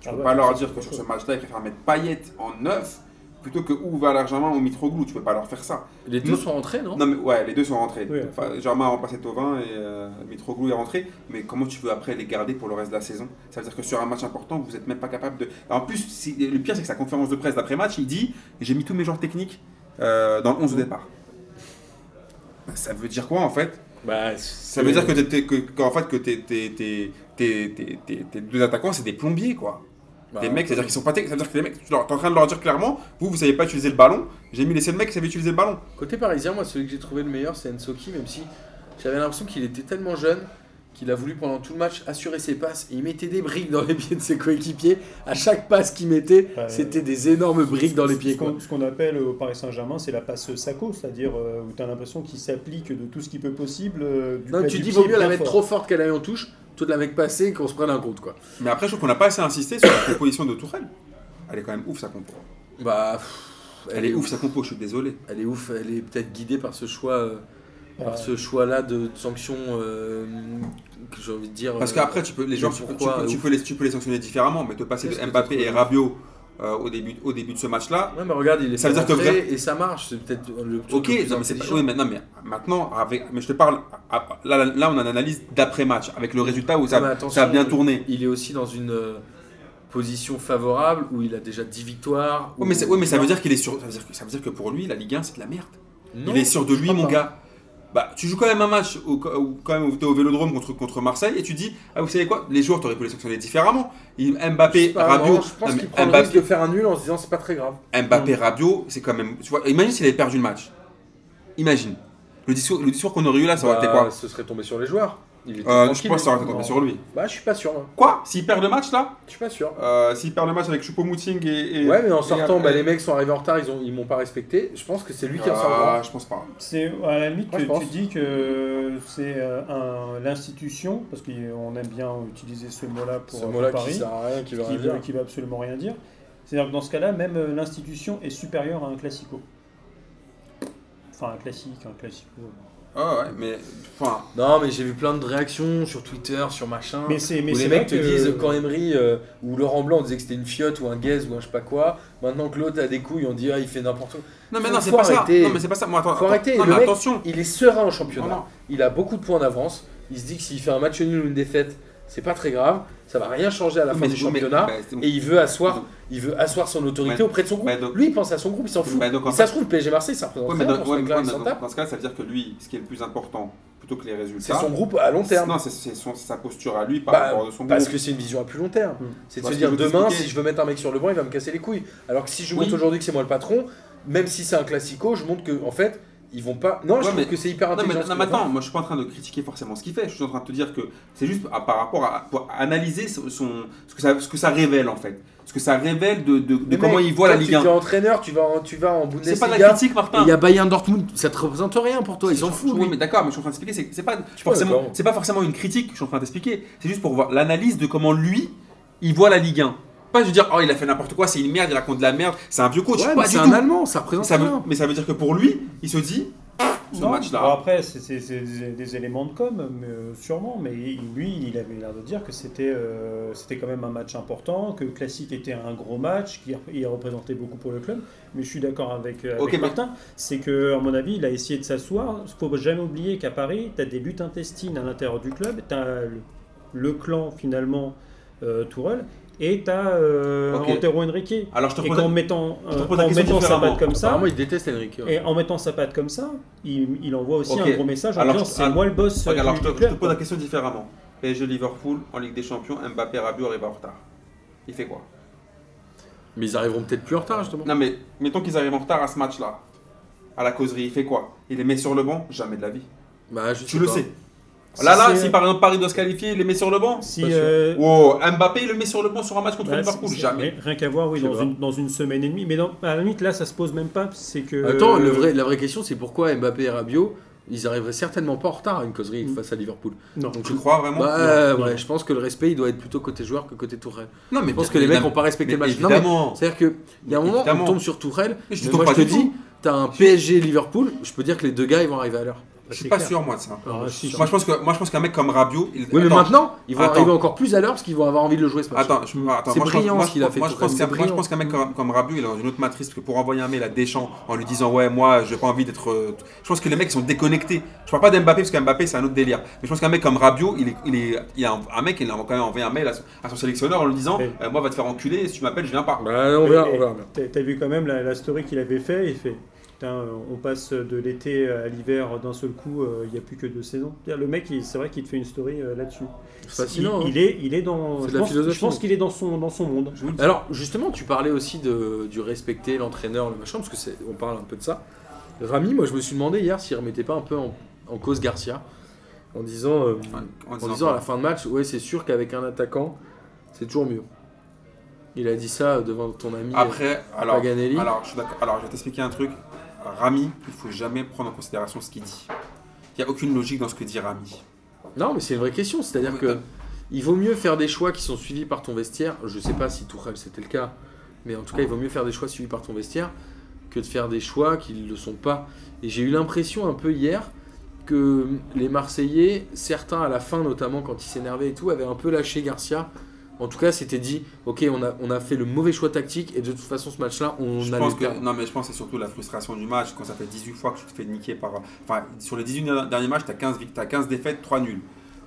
Tu
Ah
peux
ouais,
pas leur
ça,
dire
c'est
que sur
autre
ce
chose.
match-là, ils préfèrent mettre Payet en 9 plutôt que Ouva Largement ou Mitroglou. Tu peux pas leur faire ça.
Les deux
Non.
sont rentrés, non,
Non mais ouais, les deux sont rentrés.
Oui,
enfin, Germain a remplacé Tovin et euh, Mitroglou est rentré. Mais comment tu veux après les garder pour le reste de la saison Ça veut dire que sur un match important, vous n'êtes même pas capable de. En plus, si- le pire c'est que sa conférence de presse d'après match, il dit j'ai mis tous mes joueurs techniques euh, dans le 11 de départ. Ben, ça veut dire quoi en fait
Bah,
Ça veut dire que, t'es- t'es- que- qu'en fait, que tes- tes- tes- tes- tes- tes- tes deux attaquants, c'est des plombiers, quoi.
bah,
des mecs, c'est-à-dire qu'ils sont pas tech- ça veut dire que les mecs, tu leur- t'es en train de leur dire clairement, vous, vous savez pas utiliser le ballon, j'ai mis les seuls mecs qui savaient utiliser le ballon.
Côté parisien, moi, celui que j'ai trouvé le meilleur, c'est Ensoki, même si j'avais l'impression qu'il était tellement jeune qu'il a voulu pendant tout le match assurer ses passes et il mettait des briques dans les pieds de ses coéquipiers. À chaque passe qu'il mettait,
Ouais.
c'était des énormes briques dans les pieds.
Ce
quoi.
qu'on- ce qu'on appelle au Paris Saint-Germain, c'est la passe saco, c'est-à-dire euh, où tu as l'impression qu'il s'applique de tout ce qui peut possible. euh, du
Non,
plat
tu
du
dis,
pied
vaut mieux la
bien
mettre
fort.
trop forte qu'elle aille en touche, toute la mec passer et qu'on se prenne un compte, quoi.
Mais après, je trouve qu'on n'a pas assez insisté sur la composition de Tourelle. Elle est quand même ouf, sa compo.
Bah, pff,
Elle est ouf, sa compo, je suis désolé.
Elle est ouf, elle est peut-être guidée par ce choix, euh,
Euh,
par ce choix-là de, de sanction euh, que j'ai envie de dire.
Parce
euh,
qu'après, tu peux, les
mais
gens, tu, peux- tu
pourquoi,
peux- tu
ouf.
peux les, tu peux les sanctionner différemment, mais te passer
Qu'est-ce
de
que
Mbappé
t'as
et
trouvé
Rabiot euh, au, début, au début de ce match-là.
euh, Ouais, mais regarde, il est
Ça veut
fait
dire que
rentrer
vrai-
et ça marche. C'est peut-être le truc
Ok,
le plus
non, mais c'est pas-
intelligent.
oui, mais, non, mais maintenant, avec, mais je te parle, à- à- là, là, on a une analyse d'après-match, avec le résultat où
Ah, mais
ça,
attention, euh,
ça a bien
mais-
tourné.
Il est aussi dans une euh, position favorable où il a déjà 10 victoires.
Oui, mais, ça- oui, mais ça veut dire qu'il est sur, ça veut dire, que- ça veut dire que pour lui, la Ligue 1, c'est de la merde.
Non, Ah
il est sûr de lui,
crois
mon
pas.
gars. Bah, tu joues quand même un match au, où quand même où t'es au Vélodrome contre, contre Marseille et tu dis ah vous savez quoi les joueurs t'aurais pu les sanctionner différemment Il-
bah, je
Mbappé
sais pas,
Rabiot
non, Je pense
non,
qu'il
mais
prend le
Mbappé,
risque Hmm. de faire un nul en se disant c'est pas très grave.
Mbappé Rabiot c'est quand même tu vois imagine s'il avait perdu le match imagine le discours le discours qu'on aurait eu là ça aurait été
Bah,
quoi
Ce serait tombé sur les joueurs. Il était
Euh, je
tranquille,
pense que ça aurait
lui.
été
Non.
tombé sur lui
Bah, je suis pas sûr. hein.
quoi s'il perd le match là
Je suis pas sûr.
Euh, s'il perd le match avec Choupo-Moting et, et-
Ouais, mais en
et
sortant,
après-
bah, les mecs sont arrivés en retard, ils, ont, ils m'ont pas respecté. Je pense que c'est lui qui hein. ressort.
ah, je pense pas
C'est à la limite
Moi,
que
je pense.
tu dis que c'est euh, un- l'institution, parce qu'on aime bien utiliser ce mot-là pour,
Ce
euh,
mot-là
pour
qui
Paris,
sert à rien, qui veut
qui
rien
veut,
dire.
qui veut absolument rien dire. C'est-à-dire que dans ce cas-là, même euh, l'institution est supérieure à un classico. Enfin, un classique, un classico.
ah ouais mais enfin
Non, mais j'ai vu plein de réactions sur Twitter, sur machin.
Mais c'est mais
où
c'est
les
vrai
mecs te
que-
disent quand Emery euh, ou Laurent Blanc on disait que c'était une fiotte ou un gaze ou un je sais pas quoi. Maintenant que l'autre a des couilles, on dit ah il fait n'importe quoi.
non mais
Faut-
non c'est
faut
pas ça
arrêter.
non mais c'est pas ça moi attends
Faut
attends.
arrêter,
Non,
le
mais
mec-
attention
Il est serein en
Non,
championnat.
Ah non.
Il a beaucoup de points d'avance. Il se dit que s'il fait un match nul ou une défaite, c'est pas très grave. Ça va rien changer à la fin
Mais-
du
mais-
championnat.
bah, c'est-
Et il veut asseoir, il veut asseoir son autorité
Ouais.
auprès de son groupe.
Bah, donc-
Lui il pense à son groupe, il s'en fout.
Bah, donc, en
Et ça
fait-
se trouve le PSG Marseille, ça représente
Ouais, mais
rien
dans,
pour
ouais,
ce mec-là,
mais
il s'en
dans-
tape.
dans ce cas, ça veut dire que lui, ce qui est le plus important, plutôt que les
C'est
résultats,
son groupe à long terme.
Non, c'est c'est son- c'est sa posture à lui par
Bah,
rapport à son
Parce
groupe.
que c'est une vision à plus long terme.
Mm.
C'est de
Parce
se
que
dire
je vais
demain,
t'expliquer.
si je veux mettre un mec sur le banc, il va me casser les couilles. Alors que si je
Oui.
montre aujourd'hui que c'est moi le patron, même si c'est un classico, je montre que en fait, ils vont pas. Non, je
Ouais,
trouve
mais-
que c'est hyper
Non, mais,
intelligent.
non,
ce
mais
qu'il
attends, moi je suis pas en train de critiquer forcément ce qu'il fait, je suis en train de te dire que c'est juste à- par rapport à pour analyser son, son- ce, que ça, ce que ça révèle en fait. Ce que ça révèle de, de- de
Mais
comment
hein. mec,
il voit la
toi,
Ligue
Tu es
1.
entraîneur, tu vas en, tu vas en Bundesliga.
C'est pas de la critique, Martin.
et il y a Bayern Dortmund, ça te représente rien pour toi, ils s'en foutent.
Oui,
lui.
mais d'accord, mais je suis en train d'expliquer, c'est que c'est pas,
pas
forcément-
d'accord.
c'est pas forcément une critique que je suis en train d'expliquer, c'est juste pour voir l'analyse de comment lui, il voit la Ligue 1. Pas de dire, oh, il a fait n'importe quoi, c'est une merde, il raconte de la merde, c'est un vieux coach.
Ouais, mais
pas du
c'est un
tout.
Allemand, ça représente
Ça veut-
rien.
mais ça veut dire que pour lui, il se dit ce
Non,
match-là.
bon, après, c'est- c'est c'est des, des éléments de com, mais, euh, sûrement, mais il- lui, il avait l'air de dire que c'était euh, c'était quand même un match important, que Classique était un gros match, qu'il rep- il représentait beaucoup pour le club. Mais je suis d'accord avec, euh, avec
Ok, mais-
Martin, c'est que, à mon avis, il a essayé de s'asseoir. Il faut jamais oublier qu'à Paris, tu as des luttes intestines à l'intérieur du club, tu as le, le clan, finalement, euh, Tourelle, et tu as euh,
Ok.
Antero Henrique. Et
Alors je te
qu'en
repose.
mettant,
je te
euh,
pose la
en
question
mettant sa
différemment.
patte comme ça,
Apparemment, il déteste Henrique. ouais.
et en mettant sa patte comme ça, il, il envoie aussi
Ok.
un gros message en
Alors,
disant
je-
c'est
alors-
moi le boss.
Ok,
euh,
alors
du
je te, je te
club,
pose la
quoi.
question différemment. PSG Liverpool en Ligue des Champions, Mbappé Rabiot arrive en retard. Il fait quoi
Mais ils arriveront peut-être plus en retard, justement.
Non mais mettons qu'ils arrivent en retard à ce match-là, à la causerie, il fait quoi Il les met sur le banc Jamais de la vie.
Bah, je
Tu le
pas.
sais.
Si
Ah Là là,
c'est-
si par exemple Paris doit se qualifier, il les met sur le banc.
Si,
Pas sûr.
euh,
Wow, Mbappé il le met sur le banc sur un match contre
bah,
Liverpool,
c'est- c'est-
jamais.
Rien qu'à voir, oui,
Je sais
dans
pas.
une, dans une semaine et demie. Mais dans- à la limite, là, ça se pose même pas. C'est que.
Euh,
Attends, le vrai, la vraie question, c'est pourquoi Mbappé et Rabiot, ils arriveraient certainement pas en retard à une causerie
Mm.
face à Liverpool.
Non.
Donc,
Tu crois vraiment
Bah,
non.
ouais, je pense que le respect, il doit être plutôt côté joueur que côté Tourelle.
Non mais
Je pense que les mecs n'ont pas respecté le match. Non, mais
Évidemment.
C'est-à-dire qu'il y a un moment,
Évidemment.
on tombe sur Tourelle.
Mais je te
mais
tombe
moi,
pas
je te
du tout.
dis, t'as un PSG Liverpool, je peux dire que les deux gars, ils vont arriver à l'heure.
Je suis pas sûr moi de ça.
Alors, si-
Moi je pense que moi je pense qu'un mec comme Rabiot, il
Oui, mais
Attends,
maintenant, ils vont
Attends.
arriver encore plus à l'heure parce qu'ils vont avoir envie de le jouer ce match.
Attends, je- attends,
C'est
moi, je pense-
brillant
moi,
ce
je
qu'il a
pense-
fait,
Moi, je
Tourelle,
pense
c'est
qu'un- moi, je
brillant.
pense qu'un mec comme, comme Rabiot, il est dans une autre matrice parce que pour envoyer un mail à Deschamps en lui disant ouais, moi, j'ai pas envie d'être. euh, Je pense que les mecs ils sont déconnectés. Je parle pas d'Mbappé parce qu'Mbappé c'est un autre délire. Mais je pense qu'un mec comme Rabiot, il est, il est, il y a un, un mec, il a quand même envoyé un mail à son, à son sélectionneur en lui disant
Ouais.
euh, moi, va te faire enculer. Si tu m'appelles, je viens pas.
Bah, on
Mais-
verra, on verra.
T'as t'as vu quand même la, la story qu'il avait fait. Il fait putain, euh, on passe de l'été à l'hiver d'un seul coup, euh, il n'y a plus que deux saisons. Le mec, il- c'est vrai qu'il te fait une story euh, là-dessus.
C'est
Il,
fascinant. hein.
il est, il est dans.
C'est de
Je
la
pense,
philosophie.
je pense qu'il est dans son, dans son monde.
Alors justement, tu parlais aussi de, du respecter l'entraîneur, le machin, parce que c'est, on parle un peu de ça. Rami, moi je me suis demandé hier s'il remettait pas un peu en, en cause Garcia en disant, euh,
En, en
en
disant
disant à la fin de match, ouais c'est sûr qu'avec un attaquant, c'est toujours mieux. Il a dit ça devant ton ami.
Après, alors,
euh, Paganelli.
alors, je suis d'accord. Alors, je vais t'expliquer un truc. Rami, il faut jamais prendre en considération ce qu'il dit. Il n'y a aucune logique dans ce que dit Rami.
Non, mais c'est une vraie question. C'est-à-dire
Oui,
que
t'as-
il vaut mieux faire des choix qui sont suivis par ton vestiaire. Je sais pas si Tourelle c'était le cas, mais en tout cas, il vaut mieux faire des choix suivis par ton vestiaire que de faire des choix qui ne le sont pas. Et j'ai eu l'impression un peu hier que les Marseillais, certains à la fin notamment quand ils s'énervaient et tout, avaient un peu lâché Garcia. En tout cas, c'était dit, ok, on a, on a fait le mauvais choix tactique et de toute façon, ce match-là, on
je
allait
pense
le perdre.
que, non, mais je pense que c'est surtout la frustration du match quand ça fait 18 fois que tu te fais niquer par. Enfin, sur les 18 derni- derniers matchs, tu as 15, vict- t'as 15 défaites, 3 nuls.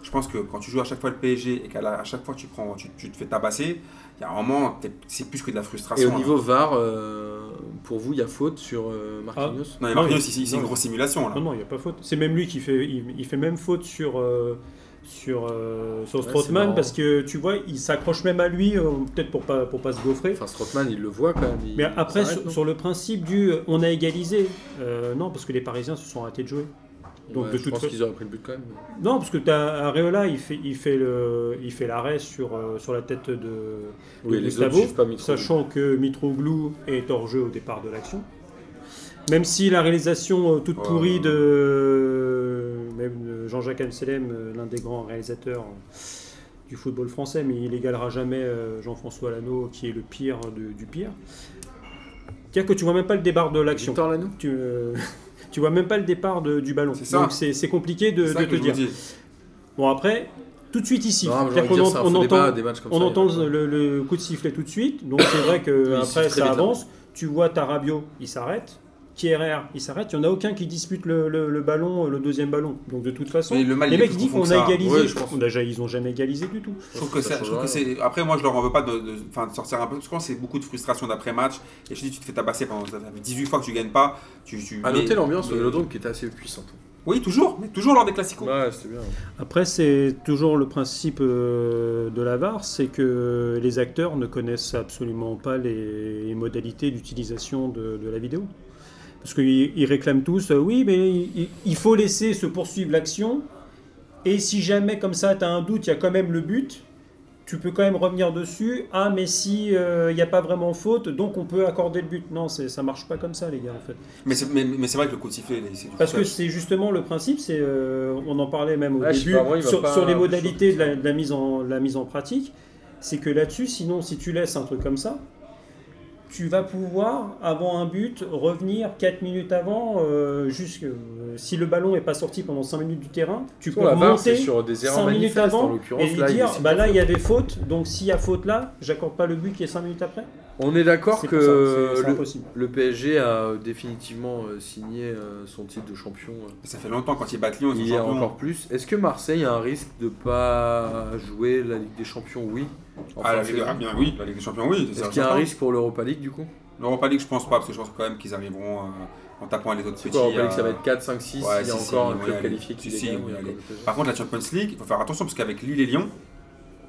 Je pense que quand tu joues à chaque fois le PSG et qu'à la- à chaque fois tu, prends, tu, tu te fais tabasser, il y a un moment, t'es- c'est plus que de la frustration.
Et au
là.
niveau VAR, euh, pour vous, il y a faute sur euh, Marquinhos
Non, mais
Non,
Marquinhos,
mais-
c'est- c'est c'est
non,
une
mais-
grosse simulation là.
Non, non, il n'y a pas faute. C'est même lui qui fait, il, il fait même faute sur, euh, sur, euh, sur
Ouais, c'est
Strootman
marrant.
parce que tu vois, il s'accroche même à lui, euh, peut-être pour pas, pour pas se gaufrer.
Enfin, Strootman, il le voit quand même. il-
Mais
il
après,
s'arrête,
sur,
non
sur le principe du euh, on a égalisé, euh, non, parce que les Parisiens se sont ratés de jouer. Donc,
Ouais,
de
je
toute
pense
fa-
qu'ils auraient pris le but quand même. mais-
Non, parce que tu as Areola, il fait, il fait le- il fait l'arrêt sur, euh, sur la tête de,
Oui, les
de
autres
Gustavo,
suivent pas Mitroglou.
sachant que Mitroglou est hors jeu au départ de l'action. Même si la réalisation euh, toute
Ouais.
pourrie de, euh, même de Jean-Jacques Amselem, euh, l'un des grands réalisateurs euh, du football français, mais il égalera jamais euh, Jean-François Lano, qui est le pire de- du pire. C'est-à-dire que tu vois même pas le départ de l'action.
Victor Lanoux
Tu, euh, tu vois même pas le départ de- du ballon.
C'est ça.
Donc c'est c'est compliqué de,
C'est ça
de
que
te
je me
dire.
dis.
Bon, après, tout de suite ici.
Non, mais j'ai
C'est-à-dire
envie de
qu'on
dire,
en-
c'est un
on
faux débat,
entend,
des matchs comme
on
ça, il y a
entend
pas de-
le, le coup de sifflet tout de suite. Donc, c'est vrai que
Oui, il siffle
après,
très
ça
vite, là.
avance. Tu vois Tarabio, il s'arrête. Kierer, il s'arrête. Il n'y en a aucun qui dispute le, le- le ballon, le deuxième ballon. Donc, de toute façon,
Mais le mal,
les
il est
mecs
plus
disent
profond
qu'on
que ça.
a égalisé.
Ouais, je pense.
On a- ils n'ont jamais égalisé du tout.
Je trouve que,
Ça
c'est-
change
je trouve que
rien.
c'est. Après, moi, je leur en veux pas de, de- enfin, de sortir un peu. Parce que c'est beaucoup de frustration d'après-match. Et je dis, tu te fais tabasser pendant ça fait 18 fois que tu gagnes pas. Tu, tu
À
mais-
noter l'ambiance au
mais-
Vélodrome qui était assez puissante.
Oui, toujours. Mais toujours lors des classicos.
Ouais, c'était bien.
Après, c'est toujours le principe euh, de la VAR, c'est que les acteurs ne connaissent absolument pas les, les modalités d'utilisation de, de la vidéo. Parce qu'ils ils réclament tous, euh, oui, mais il, il faut laisser se poursuivre l'action, et si jamais comme ça, tu as un doute, il y a quand même le but, tu peux quand même revenir dessus, ah, mais si euh, il n'y a pas vraiment faute, donc on peut accorder le but. Non, c'est- ça marche pas comme ça, les gars, en fait.
Mais c'est mais, mais c'est vrai que le coup de sifflet, il est- c'est du
Parce que
foutage.
c'est justement le principe, c'est euh, on en parlait même au
Ouais, je sais
début
pas, moi, il va
sur,
pas-
sur les modalités de la, de la mise en, de la mise en pratique, c'est que là-dessus, sinon si tu laisses un truc comme ça, tu vas pouvoir avant un but revenir 4 minutes avant, euh, jusque euh, si le ballon n'est pas sorti pendant 5 minutes du terrain, tu peux
Pour la barre, c'est
remonter
sur des
5
erreurs
minutes
manifestes en
avant et
l'occurrence.
lui
Là, il
dire
décide
bah
de
là il y
faire.
avait faute, donc s'il y a faute là, j'accorde pas le but qui est 5 minutes après.
On est d'accord
C'est
que
pour ça, c'est- c'est
euh, le-
impossible.
le PSG a définitivement euh, signé euh, son titre de champion euh,
Ça fait longtemps quand ils battent Lyon, ils sont
hier
champions.
encore plus. Est-ce que Marseille a un risque de pas jouer la Ligue des Champions Oui. En
Ah,
fin
la
de
Ligue,
saison.
ah, bien, oui, la Ligue des Champions, oui. c'est
Est-ce qu'il y a un
certain.
risque pour l'Europa League du coup
L'Europa League, je pense pas, parce que je pense quand même qu'ils arriveront euh, en tapant les autres
C'est
petits.
quoi Europa League
euh,
Ça va être 4, 5, 6.
ouais,
il y a
si, si,
encore
ils
un
vont y
club
aller.
qualifié qui
Si, si,
les gagne,
ils vont y
il y a
aller.
encore le
Par contre, la Champions League, il faut faire attention, parce qu'avec Lille et Lyon,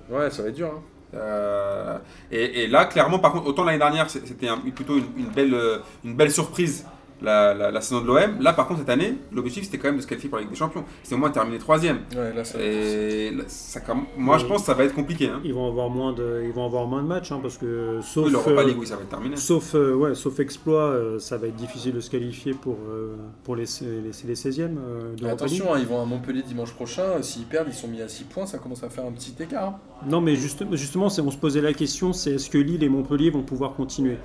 PSG. Ouais, ça va être dur. hein.
Euh, et, et là, clairement, par contre, autant l'année dernière, c'est- c'était un- plutôt une, une belle, euh, une belle surprise la, la- la saison de l'OM. Là, par contre, cette année, l'objectif c'était quand même de se qualifier pour la Ligue des Champions. C'est au moins terminer troisième.
Ouais, là, ça va être-
Et là, ça, comm- moi, je pense que ça va être compliqué. Hein.
Ils vont avoir moins de, ils vont avoir moins de matchs hein, parce que sauf
Oui, l'Europa
euh,
League, oui, ça va être terminé.
Sauf, euh, ouais, sauf exploit, euh, ça va être difficile de se qualifier pour, euh, pour les, les, les 16e euh, de Europa League.
Attention, hein, ils vont à Montpellier dimanche prochain. euh, S'ils perdent, ils sont mis à 6 points. Ça commence à faire un petit écart. hein.
Non, mais juste- justement, c'est- on se posait la question c'est est-ce que Lille et Montpellier vont pouvoir continuer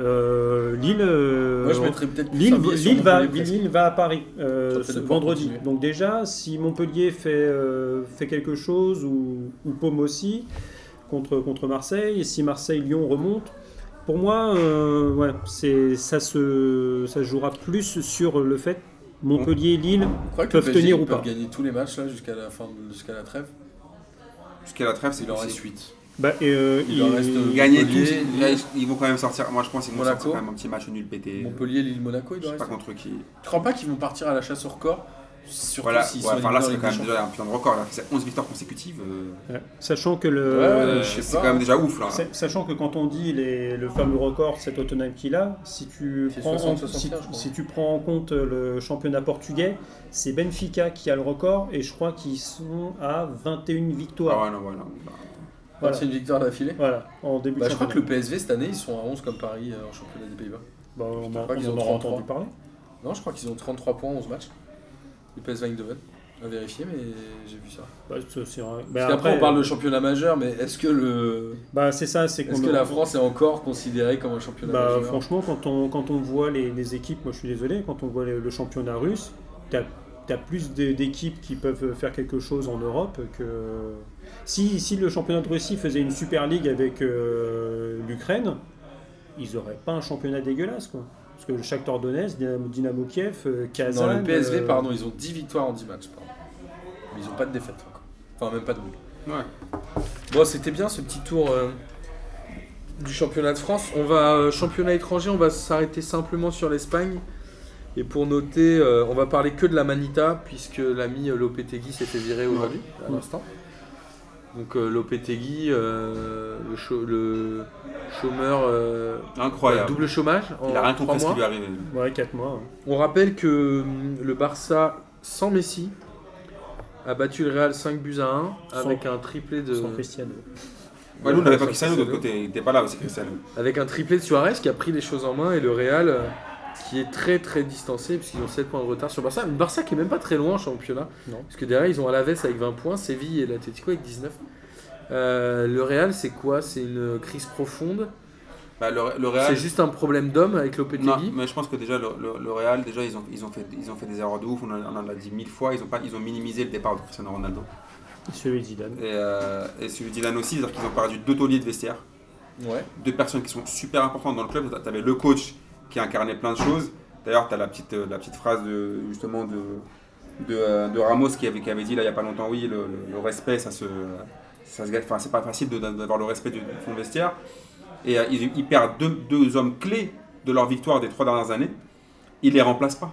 Euh, Lille, euh,
Moi, je mettrais peut-être plus
Lille,
un billet sur
Lille va,
Montpellier, presque.
Lille va à Paris euh,
Ça fait
ce
deux points
vendredi.
continués.
Donc déjà, si Montpellier fait, euh, fait quelque chose, ou, ou Paume aussi, contre, contre Marseille, et si Marseille-Lyon remonte, pour moi, euh, voilà, c'est- ça, se, ça se jouera plus sur le fait Montpellier-Lille.
Vous croyez que
peuvent
le PSG,
tenir
ils
ou
peuvent
pas.
gagner tous les matchs là jusqu'à la fin, de- jusqu'à la trêve.
Jusqu'à la trêve, c'est
Il en reste
possible.
8.
Bah, et, euh,
Il en
il-
reste
Ils gagner
Montpellier,
tous. Là, ils- ils vont quand même sortir. Moi, je pense qu'ils vont
Monaco.
sortir quand même un petit match nul pété.
Montpellier, Lille, Monaco, il
Je
doit
sais pas
rester.
contre qui.
Tu crois pas qu'ils vont partir à la chasse au record Surtout
Voilà,
s'ils
ouais,
sont
enfin là,
éliminés en
c'est quand même
Ligue des
déjà un peu un record. Là. C'est 11 victoires consécutives. euh,
Ouais. Sachant que le.
Ouais, ouais, je sais
c'est
pas.
quand même déjà ouf là.
C'est-
Sachant que quand on dit les- le fameux record, cet Tottenham qu'il a, si tu,
C'est
prends
60,
en, si,
61, je crois.
si tu prends en compte euh, le championnat portugais, c'est Benfica qui a le record et je crois qu'ils sont à 21
Ah
victoires.
ouais, non, ouais, non, bah,
Champions.
Voilà.
C'est une victoire d'affilée
Voilà, en début
Bah,
de
je crois que
championnat.
le PSV cette année ils sont à 11 comme Paris euh, en championnat des Pays-Bas.
Bah, on, a-
crois qu'ils
on
ont
en aura
33.
entendu parler.
Non, je crois qu'ils ont 33 points en 11 matchs. Le PSV Eindhoven. À vérifier, mais j'ai vu ça.
Bah, c'est- c'est vrai. Bah,
Parce qu'après, on parle de championnat majeur, mais est-ce que, le...
bah, c'est ça, c'est qu'on
est que
en-
la France est encore considérée comme un championnat
Bah,
majeur
franchement, quand on, quand on voit les, les équipes, moi je suis désolé, quand on voit le, le championnat russe, t'as as plus d'é- d'équipes qui peuvent faire quelque chose en Europe que. Si, si le championnat de Russie faisait une Super League avec euh, l'Ukraine, ils auraient pas un championnat dégueulasse, quoi. Parce que le Shakhtar Donetsk, Dynamo, Dynamo Kiev, euh, Kazan...
Non, le PSV,
euh,
pardon, ils ont 10 victoires en 10 matchs. pardon. Mais ils ont pas de défaite encore. Enfin, même pas de but.
ouais.
Bon, c'était bien ce petit tour euh, du championnat de France. On va euh, championnat étranger, on va s'arrêter simplement sur l'Espagne. Et pour noter, euh, on va parler que de la Manita, puisque l'ami euh, Lopetegui s'est fait virer aujourd'hui, à l'instant. Donc euh, Lopetegui, euh, le, chô- le chômeur, euh,
Incroyable.
double chômage en
Il a rien
trois
compris ce qui
mois.
lui est arrivé.
Ouais, 4 mois. hein, ouais.
On rappelle que hum, le Barça, sans Messi, a battu le Real 5 buts à 1,
Sans-
avec un triplé de...
Sans Cristiano.
Ouais, nous, on n'avait pas
Sans
Cristiano de l'autre côté. Il était pas là aussi, Cristiano.
avec un triplé de Suarez qui a pris les choses en main et le Real euh, qui est très très distancé puisqu'ils ont 7 points de retard sur Barça. Mais Barça qui est même pas très loin en championnat.
Non.
Parce que derrière ils ont Alaves avec 20 points, Séville et l'Atletico avec 19. Euh, le Real c'est quoi C'est une crise profonde
Bah, le, le Real.
C'est juste un problème d'homme avec
Non,
Lopetegui
mais je pense que déjà le, le- le Real, déjà ils ont, ils ont fait, ils ont fait des erreurs de ouf. On en, on en a dit mille fois. Ils ont pas, ils ont minimisé le départ de Cristiano Ronaldo.
Et celui de Zidane.
Et, euh, et celui d'Ilan aussi, c'est-à-dire qu'ils ont perdu deux tauliers de vestiaire,
Ouais.
deux personnes qui sont super importantes dans le club. T'avais le coach qui incarnait plein de choses. D'ailleurs, t'as la petite, euh, la petite phrase de justement de, de, euh, de Ramos qui avait, qui avait dit là il y a pas longtemps, oui, le, le- le respect, ça se, ça se gagne. Enfin, c'est pas facile de- d'avoir le respect de, de son vestiaire. Et euh, ils, ils perdent deux, deux hommes clés de leur victoire des trois dernières années. Ils les remplacent pas.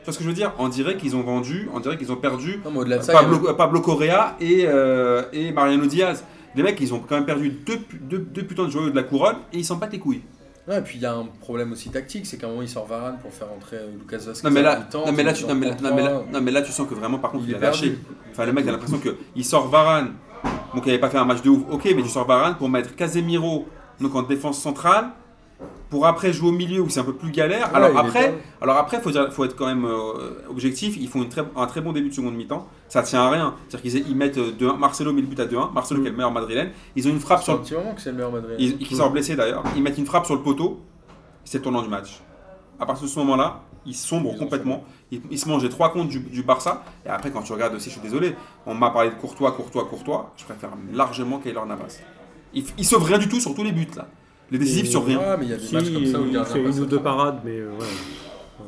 Tu vois ce que je veux dire On dirait qu'ils ont vendu, on dirait qu'ils ont perdu
Non, mais au-delà de Bah, ça, il y a-
Euh, Pablo, Pablo Correa et, euh, et Mariano Diaz. Les mecs, ils ont quand même perdu deux, pu- deux, deux putains de joyaux de la couronne et ils s'en battent les couilles.
Ouais, et puis il y a un problème aussi tactique, c'est qu'à un moment il sort Varane pour faire entrer euh, Lucas Vasquez.
Non mais,
à la
là,
mi-temps,
non, mais là,
il
tu,
en
non, mais là,
prend
non, mais là-
trois.
non, mais là, tu sens que vraiment, par contre,
Il
il,
est
a lâché.
perdu.
Enfin, le mec, t'as l'impression qu'il sort Varane. Donc, il n'avait pas fait un match de ouf. Ok, mais tu sors Varane pour mettre Casemiro donc en défense centrale. Pour après jouer au milieu où c'est un peu plus galère.
Ouais, il
alors
est
après,
dingue.
alors après, faut dire- faut être quand même euh, objectif. Ils font une très, un très bon début de seconde mi-temps. Ça tient à rien. C'est-à-dire qu'ils ils mettent euh, 2-1. Marcelo met le but à 2-1. Marcelo qui est le meilleur madrilène. Ils ont une frappe
C'est
sur
un
le
petit moment que c'est le meilleur Madrid.
ils, qui sort blessé d'ailleurs. Ils mettent une frappe sur le poteau, c'est le tournant du match. À partir de ce moment-là, ils sombrent
Ils ont
complètement. Ils, ils se mangent les trois comptes du, du Barça. Et après, quand tu regardes aussi, je suis désolé, on m'a parlé de Courtois, Courtois, Courtois. Je préfère largement Kaylor Navas. Ils, ils sauvent rien du tout sur tous les buts là. Les décisifs
Et-
sur rien.
Ah, mais il y a des
Si,
matchs comme ça où le
il
gardien
fait
passe
une
au
ou deux
travers.
parades, mais euh, ouais.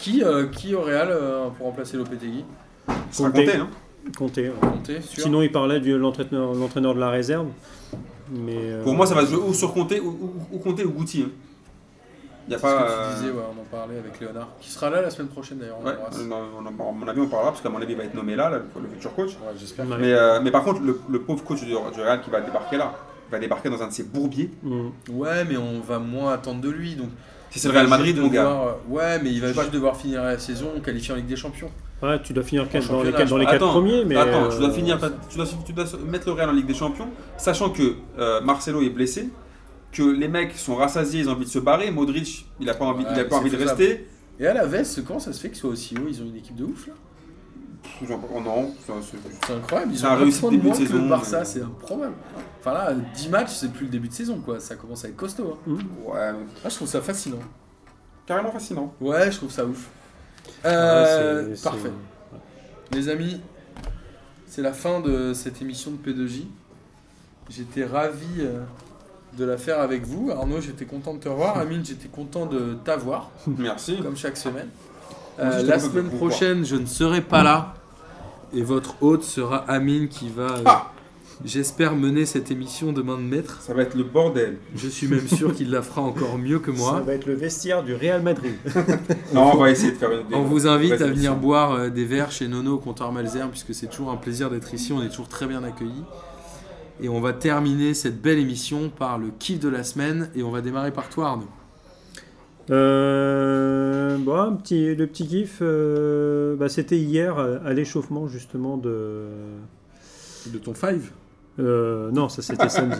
Qui, euh, qui au Real euh, pour remplacer Lopetegui
C'est pas
Conté.
compté, hein.
Comptez. ouais.
Conté, sûr.
Sinon, il parlait de l'entraîneur l'entraîneur de la réserve. Mais, euh,
Pour moi, ça va se jouer ou sur Conté ou, ou, ou Conté ou Guti. hein. Il y a
C'est ce
pas.
que tu disais,
euh,
ouais, on en parlait avec Léonard, qui sera là la semaine prochaine d'ailleurs. on
ouais,
l'embrasse.
on en- on en- à mon avis, on parlera parce qu'à mon avis, il va être nommé là, là, le- le futur coach.
Ouais, j'espère.
Ouais.
Mais, euh, mais par contre, le, le pauvre coach du, du Real qui va débarquer là, va débarquer dans un de ses bourbiers.
Mm.
Ouais, mais on va moins attendre de lui. Donc,
Si c'est le Real
il va
Madrid,
juste
mon gars.
devoir- euh, Ouais, mais il va
Je sais
juste devoir finir la saison qualifié en Ligue des Champions.
Ouais, tu dois finir quatre- dans les
championnat,
quatre, dans les quatre
Attends,
premiers. Mais,
Attends,
euh,
tu dois finir, tu dois, tu dois mettre le Real en Ligue des Champions, sachant que euh, Marcelo est blessé, que les mecs sont rassasiés, ils ont envie de se barrer. Modric, il a pas envie,
Ouais,
il a
mais
pas envie de
c'est faisable.
rester.
Et à la veste, comment ça se fait qu'ils soient aussi haut Ils ont une équipe de ouf là.
Ils ont- oh non, c'est- c'est-
C'est incroyable. Ils
Ça
ont
a
deux
réussi
points
le
de
début
moins
de
que le
saison, euh.
Barça,
mais-
c'est improbable. Enfin là, 10 matchs, c'est plus le début de saison quoi. Ça commence à être costaud.
hmm.
hein.
ouais, mais
Ah, je trouve ça fascinant.
carrément fascinant.
Ouais, je trouve ça ouf.
Ah
ouais,
Euh,
c'est- c'est-
parfait. Les amis, c'est la fin de cette émission de P2J. J'étais ravi euh, de la faire avec vous. Arnaud, j'étais content de te revoir. Amine, j'étais content de t'avoir,
Merci.
comme chaque semaine.
Moi aussi,
Euh,
je
la
te
semaine
peux pas
prochaine, je ne serai pas là. Et votre hôte sera Amine qui va euh,
Ah
J'espère mener cette émission de main de maître.
Ça va être le bordel.
Je suis même sûr qu'il la fera encore mieux que
Ça
moi.
va être le vestiaire du Real Madrid.
Non, on va essayer de faire une.
On vous invite à venir
boire.
boire euh, des verres chez Nono au comptoir Malzer, puisque c'est toujours un plaisir d'être ici, on est toujours très bien accueillis. Et on va terminer cette belle émission par le kiff de la semaine, et on va démarrer par toi Arnaud.
Euh, bon, un petit, le petit kiff, euh, bah, c'était hier euh, à l'échauffement justement de.
De ton five
Euh, non, ça c'était samedi.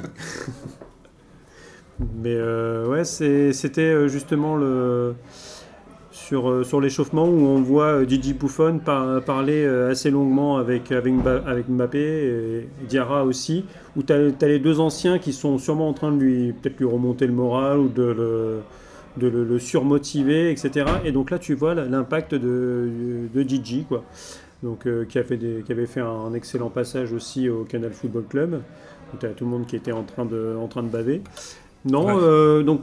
Mais euh, ouais, c'est- c'était euh, justement le sur, euh, sur l'échauffement où on voit euh, Gigi Buffon par- parler euh, assez longuement avec, avec, Mba- avec Mbappé et Diarra aussi, où tu as, les deux anciens qui sont sûrement en train de lui peut-être lui remonter le moral ou de le, de le, le surmotiver, etc. Et donc là, tu vois l'impact de, de Gigi, quoi. Donc, euh, qui, a fait des- qui avait fait un excellent passage aussi au Canal Football Club, où tu as tout le monde qui était en train de, en train de baver. Non,
Ouais.
euh, donc,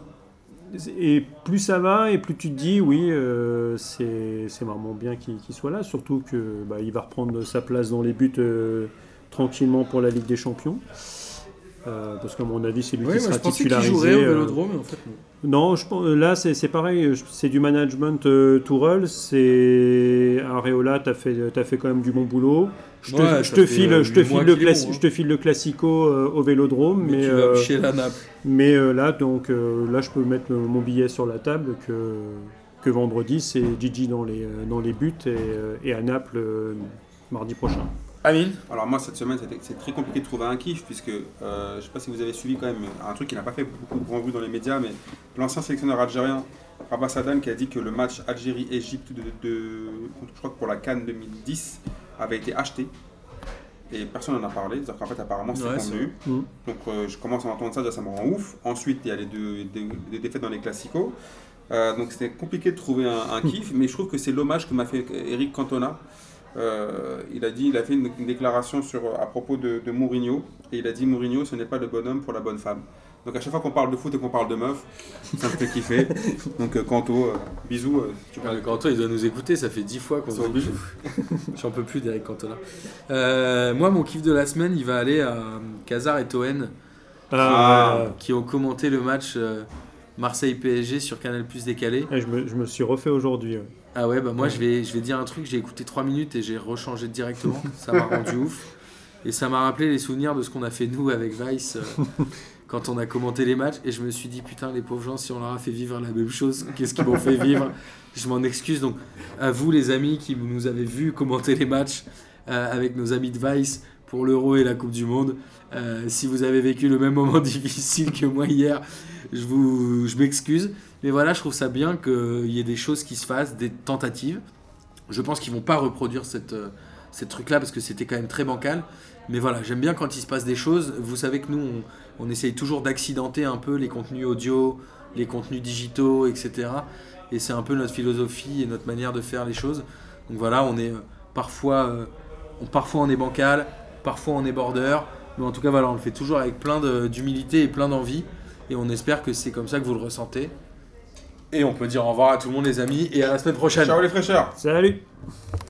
et plus ça va, et plus tu te dis, oui, euh, c'est c'est vraiment bien qu'il qu'il soit là, surtout qu'il va reprendre sa place dans les buts euh, tranquillement pour la Ligue des Champions. Euh, parce qu'à mon avis, c'est lui qui sera titularisé. euh,
en fait.
non, je pense- là c'est c'est pareil, je- c'est du management euh, Tourelle, c'est Areola, t'as fait, t'as fait quand même du bon boulot. Je te,
Ouais,
je
ça
te
fait,
file,
euh,
je te
huit
file
mois
le
qu'il est bon,
classi-
hein.
je te file le classico euh, au Vélodrome,
Mais,
mais
tu
euh,
vas chez la Naples.
mais, euh, là donc euh, là je peux mettre le- mon billet sur la table que, que vendredi c'est Gigi dans les euh, dans les buts et, euh, et à Naples euh, mardi prochain.
Amine
Alors moi cette semaine c'était- c'est très compliqué de trouver un kiff puisque euh, je sais pas si vous avez suivi quand même un truc qui n'a pas fait beaucoup de grand bruit dans les médias mais l'ancien sélectionneur algérien Rabah Sadan qui a dit que le match Algérie-Égypte de, de- contre- je crois que pour la Cannes 2010 avait été acheté et personne n'en a parlé c'est-à-dire qu'en fait apparemment c'est
Ouais,
convenu
c'est vrai. Mm.
donc euh, je commence à entendre ça déjà ça me rend ouf ensuite il y a les deux des, des défaites dans les classicos Euh, donc c'était compliqué de trouver un, un kiff mais je trouve que c'est l'hommage que m'a fait Eric Cantona euh, il a dit, il a fait une, une déclaration sur, à propos de, de Mourinho et il a dit Mourinho, ce n'est pas le bonhomme pour la bonne femme. Donc à chaque fois qu'on parle de foot et qu'on parle de meuf, ça me fait kiffer. Donc euh, Kanto, euh, bisous. euh, tu parles.
Le Canton, Ah, il doit nous écouter, ça fait dix fois qu'on
Ils sont
dit. J'en peux plus d'Eric Cantona. Euh, moi, mon kiff de la semaine, il va aller à Kazar et Toen,
Euh,
Ah.
qui ont commenté le match euh, Marseille-PSG sur Canal Plus décalé.
Ah, eh, je, me, je me suis refait aujourd'hui. ouais.
Ah ouais, bah moi
Ouais.
je vais je vais dire un truc, j'ai écouté 3 minutes et j'ai rechangé directement, ça m'a rendu ouf. Et ça m'a rappelé les souvenirs de ce qu'on a fait nous avec Vice euh, quand on a commenté les matchs et je me suis dit putain les pauvres gens si on leur a fait vivre la même chose, qu'est-ce qu'ils m'ont fait vivre Je m'en excuse donc à vous les amis qui nous avez vus commenter les matchs euh, avec nos amis de Vice pour l'Euro et la Coupe du Monde. Euh, si vous avez vécu le même moment difficile que moi hier, je vous je m'excuse. Mais voilà, je trouve ça bien qu'il y ait des choses qui se fassent, des tentatives. Je pense qu'ils vont pas reproduire cette, euh, cette truc-là parce que c'était quand même très bancal. Mais voilà, j'aime bien quand il se passe des choses. Vous savez que nous, on, on essaye toujours d'accidenter un peu les contenus audio, les contenus digitaux, etc. Et c'est un peu notre philosophie et notre manière de faire les choses. Donc voilà, on est euh, parfois, euh, on, parfois on est bancal, parfois on est border. Mais en tout cas, voilà, on le fait toujours avec plein de- d'humilité et plein d'envie. Et on espère que c'est comme ça que vous le ressentez. Et on peut dire au revoir à tout le monde, les amis, et à la semaine prochaine.
Ciao les fraîcheurs
Salut.